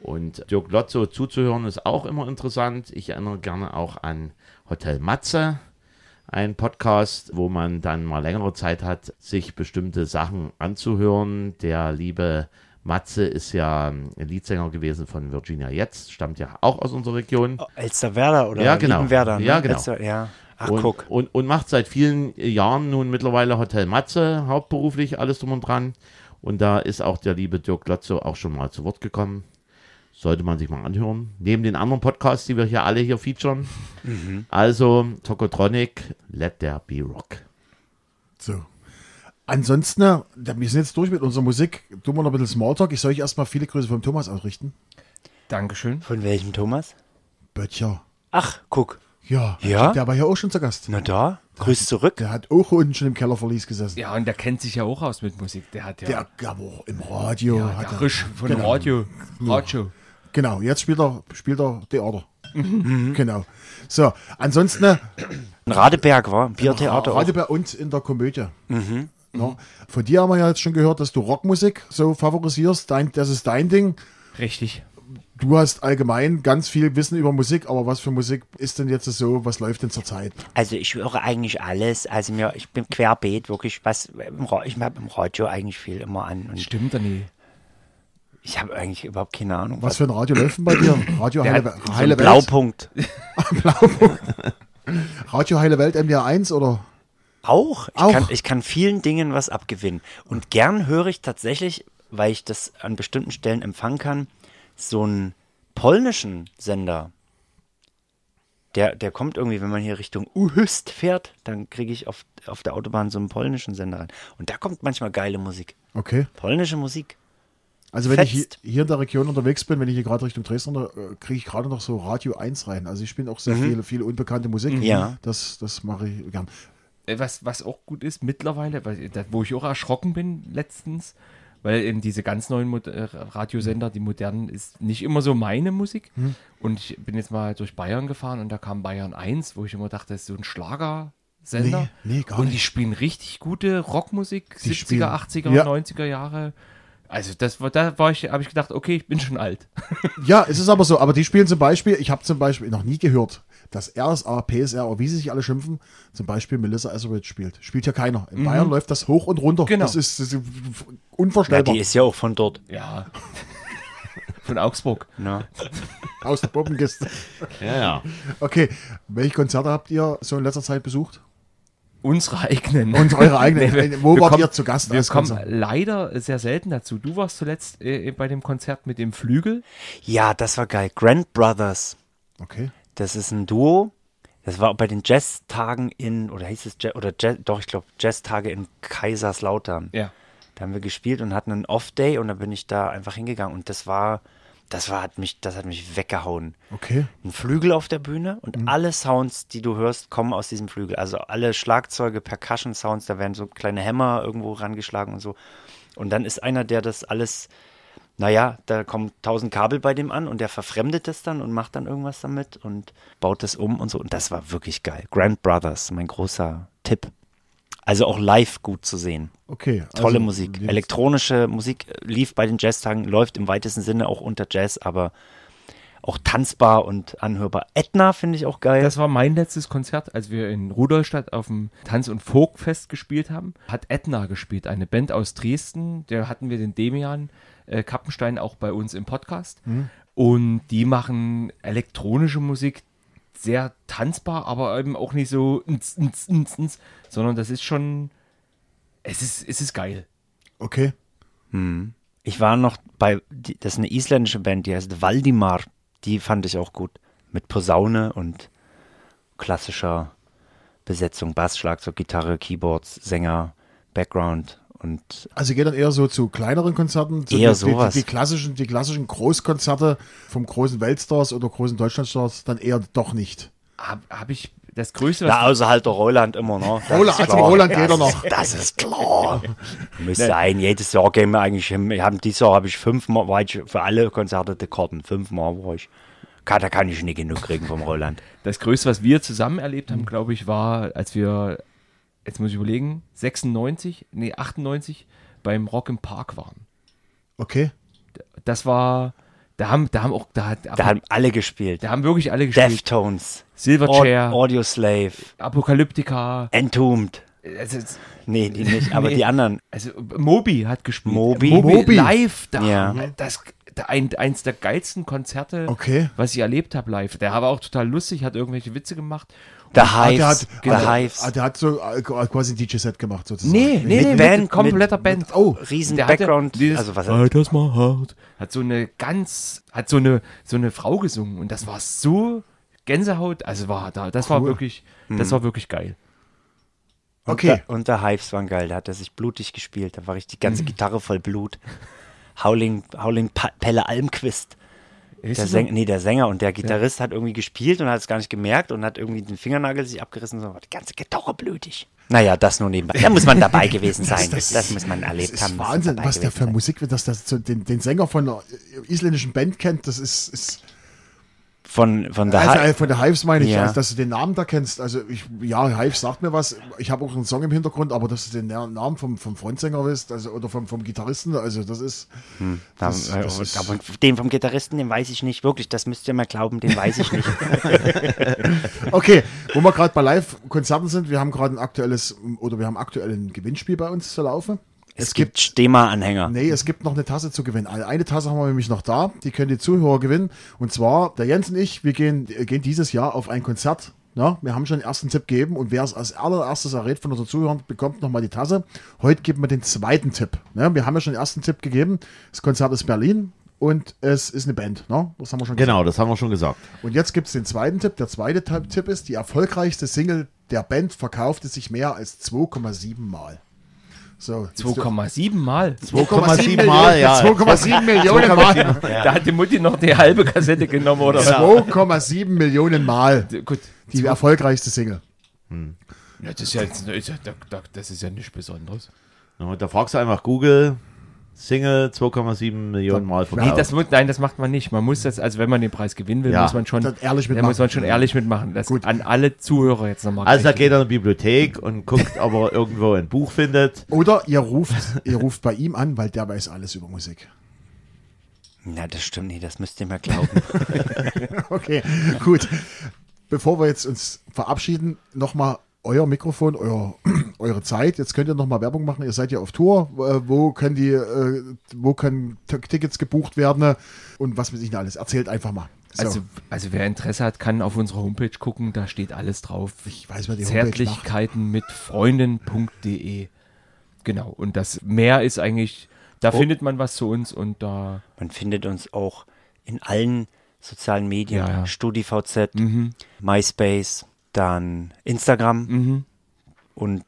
Speaker 3: Und Dirk Lotzo zuzuhören ist auch immer interessant. Ich erinnere gerne auch an Hotel Matze, ein Podcast, wo man dann mal längere Zeit hat, sich bestimmte Sachen anzuhören. Der liebe Matze ist ja ähm, Leadsänger gewesen von Virginia Jetzt, stammt ja auch aus unserer
Speaker 1: Oh,
Speaker 3: Region.
Speaker 1: Elsterwerder oder
Speaker 3: Ja, genau.
Speaker 1: Liebenwerder. Ne?
Speaker 3: Ja, genau.
Speaker 1: Elster, ja. Ach,
Speaker 3: und,
Speaker 1: guck.
Speaker 3: Und, und macht seit vielen Jahren nun mittlerweile Hotel Matze, hauptberuflich, alles drum und dran. Und da ist auch der liebe Dirk Glotzo auch schon mal zu Wort gekommen. Sollte man sich mal anhören. Neben den anderen Podcasts, die wir hier alle hier featuren.
Speaker 1: Mhm.
Speaker 3: Also Tokotronic, Let There Be Rock.
Speaker 4: So. Ansonsten, äh, wir sind jetzt durch mit unserer Musik. Tun wir noch ein bisschen Smalltalk. Ich soll euch erstmal viele Grüße vom Thomas ausrichten.
Speaker 2: Dankeschön.
Speaker 1: Von welchem Thomas?
Speaker 4: Böttcher.
Speaker 1: Ach, guck.
Speaker 4: Ja.
Speaker 1: Ja?
Speaker 4: Der war ja auch schon zu Gast.
Speaker 1: Na da, grüß zurück.
Speaker 4: Der hat auch unten schon im Kellerverlies gesessen.
Speaker 2: Ja, und der kennt sich ja auch aus mit Musik. Der hat ja,
Speaker 4: Der gab auch im Radio.
Speaker 2: ja,
Speaker 4: hat
Speaker 2: der
Speaker 4: er-
Speaker 2: Risch von
Speaker 4: genau.
Speaker 2: Radio. Radio.
Speaker 4: Genau, jetzt spielt er, spielt er Theater.
Speaker 2: Mhm.
Speaker 4: Genau. So, ansonsten äh,
Speaker 1: In Radeberg war, im Biertheater. auch. Mhm.
Speaker 4: Radeberg und in der Komödie. Ja. Von dir haben wir ja jetzt schon gehört, dass du Rockmusik so favorisierst. Dein, das ist dein Ding.
Speaker 2: Richtig.
Speaker 4: Du hast allgemein ganz viel Wissen über Musik, aber was für Musik ist denn jetzt so? Was läuft denn zurzeit?
Speaker 1: Also ich höre eigentlich alles. Also mir, ich bin querbeet, wirklich was. Im, Ra- ich habe im Radio eigentlich viel immer an. Und
Speaker 2: Stimmt, Dani.
Speaker 1: ich habe eigentlich überhaupt keine Ahnung.
Speaker 4: Was für ein Radio läuft denn bei dir? Radio
Speaker 2: Der
Speaker 4: Heile,
Speaker 2: hat
Speaker 4: Welt-
Speaker 1: so ein
Speaker 4: Heile Welt?
Speaker 1: Blaupunkt.
Speaker 4: Radio Heile Welt MDR 1 oder?
Speaker 1: Auch. Ich,
Speaker 4: Auch.
Speaker 1: Kann, ich kann vielen Dingen was abgewinnen. Und gern höre ich tatsächlich, weil ich das an bestimmten Stellen empfangen kann, so einen polnischen Sender. Der, der kommt irgendwie, wenn man hier Richtung Uhüst fährt, dann kriege ich auf, auf der Autobahn so einen polnischen Sender rein. Und da kommt manchmal geile Musik.
Speaker 4: Okay.
Speaker 1: Polnische Musik.
Speaker 4: Also wenn ich
Speaker 1: Fetzt.
Speaker 4: hier, hier in der Region unterwegs bin, wenn ich hier gerade Richtung Dresden, unter- äh, kriege ich gerade noch so Radio 1 rein. Also ich spiele auch
Speaker 2: Mhm.
Speaker 4: sehr viele, viele unbekannte Musik.
Speaker 1: Ja.
Speaker 4: Das, das mache ich gern.
Speaker 2: Äh, Was, was auch gut ist mittlerweile, weil, da- wo ich auch erschrocken bin letztens, weil eben diese ganz neuen Mod äh, Radiosender, die modernen, ist nicht immer so meine Musik.
Speaker 4: Hm.
Speaker 2: Und ich bin jetzt mal durch Bayern gefahren und da kam Bayern 1, wo ich immer dachte, das ist so ein Schlagersender.
Speaker 4: Nee, nee, gar
Speaker 2: und die
Speaker 4: nicht.
Speaker 2: spielen richtig gute Rockmusik,
Speaker 4: Die
Speaker 2: 70er,
Speaker 4: spielen-
Speaker 2: 80er,
Speaker 4: Ja.
Speaker 2: 90er Jahre. Also das war, da war ich, habe ich gedacht, okay, ich bin schon alt.
Speaker 4: Ja, es ist aber so. Aber die spielen zum Beispiel, ich habe zum Beispiel noch nie gehört, dass RSA, PSR, oder wie sie sich alle schimpfen, zum Beispiel Melissa Etheridge spielt. Spielt ja keiner. In Bayern läuft das hoch und runter.
Speaker 2: Mhm. Genau.
Speaker 4: Das ist, das ist
Speaker 1: Na,
Speaker 4: unvorstellbar.
Speaker 1: die ist ja auch von dort.
Speaker 2: Ja. Von Augsburg.
Speaker 1: Ne?
Speaker 4: Aus der Bombenkiste.
Speaker 3: Ja, ja.
Speaker 4: Okay, welche Konzerte habt ihr so in letzter Zeit besucht?
Speaker 2: Unsere eigenen.
Speaker 4: Und eure eigenen. Wo
Speaker 2: wir
Speaker 4: wart
Speaker 2: kommen-
Speaker 4: ihr zu Gast?
Speaker 2: Wir
Speaker 4: als
Speaker 2: kommen
Speaker 4: Konzert?
Speaker 2: leider sehr selten dazu. Du warst zuletzt äh, bei dem Konzert mit dem Flügel.
Speaker 1: Ja, das war geil. Grand Brothers.
Speaker 4: Okay.
Speaker 1: Das ist ein Duo. Das war bei den Jazztagen in, oder hieß es, Ja- oder Jazz, doch, ich glaube, Jazztage in Kaiserslautern.
Speaker 2: Ja.
Speaker 1: Da haben wir gespielt und hatten einen Off-Day und dann bin ich da einfach hingegangen und das war, das war, hat mich, das hat mich weggehauen.
Speaker 4: Okay.
Speaker 1: Ein Flügel auf der Bühne und alle Sounds, die du hörst, kommen aus diesem Flügel. Also alle Schlagzeuge, Percussion-Sounds, da werden so kleine Hämmer irgendwo rangeschlagen und so. Und dann ist einer, der das alles, naja, da kommen tausend Kabel bei dem an und der verfremdet das dann und macht dann irgendwas damit und baut das um und so. Und das war wirklich geil. Grand Brothers, mein großer Tipp. Also auch live gut zu sehen.
Speaker 4: Okay.
Speaker 1: Tolle
Speaker 4: also,
Speaker 1: Musik.
Speaker 4: jetzt-
Speaker 1: Elektronische Musik lief bei den Jazztagen, läuft im weitesten Sinne auch unter Jazz, aber auch tanzbar und anhörbar. Etna finde ich auch geil.
Speaker 2: Das war mein letztes Konzert, als wir in Rudolstadt auf dem Tanz- und Folkfest gespielt haben. Hat Edna gespielt, eine Band aus Dresden. Da hatten wir den Demian äh, Kappenstein auch bei uns im Podcast. Und die machen elektronische Musik, sehr tanzbar, aber eben auch nicht so, ns, ns, ns, ns, sondern das ist schon, es ist, es ist geil.
Speaker 4: Okay.
Speaker 1: ich war noch bei, die- das ist eine isländische Band, die heißt Valdimar. Die fand ich auch gut. Mit Posaune und klassischer Besetzung. Bass, Schlagzeug, Gitarre, Keyboards, Sänger, Background und
Speaker 4: Also ihr geht dann eher so zu kleineren Konzerten, zu
Speaker 1: Eher
Speaker 4: die, die, die,
Speaker 1: sowas.
Speaker 4: die klassischen, die klassischen Großkonzerte vom großen Weltstars oder großen Deutschlandstars dann eher doch nicht.
Speaker 2: Habe hab ich das Größte, was
Speaker 1: Na, außer halt der Roland immer, ne? Das
Speaker 4: Roland,
Speaker 1: ist
Speaker 4: also
Speaker 1: klar.
Speaker 4: Roland
Speaker 1: das
Speaker 4: geht er
Speaker 1: ist,
Speaker 4: noch.
Speaker 1: Das ist klar. Ne. Müsste sein, jedes Jahr gehen wir eigentlich hin. Wir haben, dieses Jahr habe ich fünfmal, war ich für alle Konzerte die Karten, fünfmal war ich. Kann, da kann ich nie genug kriegen vom Roland.
Speaker 2: Das Größte, was wir zusammen erlebt
Speaker 1: Mhm.
Speaker 2: haben, glaube ich, war, als wir, jetzt muss ich überlegen, 96, nee, 98 beim Rock im Park waren.
Speaker 4: Okay.
Speaker 2: Das war, da haben, da haben auch, da, hat-
Speaker 1: Da haben alle gespielt.
Speaker 2: da haben wirklich alle gespielt.
Speaker 1: Deftones,
Speaker 2: Silverchair,
Speaker 1: Audio Slave,
Speaker 2: Apokalyptica,
Speaker 1: Entombed.
Speaker 2: also,
Speaker 1: Nee, die nicht, aber
Speaker 2: Nee.
Speaker 1: die
Speaker 4: Ah,
Speaker 1: anderen.
Speaker 2: also Moby hat gespielt.
Speaker 1: Moby?
Speaker 2: Moby,
Speaker 4: Moby.
Speaker 2: live da.
Speaker 1: Ja.
Speaker 2: Das, da ein, eins der geilsten Konzerte,
Speaker 4: Okay.
Speaker 2: was ich erlebt habe live. Der war auch total lustig, hat irgendwelche Witze gemacht.
Speaker 1: The
Speaker 4: Ah, der
Speaker 1: Hives.
Speaker 4: hat,
Speaker 1: The
Speaker 4: ah,
Speaker 1: Hives.
Speaker 4: ah, der hat so äh, quasi ein DJ-Set gemacht sozusagen.
Speaker 1: Mit Band, mit-
Speaker 2: kompletter Band.
Speaker 1: oh, riesen
Speaker 2: Der hatte
Speaker 1: Background.
Speaker 2: dieses
Speaker 1: also was
Speaker 2: Fight us my heart. Hat so eine ganz, hat so eine, so eine Frau gesungen und das war so Gänsehaut. Also war da, das war wirklich, das war wirklich geil.
Speaker 4: Okay.
Speaker 1: Und der Hives waren geil, da hat er sich blutig gespielt, da war ich die
Speaker 4: Mhm.
Speaker 1: ganze Gitarre voll Blut. Howling, Howling pa Pelle Almquist. Der,
Speaker 2: das
Speaker 1: Säng nee, der Sänger und der Gitarrist hat irgendwie gespielt und hat es gar nicht gemerkt und hat irgendwie den Fingernagel sich abgerissen, sondern war die ganze Gitarre blutig. Naja, das nur nebenbei. Da muss man dabei gewesen sein. Das, muss man erlebt
Speaker 4: Das
Speaker 1: haben.
Speaker 4: ist
Speaker 1: muss man
Speaker 4: Wahnsinn,
Speaker 1: dabei
Speaker 4: was der
Speaker 1: gewesen
Speaker 4: für
Speaker 1: sein.
Speaker 4: Musik wird, dass der so den, den Sänger von der isländischen Band kennt. Das ist, ist
Speaker 1: Von, von der
Speaker 4: also
Speaker 1: Hi-
Speaker 4: äh, von der Hives meine ich,
Speaker 1: Ja.
Speaker 4: also, dass du den Namen da kennst. Also ich, ja, Hives sagt mir was. Ich habe auch einen Song im Hintergrund, aber dass du den Na- Namen vom, vom Frontsänger wisst, also oder vom, vom Gitarristen, also das ist.
Speaker 1: Da,
Speaker 4: Das-
Speaker 1: äh,
Speaker 4: das ist-
Speaker 1: aber den vom Gitarristen, den weiß ich nicht. Wirklich, das müsst ihr mal glauben, den weiß ich nicht.
Speaker 4: Okay, wo wir gerade bei Live-Konzerten sind, wir haben gerade ein aktuelles oder wir haben aktuell ein Gewinnspiel bei uns zu laufen.
Speaker 1: es gibt Stema-Anhänger.
Speaker 4: Nee, es gibt noch eine Tasse zu gewinnen. Eine eine Tasse haben wir nämlich noch da, die können die Zuhörer gewinnen. Und zwar, der Jens und ich, wir gehen, äh, gehen dieses Jahr auf ein Konzert. Na, wir haben schon den ersten Tipp gegeben und wer es als allererstes errät von unseren Zuhörern, bekommt nochmal die Tasse. Heute geben wir den zweiten Tipp. Ne, wir haben ja schon den ersten Tipp gegeben. Das Konzert ist Berlin und es ist eine Band. Ne? Das haben wir schon gesagt.
Speaker 3: Genau, das haben wir schon gesagt.
Speaker 4: Und jetzt gibt es den zweiten Tipp. Der zweite Ta- Tipp ist, die erfolgreichste Single der Band verkaufte sich mehr als 2,7 Mal. So, jetzt
Speaker 2: 2,7 Mal.
Speaker 3: 2,7 Mal, ja.
Speaker 4: 2,7 Millionen Mal.
Speaker 2: Da hat die Mutti noch die halbe Kassette genommen oder was?
Speaker 4: 2,7 Millionen Mal.
Speaker 2: Gut.
Speaker 4: Die erfolgreichste Single.
Speaker 2: Ja, das, ist ja, jetzt- das ist ja- das ist ja nichts Besonderes.
Speaker 3: Na, Da fragst du einfach Google Single 2,7 Millionen Mal
Speaker 2: Nee,
Speaker 3: verkauft.
Speaker 2: das, mu- nein, das macht man nicht. Man muss das, also wenn man den Preis gewinnen will,
Speaker 3: Ja.
Speaker 2: muss man schon
Speaker 4: Dann ehrlich
Speaker 2: da
Speaker 4: mitmachen.
Speaker 2: muss man schon ehrlich mitmachen. Das
Speaker 4: Gut.
Speaker 2: an alle Zuhörer jetzt nochmal.
Speaker 3: also da
Speaker 2: gleich.
Speaker 3: geht er in die Bibliothek und guckt, ob er irgendwo ein Buch findet.
Speaker 4: Oder ihr ruft, ihr ruft bei ihm an, weil der weiß alles über Musik.
Speaker 1: Na, das stimmt nicht, das müsst ihr mir glauben.
Speaker 4: Okay, gut. Bevor wir jetzt uns verabschieden, nochmal euer Mikrofon, euer, eure Zeit. Jetzt könnt ihr nochmal Werbung machen. Ihr seid ja auf Tour. Äh, Wo können die, äh, wo können T Tickets gebucht werden? Und was weiß ich nicht alles? Erzählt einfach mal. So.
Speaker 2: also, also wer Interesse hat, kann auf unsere Homepage gucken, da steht alles drauf.
Speaker 4: ich weiß, wer die Homepage macht.
Speaker 2: Zärtlichkeiten mit Freundin.de. Genau, und das mehr ist eigentlich, da
Speaker 1: Oh.
Speaker 2: findet man was zu uns und da
Speaker 1: Man findet uns auch in allen sozialen Medien.
Speaker 2: Ja, ja.
Speaker 1: StudiVZ, MySpace, dann Instagram und,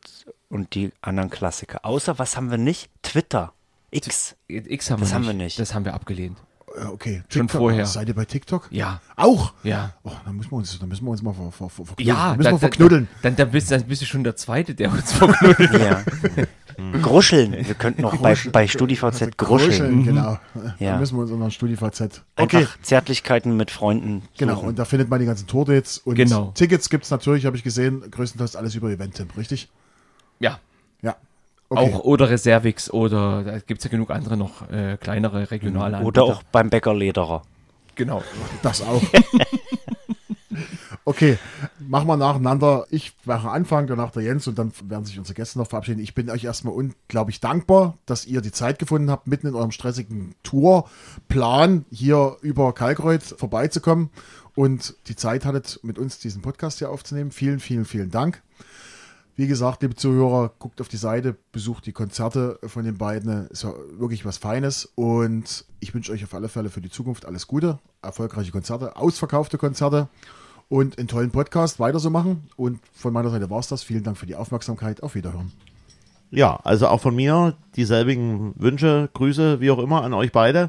Speaker 1: und die anderen Klassiker. Außer, was haben wir nicht? Twitter, X.
Speaker 2: X haben
Speaker 1: Das
Speaker 2: wir
Speaker 1: haben
Speaker 2: nicht.
Speaker 1: wir nicht.
Speaker 2: Das haben wir abgelehnt.
Speaker 4: Äh, Okay,
Speaker 2: schon vorher.
Speaker 4: Seid ihr bei TikTok?
Speaker 2: Ja.
Speaker 4: Auch?
Speaker 2: Ja.
Speaker 4: Oh, dann müssen wir uns, dann müssen wir uns mal ver, ver, ver, verknuddeln.
Speaker 2: Ja,
Speaker 4: Dann müssen wir
Speaker 2: dann-
Speaker 4: verknuddeln.
Speaker 2: Dann, dann, bist, dann bist du schon der Zweite, der uns verknuddelt.
Speaker 1: Ja. Gruscheln. Wir könnten noch bei, bei StudiVZ gruscheln.
Speaker 2: Mhm.
Speaker 4: Gruscheln, genau.
Speaker 1: Ja.
Speaker 4: Dann müssen wir uns unseren StudiVZ. Okay.
Speaker 1: Einfach Zärtlichkeiten mit Freunden.
Speaker 4: Genau, und da findet man die ganzen Tourdates und
Speaker 2: Genau.
Speaker 4: Tickets gibt es natürlich, habe ich gesehen, größtenteils alles über Eventim, richtig?
Speaker 2: ja.
Speaker 4: Ja. Okay.
Speaker 2: Auch oder Reservix oder da gibt es ja genug andere noch äh, kleinere regionale
Speaker 1: Oder
Speaker 2: Anbieter.
Speaker 1: auch beim Bäckerlederer.
Speaker 2: Genau.
Speaker 4: Das auch. okay, machen wir nacheinander. Ich mache Anfang, danach der Jens und dann werden sich unsere Gäste noch verabschieden. Ich bin euch erstmal unglaublich dankbar, dass ihr die Zeit gefunden habt, mitten in eurem stressigen Tourplan hier über Kalkreuth vorbeizukommen und die Zeit hattet, mit uns diesen Podcast hier aufzunehmen. Vielen, vielen, vielen Dank. Wie gesagt, liebe Zuhörer, guckt auf die Seite, besucht die Konzerte von den beiden. Ist ja wirklich was Feines. Und ich wünsche euch auf alle Fälle für die Zukunft alles Gute, erfolgreiche Konzerte, ausverkaufte Konzerte und einen tollen Podcast. Weiter so machen. Und von meiner Seite war's das. Vielen Dank für die Aufmerksamkeit. Auf Wiederhören.
Speaker 3: Ja, also auch von mir dieselbigen Wünsche, Grüße, wie auch immer, an euch beide.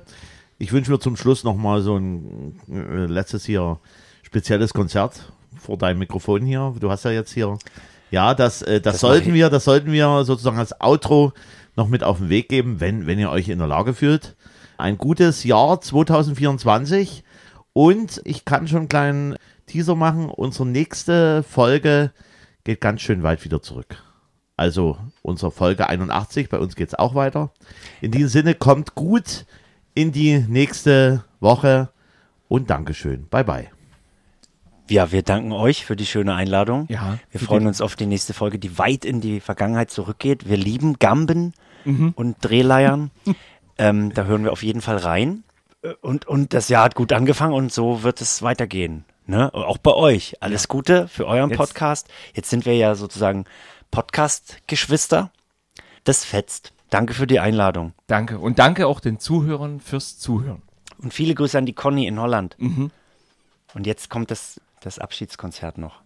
Speaker 3: Ich wünsche mir zum Schluss nochmal so ein äh, letztes hier spezielles Konzert vor deinem Mikrofon hier. Du hast ja jetzt hier. Ja, das, äh,
Speaker 1: Das
Speaker 3: das,
Speaker 1: mach
Speaker 3: sollten
Speaker 1: ich.
Speaker 3: wir, das sollten wir sozusagen als Outro noch mit auf den Weg geben, wenn, wenn ihr euch in der Lage fühlt. Ein gutes Jahr 2024. Und ich kann schon einen kleinen Teaser machen. Unsere nächste Folge geht ganz schön weit wieder zurück. Also unsere Folge 81, bei uns geht es auch weiter. In diesem Sinne, kommt gut in die nächste Woche und Dankeschön. Bye bye.
Speaker 1: Ja, wir danken euch für die schöne Einladung.
Speaker 2: Ja.
Speaker 1: Wir freuen uns auf die nächste Folge, die weit in die Vergangenheit zurückgeht. Wir lieben Gamben
Speaker 2: Mhm.
Speaker 1: und Drehleiern. ähm, da hören wir auf jeden Fall rein. Äh, Und, und das Jahr hat gut angefangen und so wird es weitergehen. Ne? Auch bei euch. Alles Gute für euren
Speaker 2: Jetzt-
Speaker 1: Podcast. Jetzt sind wir ja sozusagen Podcast-Geschwister. Das fetzt. Danke für die Einladung.
Speaker 2: Danke. Und danke auch den Zuhörern fürs Zuhören.
Speaker 1: Und viele Grüße an die Conny in Holland. Und jetzt kommt das, das Abschiedskonzert noch.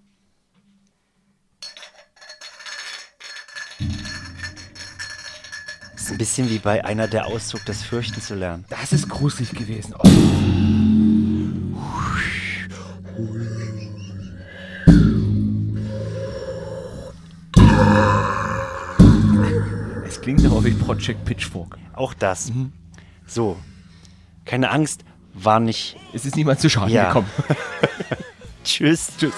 Speaker 1: Ist ein bisschen wie bei einer der Auszug, das Fürchten zu lernen.
Speaker 2: Das ist gruselig gewesen. Oh. Es klingt aber wie Project Pitchfork.
Speaker 1: Auch das. So. Keine Angst, war nicht.
Speaker 2: Es ist niemand zu Schaden
Speaker 1: Ja.
Speaker 2: gekommen.
Speaker 1: Tschüss. Tschüss.